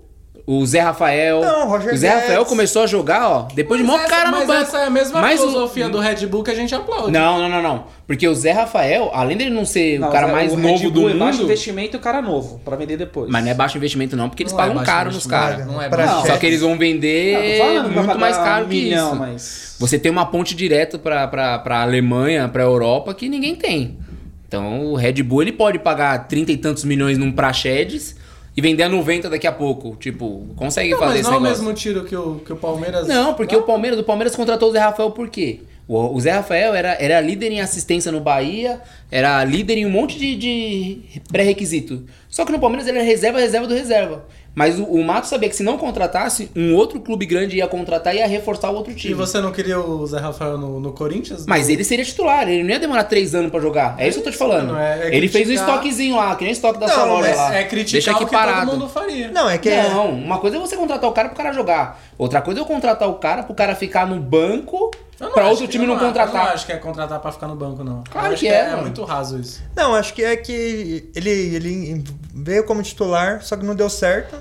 Speaker 2: o Zé Rafael.
Speaker 4: Não, Roger
Speaker 2: o Zé
Speaker 4: Guedes.
Speaker 2: Rafael começou a jogar, ó, depois de mó
Speaker 3: essa-
Speaker 2: cara no
Speaker 3: mas
Speaker 2: banco.
Speaker 3: essa é a mesma
Speaker 2: Mas o-
Speaker 3: filosofia do Red Bull que a gente aplaude.
Speaker 2: Não, não, não, não. Porque o Zé Rafael, além dele não ser
Speaker 1: Não,
Speaker 2: o cara
Speaker 1: Zé-
Speaker 2: mais
Speaker 1: Red
Speaker 2: novo do
Speaker 1: Bull é
Speaker 2: mundo,
Speaker 1: baixo investimento e o cara é novo, pra vender depois.
Speaker 2: mas não é baixo investimento não, porque eles
Speaker 3: Não é
Speaker 2: pagam
Speaker 3: baixo
Speaker 2: caro nos
Speaker 3: investimento,
Speaker 2: caras.
Speaker 3: Não é
Speaker 4: Pra-
Speaker 3: baixo.
Speaker 2: Só que eles vão vender
Speaker 1: Não, não
Speaker 2: muito mais caro
Speaker 1: um
Speaker 2: que
Speaker 1: milhão,
Speaker 2: isso.
Speaker 1: Mas...
Speaker 2: Você tem uma ponte direta pra, pra, pra Alemanha, pra Europa, que ninguém tem. Então o Red Bull ele pode pagar trinta e tantos milhões num Praxedes e vender a 90 daqui a pouco. Tipo, consegue
Speaker 3: Não,
Speaker 2: fazer
Speaker 3: mas
Speaker 2: esse
Speaker 3: não é o
Speaker 2: negócio.
Speaker 3: mesmo tiro que o, que o Palmeiras.
Speaker 2: Não, porque o Palmeiras, o Palmeiras contratou o Zé Rafael por quê? O, o Zé Rafael era, era líder em assistência no Bahia, era líder em um monte de, de pré-requisito. Só que no Palmeiras ele era reserva, reserva do reserva. Mas o, o Mato sabia que se não contratasse, um outro clube grande ia contratar e ia reforçar o outro time.
Speaker 3: E você não queria o Zé Rafael no, no Corinthians?
Speaker 2: Mas
Speaker 3: No-
Speaker 2: ele seria titular, ele não ia demorar três anos pra jogar. É isso que eu tô te falando.
Speaker 3: não é- é
Speaker 2: ele fez um
Speaker 3: criticar-
Speaker 2: estoquezinho lá, que nem estoque da
Speaker 4: Não,
Speaker 2: sua loja
Speaker 4: mas
Speaker 2: lá.
Speaker 3: É criticar
Speaker 2: Deixa aqui
Speaker 3: o que
Speaker 2: parado.
Speaker 3: todo mundo faria.
Speaker 4: Não, é que é.
Speaker 2: Não, uma coisa é você contratar o cara pro cara jogar. Outra coisa é eu contratar o cara pro cara ficar no banco
Speaker 3: Eu não
Speaker 2: pra
Speaker 3: acho
Speaker 2: outro
Speaker 3: que-
Speaker 2: time
Speaker 3: eu
Speaker 2: não,
Speaker 3: acho- Eu não
Speaker 2: contratar.
Speaker 3: acho que é contratar pra ficar no banco, não.
Speaker 2: Claro
Speaker 3: Eu acho
Speaker 2: que é,
Speaker 3: é.
Speaker 2: mano.
Speaker 3: muito raso isso.
Speaker 4: Não, acho que é que ele, ele veio como titular, só que não deu certo,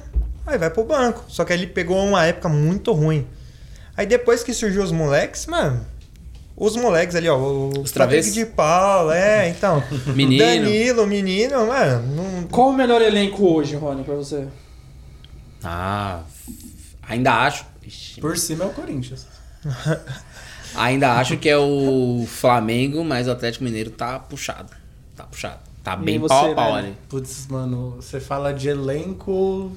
Speaker 4: aí vai pro banco. Só que aí ele pegou uma época muito ruim. Aí depois que surgiu os moleques, mano, os moleques ali, ó,
Speaker 2: Os
Speaker 4: o Patrick
Speaker 2: travessos?
Speaker 4: de Paula, é, então.
Speaker 2: Menino.
Speaker 4: Danilo, menino, mano, não-
Speaker 1: Qual o melhor elenco hoje, Rony, pra você?
Speaker 2: Ah, ainda acho. Ixi.
Speaker 3: Por cima é o Corinthians.
Speaker 2: Ainda acho que é o Flamengo, mas o Atlético Mineiro tá puxado. Tá puxado. Tá bem
Speaker 1: você,
Speaker 2: pau a pau
Speaker 1: velho?
Speaker 2: ali.
Speaker 3: Putz, mano, você fala de elenco.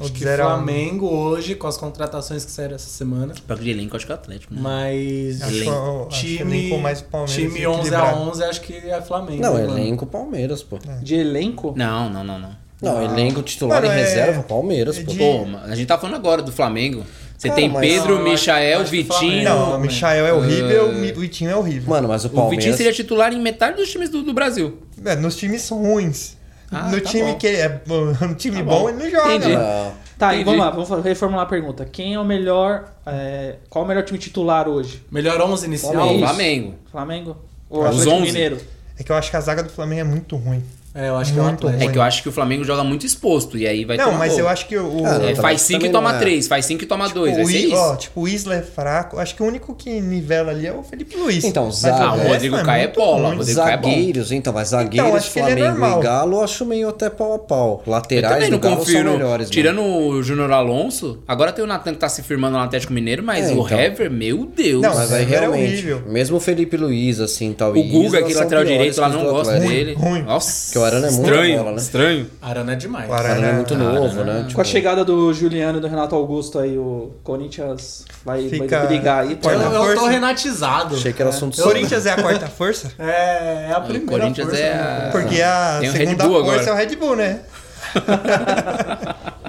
Speaker 3: Acho que
Speaker 4: zero a um.
Speaker 3: Flamengo hoje, com as contratações que saíram essa semana.
Speaker 2: Pior que de elenco, acho que é o Atlético, né?
Speaker 3: Mas.
Speaker 4: acho que é
Speaker 2: Elenco.
Speaker 4: o- acho que
Speaker 3: time
Speaker 4: linkou mais o Palmeiras
Speaker 3: time
Speaker 4: e
Speaker 3: 11 a
Speaker 4: equilibrado.
Speaker 3: 11, acho que é Flamengo.
Speaker 5: Não,
Speaker 3: mano.
Speaker 5: elenco Palmeiras, pô.
Speaker 1: De elenco?
Speaker 2: Não, não, não, não.
Speaker 5: Não, elenco titular
Speaker 4: Mano,
Speaker 5: e
Speaker 4: é-
Speaker 5: reserva Palmeiras,
Speaker 4: é
Speaker 5: pô.
Speaker 4: de-
Speaker 2: Pô, mas a gente tá falando agora do Flamengo. Você
Speaker 5: Cara,
Speaker 2: tem
Speaker 5: mas-
Speaker 2: Pedro,
Speaker 3: Não, eu acho-
Speaker 2: Michael,
Speaker 3: acho que o
Speaker 2: Vitinho.
Speaker 3: Flamengo-
Speaker 4: Não, o Michael é horrível,
Speaker 2: Ah.
Speaker 4: o Mi- o Vitinho é horrível.
Speaker 5: Mano, mas o
Speaker 2: O
Speaker 5: Palmeiras.
Speaker 2: Vitinho seria titular em metade dos times do, do Brasil.
Speaker 4: É, nos times ruins.
Speaker 2: Ah,
Speaker 4: no
Speaker 2: tá
Speaker 4: time
Speaker 2: bom. Tá
Speaker 4: que é bom- no time bom, ele não
Speaker 5: é
Speaker 4: joga.
Speaker 2: Entendi.
Speaker 4: mano.
Speaker 5: Não.
Speaker 1: Tá, e
Speaker 2: Entendi.
Speaker 1: vamos lá, vamos fa- reformular a pergunta. Quem é o melhor. é, qual o melhor time titular hoje?
Speaker 3: Melhor 11 inicial.
Speaker 2: Não,
Speaker 1: Isso.
Speaker 2: Flamengo.
Speaker 1: Flamengo? Ou
Speaker 2: Os
Speaker 1: Atlético
Speaker 2: 11.
Speaker 1: Mineiro?
Speaker 4: É que eu acho que a zaga do Flamengo é muito ruim.
Speaker 3: É, eu acho que é o
Speaker 4: Muito
Speaker 3: Atlético.
Speaker 2: É que eu acho que o Flamengo joga muito exposto e aí vai
Speaker 4: não,
Speaker 2: tomar
Speaker 4: mas
Speaker 2: gol.
Speaker 4: eu acho que o.
Speaker 5: Ah,
Speaker 2: É,
Speaker 5: Não,
Speaker 2: faz
Speaker 5: também
Speaker 2: 5 e
Speaker 5: não
Speaker 2: toma
Speaker 5: é.
Speaker 2: 3, faz 5 e toma 2,
Speaker 4: o
Speaker 2: vai ser
Speaker 4: I-
Speaker 2: isso.
Speaker 4: ó, tipo, o Isla é fraco. Acho que o único que nivela ali é o Felipe Luiz.
Speaker 5: Então,
Speaker 4: Mas
Speaker 5: zaga.
Speaker 4: o
Speaker 5: Ah, o
Speaker 4: resto
Speaker 2: Rodrigo Caio é
Speaker 4: muito
Speaker 2: bola,
Speaker 4: ruim.
Speaker 2: Rodrigo- Caio é bom.
Speaker 5: Zagueiros, então, mas zagueiros,
Speaker 4: acho que ele é
Speaker 5: Flamengo
Speaker 4: normal.
Speaker 5: e Galo, eu acho meio até pau a pau.
Speaker 2: eu
Speaker 5: Laterais
Speaker 2: também
Speaker 5: do
Speaker 2: não
Speaker 5: Galo
Speaker 2: confio
Speaker 5: são
Speaker 2: no-
Speaker 5: melhores, mano.
Speaker 2: Tirando o Júnior Alonso, agora tem o Natan que tá se firmando no Atlético Mineiro, mas
Speaker 5: É,
Speaker 2: o
Speaker 5: então.
Speaker 2: Hever, meu Deus.
Speaker 4: Não,
Speaker 5: Mas aí
Speaker 4: Era
Speaker 5: realmente,
Speaker 4: horrível.
Speaker 5: mesmo o Felipe Luiz, assim, tal.
Speaker 2: o Guga,
Speaker 5: que
Speaker 2: aquele lateral direito lá, não gosta
Speaker 4: Atlético.
Speaker 2: dele.
Speaker 4: Ruim, ruim.
Speaker 2: Nossa,
Speaker 5: Porque o Arana é muito
Speaker 2: estranho,
Speaker 5: bola, né?
Speaker 2: estranho.
Speaker 3: Arana é demais.
Speaker 4: O Arana
Speaker 5: Ele é muito
Speaker 4: Ah,
Speaker 5: novo, né?
Speaker 1: Com
Speaker 5: Tipo,
Speaker 2: Tá.
Speaker 1: a chegada do Juliano e do Renato Augusto aí, o Corinthians vai, vai
Speaker 4: Fica-
Speaker 1: brigar aí.
Speaker 3: Eu,
Speaker 4: Olha,
Speaker 2: É,
Speaker 1: pra-
Speaker 3: eu tô
Speaker 4: força.
Speaker 3: renatizado.
Speaker 5: achei que era assunto
Speaker 4: O Corinthians é a quarta força?
Speaker 3: É, é a
Speaker 2: O
Speaker 3: primeira
Speaker 2: Corinthians
Speaker 3: força,
Speaker 2: é
Speaker 3: né?
Speaker 2: a...
Speaker 4: Porque a
Speaker 2: Tem o Red
Speaker 4: segunda
Speaker 2: Bull
Speaker 4: força
Speaker 2: agora.
Speaker 4: é o Red Bull, né?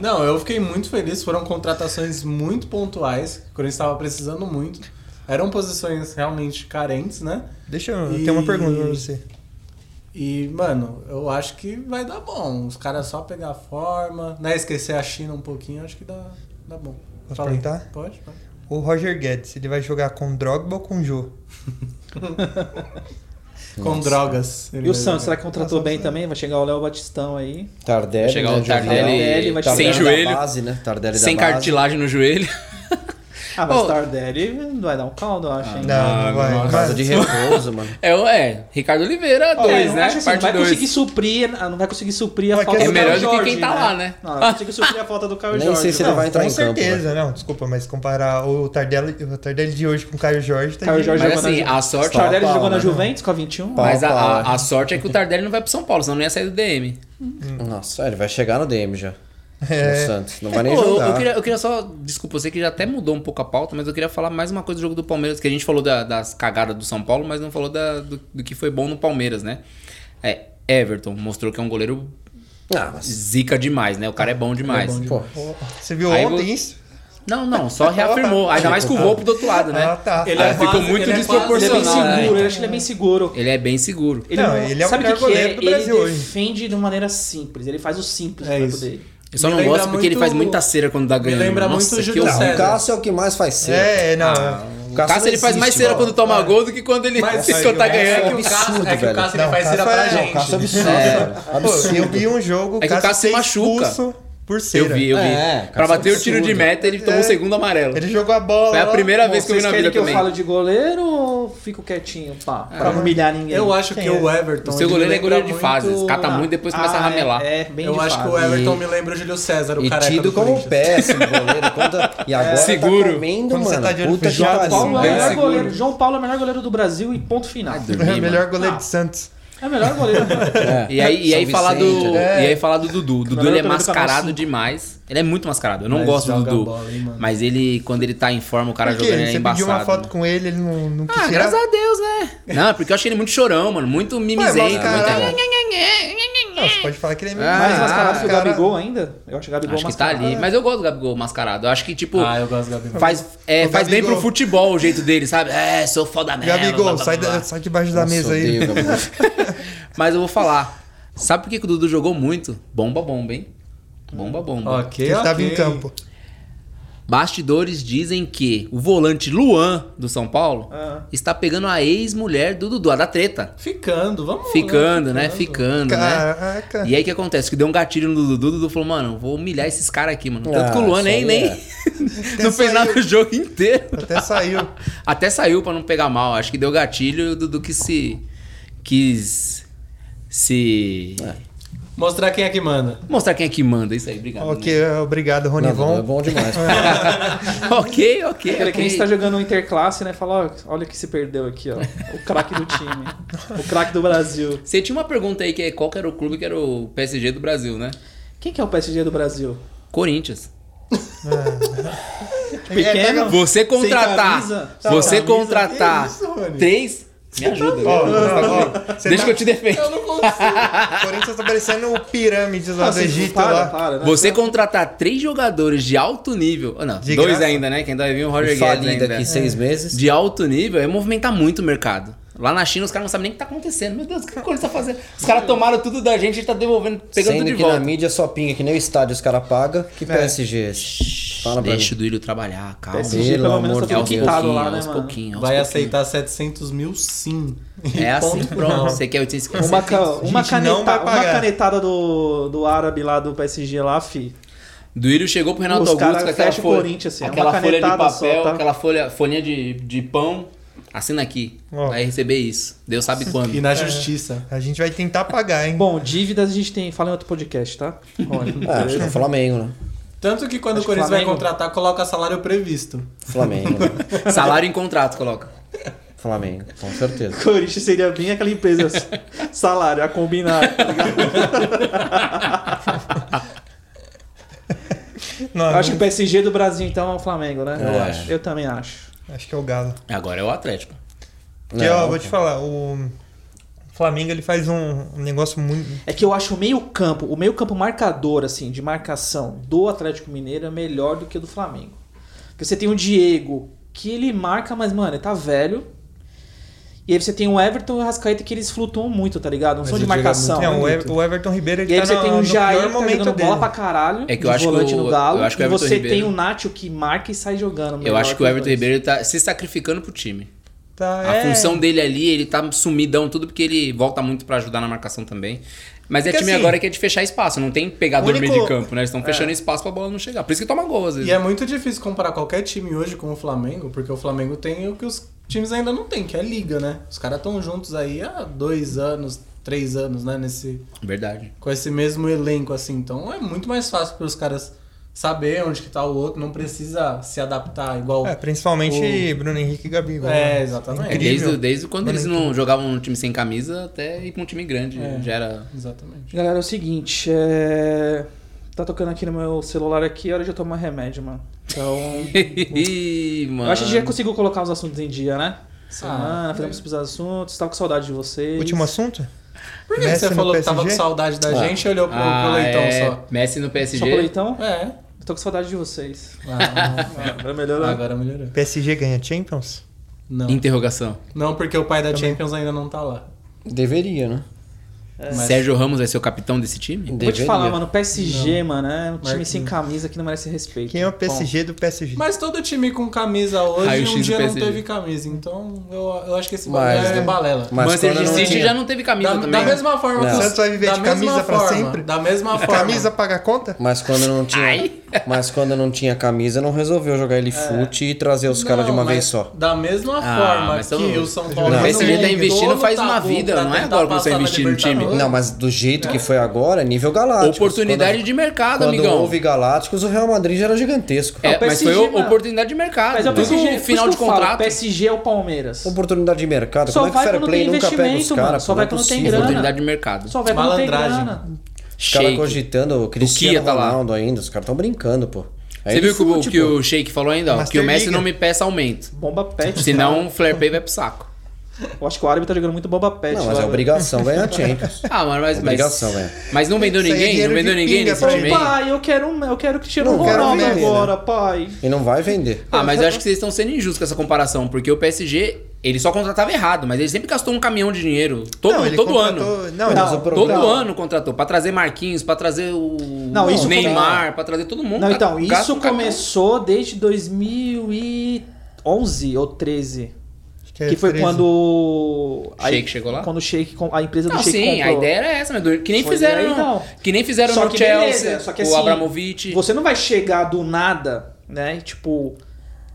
Speaker 3: Não, eu fiquei muito feliz. Foram contratações muito pontuais. que O Corinthians estava precisando muito. Eram posições realmente carentes, né?
Speaker 4: Deixa eu.
Speaker 3: E-
Speaker 4: Tem uma pergunta pra você.
Speaker 3: E, mano, eu acho que vai dar bom. Os caras só pegar forma, né? Esquecer a China um pouquinho, acho que dá, dá bom.
Speaker 4: Posso
Speaker 3: Fala aí.
Speaker 4: perguntar?
Speaker 3: Pode, pode.
Speaker 4: O Roger Guedes, ele vai jogar com Drogba ou com Jô?
Speaker 3: Com drogas.
Speaker 1: E o Santos, será que contratou bem também? Vai chegar o Léo Batistão aí.
Speaker 5: Tardelli,
Speaker 2: Vai chegar
Speaker 5: né,
Speaker 2: o Tardelli,
Speaker 1: Tardelli, vai
Speaker 5: Tardelli
Speaker 2: sem
Speaker 5: da
Speaker 2: joelho,
Speaker 5: base, né? Tardelli
Speaker 2: sem
Speaker 5: da base.
Speaker 2: cartilagem no joelho.
Speaker 1: Ah, mas
Speaker 2: Ô.
Speaker 1: o Tardelli vai dar um caldo, eu acho,
Speaker 2: Ah,
Speaker 1: hein?
Speaker 4: Não, não vai. Mas-
Speaker 2: tá
Speaker 5: Casa de repouso, mano.
Speaker 2: É, o- é, Ricardo Oliveira
Speaker 1: Olha,
Speaker 2: 2,
Speaker 1: eu
Speaker 2: né?
Speaker 1: acho assim, não
Speaker 2: Parte
Speaker 1: vai conseguir
Speaker 2: 2.
Speaker 1: suprir, ah, não vai conseguir suprir a
Speaker 4: Mas
Speaker 1: falta
Speaker 4: que
Speaker 1: do
Speaker 4: é melhor
Speaker 1: Caio
Speaker 2: do que
Speaker 1: Jorge,
Speaker 2: quem tá lá, né?
Speaker 1: Não, não vai conseguir suprir a falta do Caio
Speaker 5: Nem
Speaker 1: Jorge. né?
Speaker 5: sei se ele
Speaker 1: não.
Speaker 5: vai entrar
Speaker 4: com
Speaker 5: em campo,
Speaker 4: certeza, né? não. Desculpa, mas comparar o Tardelli, o Tardelli de hoje com o Caio Jorge tá
Speaker 1: Caio
Speaker 4: de-
Speaker 1: Jorge
Speaker 2: Mas
Speaker 1: jogou
Speaker 2: assim,
Speaker 1: na Ju-
Speaker 2: a sorte...
Speaker 1: Tardelli
Speaker 5: Pau,
Speaker 1: jogou na
Speaker 5: né?
Speaker 1: Juventus com a 21.
Speaker 5: Pau.
Speaker 2: Mas a,
Speaker 5: Paulo.
Speaker 2: a, a sorte é que o Tardelli não vai pro São Paulo, senão não ia sair do DM.
Speaker 5: Nossa, ele vai chegar no DM já.
Speaker 4: É.
Speaker 5: No Santos. Não vai nem
Speaker 2: Ô, eu-
Speaker 5: jogar.
Speaker 2: Eu, queria, eu queria só. Desculpa, eu sei que já até mudou um pouco a pauta, mas eu queria falar mais uma coisa do jogo do Palmeiras, que a gente falou da- das cagadas do São Paulo, mas não falou da- do, do que foi bom no Palmeiras, né? É, Everton mostrou que é um goleiro
Speaker 5: Ah, mas...
Speaker 2: zica demais, né? O cara é bom demais.
Speaker 5: Pô,
Speaker 4: Você viu
Speaker 2: Aí
Speaker 4: ontem
Speaker 2: vo-
Speaker 4: isso?
Speaker 2: Não, não, só reafirmou. Ainda mais com o Volpe do outro lado, né?
Speaker 4: Ah, tá.
Speaker 3: Tipo, Ele
Speaker 2: Ah,
Speaker 3: é
Speaker 2: ficou
Speaker 3: quase-
Speaker 2: muito
Speaker 3: ele é quase-
Speaker 1: Ele é bem
Speaker 2: desproporcional, né?
Speaker 1: seguro, eu acho que ele é bem seguro.
Speaker 2: Ele é bem seguro.
Speaker 4: Não, ele é o melhor goleiro do Brasil
Speaker 1: Ele
Speaker 4: hoje.
Speaker 1: defende de uma maneira simples, ele faz o simples
Speaker 3: É
Speaker 1: pra
Speaker 3: isso.
Speaker 1: poder.
Speaker 2: Eu só
Speaker 3: Me
Speaker 2: não
Speaker 3: lembra
Speaker 2: gosto porque ele
Speaker 3: muito-
Speaker 2: faz muita cera quando dá ganhando.
Speaker 3: lembra
Speaker 2: Nossa,
Speaker 3: muito o
Speaker 2: que
Speaker 3: Júlio
Speaker 2: horror.
Speaker 3: César.
Speaker 5: o Cássio é o que mais faz ser.
Speaker 4: É, não.
Speaker 2: Ah,
Speaker 5: Cássio
Speaker 2: Cássio,
Speaker 5: não
Speaker 2: ele faz
Speaker 5: existe,
Speaker 2: mais cera
Speaker 5: bola.
Speaker 2: quando toma gol do que quando ele
Speaker 3: Mas
Speaker 5: aí,
Speaker 4: né?
Speaker 2: quando tá
Speaker 5: eu-
Speaker 2: ganhando.
Speaker 5: é que o Cássio-
Speaker 3: Cássio- é que o Cássio ele
Speaker 4: Não,
Speaker 3: faz cera
Speaker 4: Cássio
Speaker 3: pra
Speaker 4: é- não,
Speaker 3: gente.
Speaker 5: Cássio é absurdo.
Speaker 4: Pô, eu vi
Speaker 5: absurdo.
Speaker 4: um jogo,
Speaker 2: É que o Cássio
Speaker 4: foi
Speaker 2: se machuca.
Speaker 4: expulso por cera.
Speaker 2: Eu vi, eu vi.
Speaker 5: É,
Speaker 2: pra
Speaker 5: Cássio
Speaker 2: bater
Speaker 5: é
Speaker 2: o tiro de
Speaker 5: absurdo. É.
Speaker 2: meta, ele tomou o segundo amarelo.
Speaker 4: Ele jogou a bola.
Speaker 2: Foi a
Speaker 4: lá.
Speaker 2: primeira
Speaker 1: Bom,
Speaker 2: vez que eu vi
Speaker 1: vocês
Speaker 2: na
Speaker 1: querem
Speaker 2: vida
Speaker 1: que eu
Speaker 2: também.
Speaker 1: falo de goleiro ou fico quietinho, pá? Pra não humilhar ninguém.
Speaker 3: É. Eu acho
Speaker 4: Quem
Speaker 3: que
Speaker 4: é?
Speaker 3: o Everton.
Speaker 2: O seu
Speaker 3: ele
Speaker 2: goleiro
Speaker 3: me
Speaker 2: é goleiro de
Speaker 3: lembra
Speaker 2: fases.
Speaker 3: muito-
Speaker 2: Cata muito e depois começa a
Speaker 1: Ah,
Speaker 2: ramelar.
Speaker 1: É, é bem
Speaker 3: Eu
Speaker 1: de
Speaker 3: acho que
Speaker 1: fase.
Speaker 3: o Everton
Speaker 5: E-
Speaker 3: me lembra o Júlio César, o
Speaker 5: E
Speaker 3: careca
Speaker 5: tido
Speaker 3: do
Speaker 5: como
Speaker 3: Corinthians.
Speaker 5: péssimo goleiro. conta- E agora
Speaker 2: Seguro.
Speaker 5: tá comendo,
Speaker 4: Quando você
Speaker 5: mano.
Speaker 4: tá de olho
Speaker 5: Puta que
Speaker 4: fechado,
Speaker 5: pariu.
Speaker 4: assim,
Speaker 1: Paulo é o
Speaker 2: bem
Speaker 1: melhor
Speaker 2: seguro.
Speaker 1: goleiro. João Paulo é o melhor goleiro do Brasil e ponto final.
Speaker 2: Ai,
Speaker 4: É o melhor
Speaker 2: mano.
Speaker 4: goleiro
Speaker 1: Ah.
Speaker 4: de Santos.
Speaker 1: É o melhor goleiro.
Speaker 5: É.
Speaker 2: E aí, e aí
Speaker 5: São
Speaker 2: falar do,
Speaker 5: Vicente,
Speaker 4: né?
Speaker 2: e aí falar do Dudu. O Dudu
Speaker 1: eu
Speaker 2: ele é
Speaker 1: tô vendo que tá
Speaker 2: mascarado
Speaker 1: assim.
Speaker 2: demais. Ele é muito mascarado. Eu não
Speaker 3: Mas
Speaker 2: gosto do
Speaker 3: joga
Speaker 2: Dudu.
Speaker 3: bola, hein, mano.
Speaker 2: mas ele, quando ele tá em forma, o cara
Speaker 4: Por quê?
Speaker 2: jogando ele é
Speaker 4: Você
Speaker 2: embaçado.
Speaker 4: pediu uma foto
Speaker 2: né?
Speaker 4: com ele, ele não, não quis
Speaker 2: Ah,
Speaker 4: tirar.
Speaker 2: graças a Deus, né? Não, porque eu achei ele muito chorão, mano. Muito mimizento.
Speaker 4: Ué, mas, é caralho.
Speaker 2: muito-
Speaker 4: Não, você pode falar que ele é meio
Speaker 2: Ah,
Speaker 1: Mais
Speaker 2: ah,
Speaker 1: mascarado que o
Speaker 4: cara.
Speaker 1: Gabigol ainda? Eu acho que o Gabigol é
Speaker 2: Acho que tá
Speaker 1: mascarado.
Speaker 4: é.
Speaker 2: ali. Mas eu gosto do Gabigol mascarado. Eu acho que, tipo,
Speaker 3: Ah, eu gosto do Gabigol.
Speaker 2: faz, é,
Speaker 4: O
Speaker 2: faz bem
Speaker 4: Gabigol-
Speaker 2: pro futebol o jeito dele, sabe? É, sou foda mesmo. blá,
Speaker 4: Gabigol,
Speaker 2: blá,
Speaker 4: sai,
Speaker 2: blá,
Speaker 4: da,
Speaker 2: blá.
Speaker 4: sai debaixo da mesa aí.
Speaker 5: Odeio, Gabriel.
Speaker 2: Mas eu vou falar. Sabe por que, que o Dudu jogou muito? Bomba, bomba, hein? Bomba, bomba.
Speaker 3: Ok,
Speaker 4: Ele tava
Speaker 3: ok.
Speaker 4: em campo.
Speaker 2: Bastidores dizem que o volante Luan do São Paulo
Speaker 1: Ah.
Speaker 2: está pegando a ex-mulher do Dudu, a da treta.
Speaker 3: Ficando, vamos.
Speaker 2: Ficando, né? Ficando, né?
Speaker 4: Caraca.
Speaker 2: E aí o que acontece? Que deu um gatilho no Dudu, o Dudu falou, mano, vou humilhar esses caras aqui, mano. Tanto
Speaker 5: Ah,
Speaker 2: que o Luan
Speaker 5: isso
Speaker 2: nem,
Speaker 5: aí
Speaker 2: nem
Speaker 5: é.
Speaker 2: não fez nada o jogo inteiro.
Speaker 4: Até saiu.
Speaker 2: Até saiu pra não pegar mal. Acho que deu gatilho e o Dudu que se. quis. se.
Speaker 5: É.
Speaker 3: Mostrar quem é que manda.
Speaker 2: Mostrar quem é que manda isso aí, obrigado. né?
Speaker 4: ok, obrigado,
Speaker 5: Não, Dudu é
Speaker 4: Ronivon.
Speaker 5: bom demais.
Speaker 2: ok, ok.
Speaker 1: Aquele que a
Speaker 2: ok.
Speaker 1: gente tá jogando no Interclasse, né? Fala, ó, olha que se perdeu aqui, ó. O craque do time. o craque do Brasil.
Speaker 2: Você tinha uma pergunta aí que é qual que era o clube que era o PSG do Brasil, né?
Speaker 1: Quem que é o PSG do Brasil?
Speaker 2: Corinthians.
Speaker 4: É,
Speaker 1: Pequeno?
Speaker 2: Você contratar.
Speaker 1: camisa?
Speaker 2: Você
Speaker 1: Sem camisa?
Speaker 2: contratar três. Me ajuda.
Speaker 4: Ó,
Speaker 2: me ajuda.
Speaker 4: ó, ó, você
Speaker 2: Deixa
Speaker 4: tá-
Speaker 2: que eu te defendo.
Speaker 4: O Corinthians tá parecendo o pirâmides lá do
Speaker 1: Nossa,
Speaker 4: Egito
Speaker 1: assim, para,
Speaker 4: lá.
Speaker 1: para, né?
Speaker 2: Você contratar três jogadores de alto nível. Ou não,
Speaker 4: De
Speaker 2: dois
Speaker 4: graça?
Speaker 2: ainda, né? Quem ainda vai vir o
Speaker 5: E
Speaker 2: Roger Guedes
Speaker 5: Falir
Speaker 2: ainda.
Speaker 5: daqui seis meses.
Speaker 2: De alto nível é movimentar muito o mercado. Lá na China os caras não sabem nem o que tá acontecendo. Meu Deus, o que o Corinthians tá fazendo? Os caras tomaram tudo da gente, a gente tá devolvendo, pegando
Speaker 5: Sendo
Speaker 2: tudo de
Speaker 5: que na
Speaker 2: volta.
Speaker 5: mídia só pinga que nem o estádio os caras pagam. Que PSG é esse? Fala pra
Speaker 2: Deixa
Speaker 5: mim.
Speaker 2: o Duílio trabalhar, calma.
Speaker 1: PSG
Speaker 5: Pelo
Speaker 1: pelo menos
Speaker 5: amor
Speaker 1: tá
Speaker 5: de
Speaker 1: tudo
Speaker 5: Deus.
Speaker 1: quitado lá, né,
Speaker 2: aos
Speaker 1: mano?
Speaker 2: pouquinhos, aos
Speaker 3: Vai
Speaker 2: pouquinhos.
Speaker 3: aceitar 700 mil, sim.
Speaker 2: É assim,
Speaker 3: Ponto
Speaker 2: pronto.
Speaker 3: final.
Speaker 2: Você quer 850?
Speaker 1: Uma, ca- uma
Speaker 4: Gente, não vai
Speaker 1: caneta- uma
Speaker 4: pagar.
Speaker 1: canetada do, do árabe lá do PSG lá, fi.
Speaker 2: Duílio chegou pro Renato
Speaker 1: Os
Speaker 2: Augusto
Speaker 1: caras
Speaker 2: com aquela
Speaker 1: fecham o
Speaker 2: folha,
Speaker 1: Corinthians, assim, é uma
Speaker 2: aquela folha de
Speaker 1: canetada só,
Speaker 2: papel,
Speaker 1: tá?
Speaker 2: aquela folha, folhinha de, de pão. Assina aqui.
Speaker 4: Ó.
Speaker 2: Vai receber isso. Deus sabe quando.
Speaker 4: É.
Speaker 3: E na justiça.
Speaker 4: A gente vai tentar pagar, hein?
Speaker 1: Bom, dívidas a gente tem. Fala em outro podcast, tá? Olha,
Speaker 5: Ah, acho que é o Flamengo, né?
Speaker 3: Tanto que quando
Speaker 1: Acho
Speaker 3: o
Speaker 1: que
Speaker 3: Corinthians vai
Speaker 1: Flamengo-
Speaker 3: contratar, coloca salário previsto.
Speaker 5: Flamengo. né?
Speaker 2: Salário em contrato, coloca.
Speaker 5: Flamengo, com certeza.
Speaker 1: Corinthians seria bem aquela empresa salário a combinar, tá ligado?
Speaker 4: Não,
Speaker 1: Eu
Speaker 4: não-
Speaker 1: acho que o PSG do Brasil, então, é o Flamengo, né?
Speaker 5: Eu acho.
Speaker 1: Eu também acho.
Speaker 4: acho que é o Galo.
Speaker 2: Agora é o Atlético.
Speaker 5: Não,
Speaker 4: Porque, ó, vou te falar, o Flamengo ele faz um, um negócio muito.
Speaker 1: É que eu acho o meio-campo, o meio-campo marcador, assim, de marcação do Atlético Mineiro é melhor do que o do Flamengo. Porque você tem o Diego, que ele marca, mas, mano, ele tá velho. E aí você tem o Everton e o Rascaeta que eles flutuam muito, tá ligado? Não
Speaker 3: Mas
Speaker 1: são
Speaker 3: o
Speaker 1: de
Speaker 3: Diego é
Speaker 1: marcação.
Speaker 4: Não, o, Ever- o Everton Ribeiro
Speaker 1: E
Speaker 4: ele
Speaker 1: aí
Speaker 4: tá
Speaker 1: você
Speaker 4: na-
Speaker 1: tem
Speaker 4: no
Speaker 1: o Jair
Speaker 4: pior
Speaker 1: que tá
Speaker 4: momento
Speaker 1: jogando
Speaker 4: dele.
Speaker 1: bola pra caralho,
Speaker 2: É que eu
Speaker 1: de
Speaker 2: acho que
Speaker 1: volante
Speaker 2: o-
Speaker 1: no Galo.
Speaker 2: eu acho que o
Speaker 1: e
Speaker 2: Everton
Speaker 1: você
Speaker 2: Ribeiro-
Speaker 1: tem o Nacho que marca e sai jogando.
Speaker 2: Eu
Speaker 1: melhor
Speaker 2: acho que o
Speaker 1: os
Speaker 2: Everton
Speaker 1: dois.
Speaker 2: Ribeiro ele tá se sacrificando pro time.
Speaker 4: Tá,
Speaker 2: A
Speaker 4: é.
Speaker 2: função dele ali, ele tá sumidão tudo, porque ele volta muito pra ajudar na marcação também. Mas é
Speaker 4: Porque
Speaker 2: time
Speaker 4: assim,
Speaker 2: agora que é de fechar espaço, não tem pegador
Speaker 4: único-
Speaker 2: meio de campo, né? Eles estão fechando espaço pra bola não chegar. Por isso que toma gol, às vezes.
Speaker 3: E é muito difícil comparar qualquer time hoje com o Flamengo, porque o Flamengo tem o que os times ainda não tem, que é a liga, né? Os caras estão juntos aí há dois anos, três anos, né? Nesse,
Speaker 2: Verdade.
Speaker 3: com esse mesmo elenco, assim. Então é muito mais fácil para os caras saber onde que tá o outro, não precisa se adaptar igual...
Speaker 4: É, principalmente Bruno Henrique e Gabigol.
Speaker 3: É,
Speaker 4: né?
Speaker 3: exatamente.
Speaker 4: Incrível.
Speaker 2: Desde, desde quando eles não jogavam um time sem camisa até ir pra um time grande. Já era
Speaker 3: Exatamente.
Speaker 1: Galera, é o seguinte, é... Tá tocando aqui no meu celular aqui, é hora de eu tomar remédio, mano. Então...
Speaker 2: Ih, mano.
Speaker 1: Eu acho que a gente já conseguiu colocar os assuntos em dia, né? Semana,
Speaker 3: Ah,
Speaker 1: fizemos os assuntos, tava com saudade de vocês.
Speaker 4: Último assunto?
Speaker 3: Por que, que
Speaker 4: Messi
Speaker 3: você
Speaker 4: no
Speaker 3: falou que tava com
Speaker 4: PSG?
Speaker 3: saudade da gente e olhou pro, pro
Speaker 2: Ah,
Speaker 3: Leitão
Speaker 2: é.
Speaker 3: só?
Speaker 2: Messi no PSG.
Speaker 1: Só por então?
Speaker 3: É.
Speaker 1: Eu tô com saudade de vocês.
Speaker 3: Ah,
Speaker 2: É.
Speaker 1: Agora melhorou.
Speaker 3: agora melhorou.
Speaker 4: PSG ganha Champions?
Speaker 3: Não.
Speaker 2: Interrogação.
Speaker 3: Não, porque o pai da Champions ainda não tá lá.
Speaker 5: Deveria, né?
Speaker 2: Sérgio Ramos vai ser o capitão desse time?
Speaker 5: Deveria.
Speaker 1: Vou te falar, mano, o PSG, mano, é um time sem camisa que não merece respeito.
Speaker 4: Quem é o PSG do PSG?
Speaker 3: Mas todo time com camisa hoje,
Speaker 2: Raio-X
Speaker 3: um
Speaker 2: do
Speaker 3: dia não
Speaker 2: PSG.
Speaker 3: teve camisa. Então, eu, eu acho que esse
Speaker 5: Mas,
Speaker 3: bagulho é
Speaker 5: né?
Speaker 3: balela.
Speaker 5: Mas
Speaker 2: Manchester
Speaker 5: quando não
Speaker 2: City
Speaker 5: tinha-
Speaker 2: já não teve camisa
Speaker 3: Da,
Speaker 2: também.
Speaker 3: da mesma forma
Speaker 5: Não.
Speaker 3: que o
Speaker 4: Santos vai viver
Speaker 3: da
Speaker 4: de
Speaker 3: mesma
Speaker 4: camisa pra
Speaker 3: forma,
Speaker 4: sempre?
Speaker 3: Da mesma forma.
Speaker 4: Camisa paga a conta?
Speaker 5: Mas quando não tinha, mas quando não tinha camisa, não resolveu jogar ele fute e trazer os caras de uma
Speaker 3: Não,
Speaker 5: vez
Speaker 3: mas
Speaker 5: só.
Speaker 3: Da mesma forma
Speaker 2: mas
Speaker 3: que
Speaker 2: então-
Speaker 3: o São Paulo.
Speaker 2: Não, mas se
Speaker 3: não
Speaker 2: ele tá
Speaker 3: montou
Speaker 2: investindo,
Speaker 3: no
Speaker 2: faz uma
Speaker 3: tabu
Speaker 2: vida,
Speaker 3: pra
Speaker 2: não é
Speaker 3: tentar
Speaker 2: agora que você
Speaker 3: passar na
Speaker 2: investir no time.
Speaker 3: Libertadores.
Speaker 5: Não, mas do jeito que foi agora, é nível galáctico.
Speaker 2: Oportunidade de mercado,
Speaker 5: quando, Quando
Speaker 2: amigão.
Speaker 5: houve Galácticos, o Real Madrid já era gigantesco.
Speaker 2: É,
Speaker 1: Ah, o
Speaker 2: mas
Speaker 1: PSG,
Speaker 2: foi o-
Speaker 1: mano.
Speaker 2: oportunidade de mercado.
Speaker 1: Mas é o
Speaker 2: Tudo
Speaker 1: PSG, por
Speaker 2: final
Speaker 1: isso
Speaker 2: de
Speaker 1: que eu falo,
Speaker 2: contrato.
Speaker 1: PSG é o Palmeiras.
Speaker 5: Oportunidade de mercado.
Speaker 1: Só
Speaker 5: Como é que o
Speaker 1: vai
Speaker 5: Fair
Speaker 1: quando
Speaker 5: Play
Speaker 1: tem
Speaker 5: nunca pega os
Speaker 1: investimento, mano.
Speaker 5: caras?
Speaker 1: Só
Speaker 5: pô,
Speaker 1: vai
Speaker 5: é
Speaker 1: quando tem
Speaker 5: possível.
Speaker 1: grana.
Speaker 2: Oportunidade de mercado.
Speaker 1: Só vai quando tem
Speaker 3: Malandragem.
Speaker 1: grana.
Speaker 5: Os caras
Speaker 2: Sheik.
Speaker 5: cogitando o Cristiano
Speaker 2: Kia tá lá.
Speaker 5: Ronaldo ainda. Os caras estão brincando, pô. É Aí
Speaker 2: Você
Speaker 5: ele
Speaker 2: viu que, o-
Speaker 5: fute,
Speaker 2: que
Speaker 5: pô.
Speaker 2: o Sheik falou ainda? Ó,
Speaker 4: tipo,
Speaker 2: que
Speaker 4: Master
Speaker 2: o Messi
Speaker 4: Liga.
Speaker 2: não me peça aumento.
Speaker 1: Bomba pet.
Speaker 2: Senão o Flare Pay vai pro saco.
Speaker 1: Eu acho que o árabe tá jogando muito bomba pet.
Speaker 5: Não, mas
Speaker 1: lá,
Speaker 5: é
Speaker 1: velho.
Speaker 5: obrigação ganhar a Champions.
Speaker 2: Ah, mano, mas.
Speaker 5: Obrigação,
Speaker 2: mas,
Speaker 5: é.
Speaker 2: mas não vendeu
Speaker 4: Isso aí é
Speaker 2: ninguém? Não
Speaker 4: dinheiro
Speaker 2: vendeu
Speaker 4: de
Speaker 2: ninguém
Speaker 4: pinga
Speaker 2: nesse
Speaker 4: pra
Speaker 2: time aí?
Speaker 1: Pai, eu quero, um- eu quero Cristiano
Speaker 5: Não quero um
Speaker 1: Ronaldo
Speaker 5: vender,
Speaker 1: agora, pai.
Speaker 5: E não vai vender.
Speaker 2: Ah, mas eu acho que vocês estão sendo injustos com essa comparação, porque o PSG, ele só contratava errado, mas ele sempre gastou um caminhão de dinheiro. Todo,
Speaker 4: Não, ele
Speaker 2: todo
Speaker 4: contratou-
Speaker 2: ano.
Speaker 4: Não,
Speaker 5: Mas
Speaker 4: não.
Speaker 5: o
Speaker 2: Todo
Speaker 5: problema-
Speaker 2: ano contratou. Pra trazer Marquinhos, pra trazer o
Speaker 1: Não, isso
Speaker 4: é.
Speaker 2: Neymar, pra trazer todo mundo.
Speaker 1: Não,
Speaker 2: Tá-
Speaker 1: então,
Speaker 2: gasta
Speaker 1: isso
Speaker 2: um caminhão.
Speaker 1: começou desde 2011 ou 13.
Speaker 4: Acho é
Speaker 1: que foi
Speaker 4: 13.
Speaker 1: quando. a-
Speaker 2: Sheik chegou lá?
Speaker 1: Quando o Sheik, com- a empresa do
Speaker 2: Não,
Speaker 1: Sheik
Speaker 2: sim,
Speaker 1: comprou.
Speaker 2: a ideia era essa, né? do- Que nem
Speaker 1: Foi
Speaker 2: fizeram.
Speaker 1: daí, não.
Speaker 2: Que nem fizeram
Speaker 1: Só
Speaker 2: no
Speaker 1: que
Speaker 2: Chelsea,
Speaker 1: beleza, só que assim,
Speaker 2: o Abramovich.
Speaker 1: Você não vai chegar do nada, né? Tipo,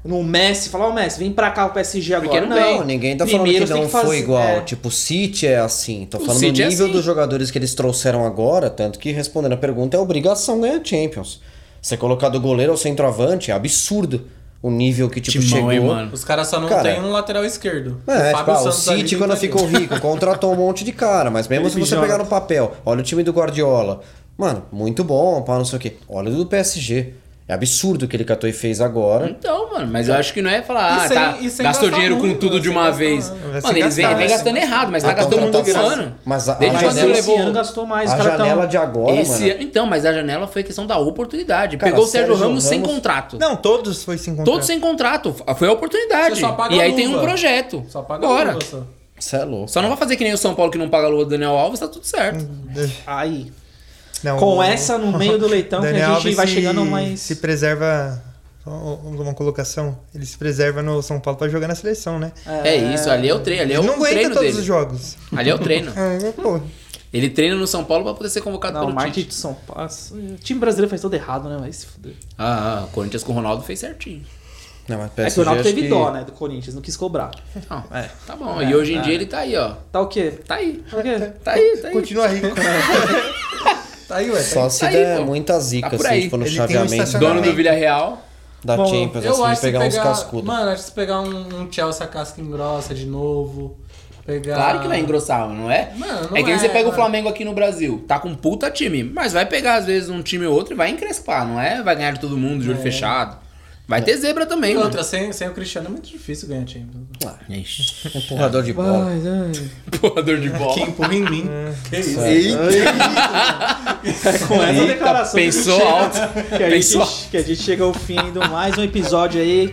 Speaker 1: no Messi, falar, ô Messi, vem pra cá o PSG agora.
Speaker 2: Porque não
Speaker 1: não,
Speaker 2: vem.
Speaker 5: ninguém tá
Speaker 1: Primeiro tem
Speaker 5: falando que não
Speaker 1: que fazer-
Speaker 5: foi igual.
Speaker 1: é.
Speaker 5: Tipo, o City é assim. Tô
Speaker 2: O
Speaker 5: falando do
Speaker 2: City é
Speaker 5: nível
Speaker 2: assim.
Speaker 5: dos jogadores que eles trouxeram agora, tanto que respondendo a pergunta, é obrigação ganhar Champions. Você colocar do goleiro ao centroavante é absurdo o nível que tipo
Speaker 2: Timão,
Speaker 5: chegou.
Speaker 2: hein, mano?
Speaker 3: Os caras só não
Speaker 5: Cara.
Speaker 3: têm um lateral esquerdo.
Speaker 5: É, tipo,
Speaker 3: Fábio
Speaker 5: ah, o
Speaker 3: Santos tá ali
Speaker 5: City
Speaker 3: não
Speaker 5: quando
Speaker 3: vai ter.
Speaker 5: ficou rico contratou um monte de cara, mas mesmo assim, se
Speaker 3: Felipe
Speaker 5: você pegar no papel, olha o time do Guardiola. Mano, muito bom, pá, não sei o quê. Olha o do PSG. É absurdo o que ele catou e fez agora.
Speaker 2: Então, mano, mas eu acho que não é falar,
Speaker 3: E
Speaker 2: ah,
Speaker 3: sem-
Speaker 2: tá,
Speaker 3: e sem
Speaker 2: gastou
Speaker 3: gastar
Speaker 2: dinheiro com
Speaker 3: muito,
Speaker 2: tudo de
Speaker 3: sem
Speaker 2: uma
Speaker 3: gastar,
Speaker 2: vez.
Speaker 3: né?
Speaker 4: Vai se
Speaker 2: Mano, eles vêm
Speaker 4: gastar,
Speaker 2: vem
Speaker 4: né?
Speaker 2: gastando errado, mas
Speaker 5: A
Speaker 2: tá gastando muito
Speaker 5: contratação-
Speaker 2: ano.
Speaker 5: mas a-
Speaker 2: Desde
Speaker 5: a
Speaker 2: quando
Speaker 1: Mas
Speaker 2: você
Speaker 5: janela-
Speaker 1: esse
Speaker 2: levou...
Speaker 1: ano gastou mais.
Speaker 5: a
Speaker 1: os caras tão-
Speaker 5: janela de agora,
Speaker 2: Esse
Speaker 5: mano.
Speaker 2: ano- Então, mas a janela foi questão da oportunidade.
Speaker 5: Cara,
Speaker 2: Pegou o Sérgio,
Speaker 5: Sérgio
Speaker 2: Ramos, sem
Speaker 5: Ramos-
Speaker 2: contrato.
Speaker 4: Não, todos foi se encontrar.
Speaker 2: Todos sem contrato. Foi a oportunidade.
Speaker 3: Você só paga
Speaker 2: e
Speaker 3: a
Speaker 2: aí
Speaker 3: luva.
Speaker 2: tem um projeto.
Speaker 3: Só paga
Speaker 2: Bora.
Speaker 3: Bora. Só.
Speaker 5: Isso é louco.
Speaker 2: Só não vai fazer que nem o São Paulo que não paga a lua do Daniel Alves, tá tudo certo.
Speaker 1: Aí.
Speaker 4: Não,
Speaker 1: Com
Speaker 4: o-
Speaker 1: essa no meio do leitão que a
Speaker 4: Daniel
Speaker 1: gente
Speaker 4: Alves
Speaker 1: vai
Speaker 4: se-
Speaker 1: chegando mais.
Speaker 4: Se preserva. só Uma colocação. Ele se preserva no São Paulo pra jogar na seleção, né?
Speaker 2: É isso, ali é o treino, ali é
Speaker 4: ele não
Speaker 2: o
Speaker 4: aguenta
Speaker 2: treino
Speaker 4: todos
Speaker 2: dele.
Speaker 4: os jogos.
Speaker 2: Ali é o treino.
Speaker 4: É, pô.
Speaker 2: Ele treina no São Paulo pra poder ser convocado
Speaker 1: Não, o
Speaker 2: pelo
Speaker 1: marketing
Speaker 2: Tite.
Speaker 1: de São Paulo. O time brasileiro faz tudo errado, né? Vai se fuder.
Speaker 2: Ah, ah, o Corinthians com o Ronaldo fez certinho.
Speaker 5: Não, mas
Speaker 1: É que o
Speaker 5: PSG
Speaker 1: Ronaldo
Speaker 5: acho
Speaker 1: teve
Speaker 5: que-
Speaker 1: dó, né? Do Corinthians, não quis cobrar.
Speaker 2: Não,
Speaker 3: É.
Speaker 2: Tá bom. e hoje em dia ele tá aí, ó.
Speaker 1: Tá o quê?
Speaker 2: Tá aí.
Speaker 1: Tá o quê?
Speaker 2: Tá aí, tá aí.
Speaker 4: Continua rico.
Speaker 3: Tá aí, ué. tá
Speaker 5: Só se
Speaker 2: Tá aí,
Speaker 5: der
Speaker 2: pô.
Speaker 5: muita zica,
Speaker 2: Tá por
Speaker 5: assim,
Speaker 2: aí.
Speaker 5: tipo, no
Speaker 4: Ele tem um
Speaker 5: chaveamento
Speaker 4: estacionamento.
Speaker 2: Dono do Vila Real.
Speaker 5: da
Speaker 1: Bom,
Speaker 5: Champions,
Speaker 3: Eu
Speaker 5: assim,
Speaker 3: acho que
Speaker 5: pegar
Speaker 3: pegar,
Speaker 5: uns cascudos.
Speaker 3: Mano, acho que se pegar um, um Chelsea casca engrossa de novo. Pegar...
Speaker 2: Claro que vai engrossar, não é?
Speaker 3: Mano, Ah. não
Speaker 2: é que nem
Speaker 3: é,
Speaker 2: você pega o
Speaker 3: mano.
Speaker 2: Flamengo aqui no Brasil. Tá com um puta time. Mas vai pegar, às vezes, um time ou outro e vai encrespar, não é? Vai ganhar de todo mundo, de olho fechado. Vai ter zebra também,
Speaker 3: E
Speaker 2: mano.
Speaker 3: outra, sem, sem o Cristiano é muito difícil ganhar Champions.
Speaker 2: Ixi,
Speaker 5: Empurrador Um de bola.
Speaker 2: Porrador de bola.
Speaker 3: Quem empurra em mim.
Speaker 2: É.
Speaker 3: que isso.
Speaker 1: É Com essa declaração. que a gente
Speaker 2: Pensou
Speaker 1: chega-
Speaker 2: alto.
Speaker 1: Que a,
Speaker 2: Pensou
Speaker 1: gente, que a gente chega ao fim do mais um episódio aí.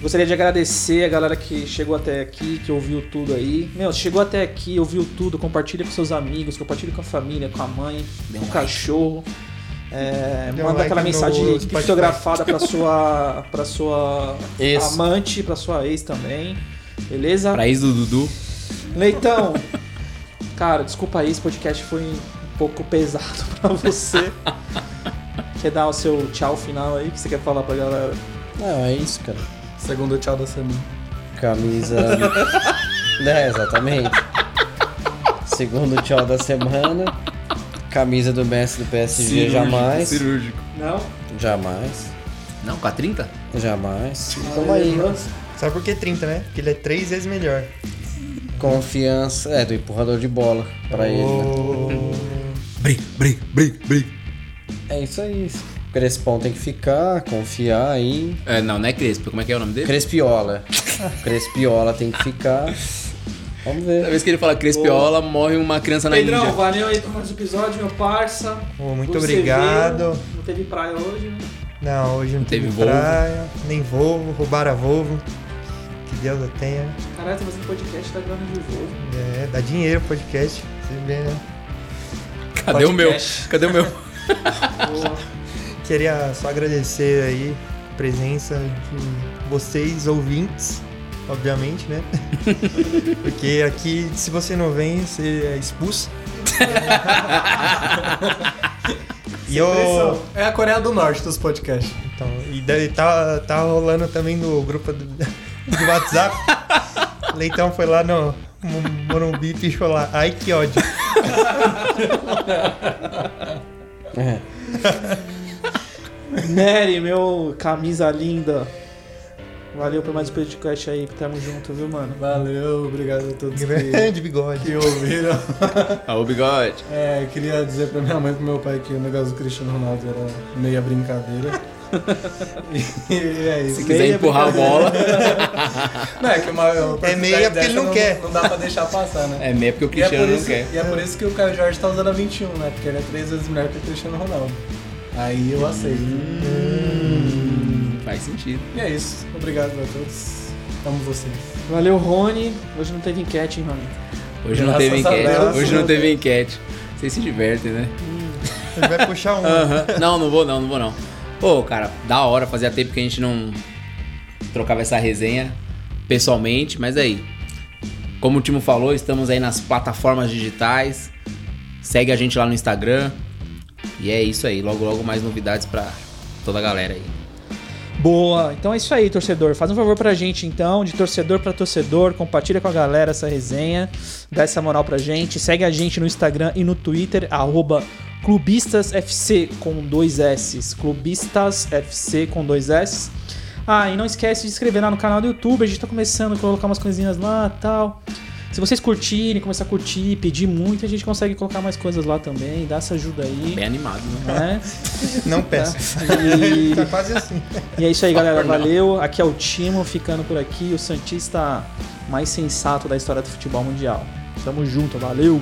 Speaker 1: Gostaria de agradecer a galera que chegou até aqui, que ouviu tudo aí. Meu, chegou até aqui, ouviu tudo, compartilha com seus amigos, compartilha com a família, com a mãe, com
Speaker 2: um
Speaker 1: o cachorro. É,
Speaker 4: Dê um
Speaker 1: manda
Speaker 4: like
Speaker 1: aquela
Speaker 4: no
Speaker 1: mensagem
Speaker 4: Spotify.
Speaker 1: criptografada pra sua, pra sua
Speaker 5: Ex.
Speaker 1: Ah, amante, pra sua ex também. Beleza?
Speaker 2: Pra ex do Dudu.
Speaker 1: Leitão, cara, desculpa aí, esse podcast foi um pouco pesado pra você. Quer dar o seu tchau final aí que você quer falar pra galera?
Speaker 5: Não, é isso, cara.
Speaker 3: Segundo tchau da semana.
Speaker 5: Camisa. é, exatamente. Segundo tchau da semana. Camisa do Messi do PSG jamais.
Speaker 2: Cirúrgico.
Speaker 1: Não?
Speaker 5: Jamais.
Speaker 2: Não, com a 30?
Speaker 5: Jamais. Tamo aí, né?
Speaker 4: Sabe por que 30, né? Porque ele é três vezes melhor.
Speaker 5: Confiança. É, do empurrador de bola pra ele. Né? É isso aí. Crespão tem que ficar, confiar aí.
Speaker 2: É, não, não é Crespo. Como é que é o nome dele?
Speaker 5: Crespiola. Crespiola tem que ficar. Vamos
Speaker 2: Cada
Speaker 5: ver.
Speaker 2: vez que ele fala Crespiola, morre uma criança na
Speaker 1: Pedrão,
Speaker 2: Índia.
Speaker 1: valeu aí por mais um episódio, meu parça.
Speaker 4: Ô, muito
Speaker 1: Você
Speaker 4: obrigado.
Speaker 1: veio, Não teve praia hoje, né?
Speaker 4: Não, hoje não
Speaker 2: Teve
Speaker 4: teve,
Speaker 2: Volvo.
Speaker 4: praia, nem Volvo, roubaram a Volvo. Que Deus a tenha.
Speaker 1: Caralho, tá fazendo podcast, tá gravando de voo.
Speaker 4: É, dá dinheiro o podcast, você vê, né?
Speaker 2: Cadê o meu?
Speaker 9: Podcast.
Speaker 2: Cadê o meu?
Speaker 4: Queria só agradecer aí a presença de vocês, ouvintes, obviamente, né? Porque aqui, se você não vem, você é expulso. e eu.
Speaker 9: É a Coreia do Norte dos podcasts.
Speaker 4: Então, e daí tá, tá rolando também no grupo do, do WhatsApp. Leitão foi lá no Mo- Morumbi e pichou lá. Ai, que ódio.
Speaker 5: É.
Speaker 1: Nery, meu camisa linda. Valeu por mais um podcast aí. Tamo junto, viu, mano?
Speaker 3: Valeu, obrigado a todos que,
Speaker 4: Grande bigode.
Speaker 3: que ouviram.
Speaker 2: Ô, bigode.
Speaker 3: É, queria dizer pra minha mãe e pro meu pai que o negócio do Cristiano Ronaldo era meia brincadeira. E é isso.
Speaker 2: Se quiser empurrar a bola.
Speaker 3: Não, é que uma, uma
Speaker 4: É meia porque ele
Speaker 3: dessa
Speaker 4: não quer.
Speaker 3: Não dá pra deixar passar, né?
Speaker 2: É meio porque o
Speaker 3: E é, por
Speaker 2: Cristiano não
Speaker 3: isso,
Speaker 2: quer.
Speaker 3: e é por isso que o Caio Jorge tá usando a 21, né? Porque ele é três vezes melhor que o Cristiano Ronaldo. Aí eu aceito.
Speaker 2: Faz sentido.
Speaker 3: E é isso. Obrigado a todos. Amo vocês.
Speaker 1: Valeu, Rony. Hoje não teve enquete, hein, Rony?
Speaker 2: Hoje não
Speaker 3: Graças
Speaker 2: teve
Speaker 3: a
Speaker 2: enquete.
Speaker 3: Deus.
Speaker 2: Hoje não teve enquete. Vocês se divertem, né?
Speaker 4: Ele vai puxar um.
Speaker 2: Aham. Não, não vou não, não vou não. Pô, cara, da hora, fazia tempo que a gente não trocava essa resenha pessoalmente, mas aí. Como o Timo falou, estamos aí nas plataformas digitais. Segue a gente lá no Instagram. E é isso aí, logo logo mais novidades pra toda a galera aí.
Speaker 1: Boa, então é isso aí, torcedor. Faz um favor pra gente então, de torcedor pra torcedor, compartilha com a galera essa resenha, dá essa moral pra gente. Segue a gente no Instagram e no Twitter, arroba clubistasfc com dois S. Clubistasfc com dois S. Ah, e não esquece de se inscrever lá no canal do YouTube, a gente tá começando a colocar umas coisinhas lá e tal. Se vocês curtirem, começar a curtir, pedir muito, a gente consegue colocar mais coisas lá também, dá essa ajuda aí,
Speaker 2: Bem animado, né?
Speaker 1: né?
Speaker 4: Não peça.
Speaker 1: E-
Speaker 4: Tá quase assim.
Speaker 1: e é isso aí, galera. Valeu. Aqui é o Timo ficando por aqui, o Santista mais sensato da história do futebol mundial. Tamo junto, valeu!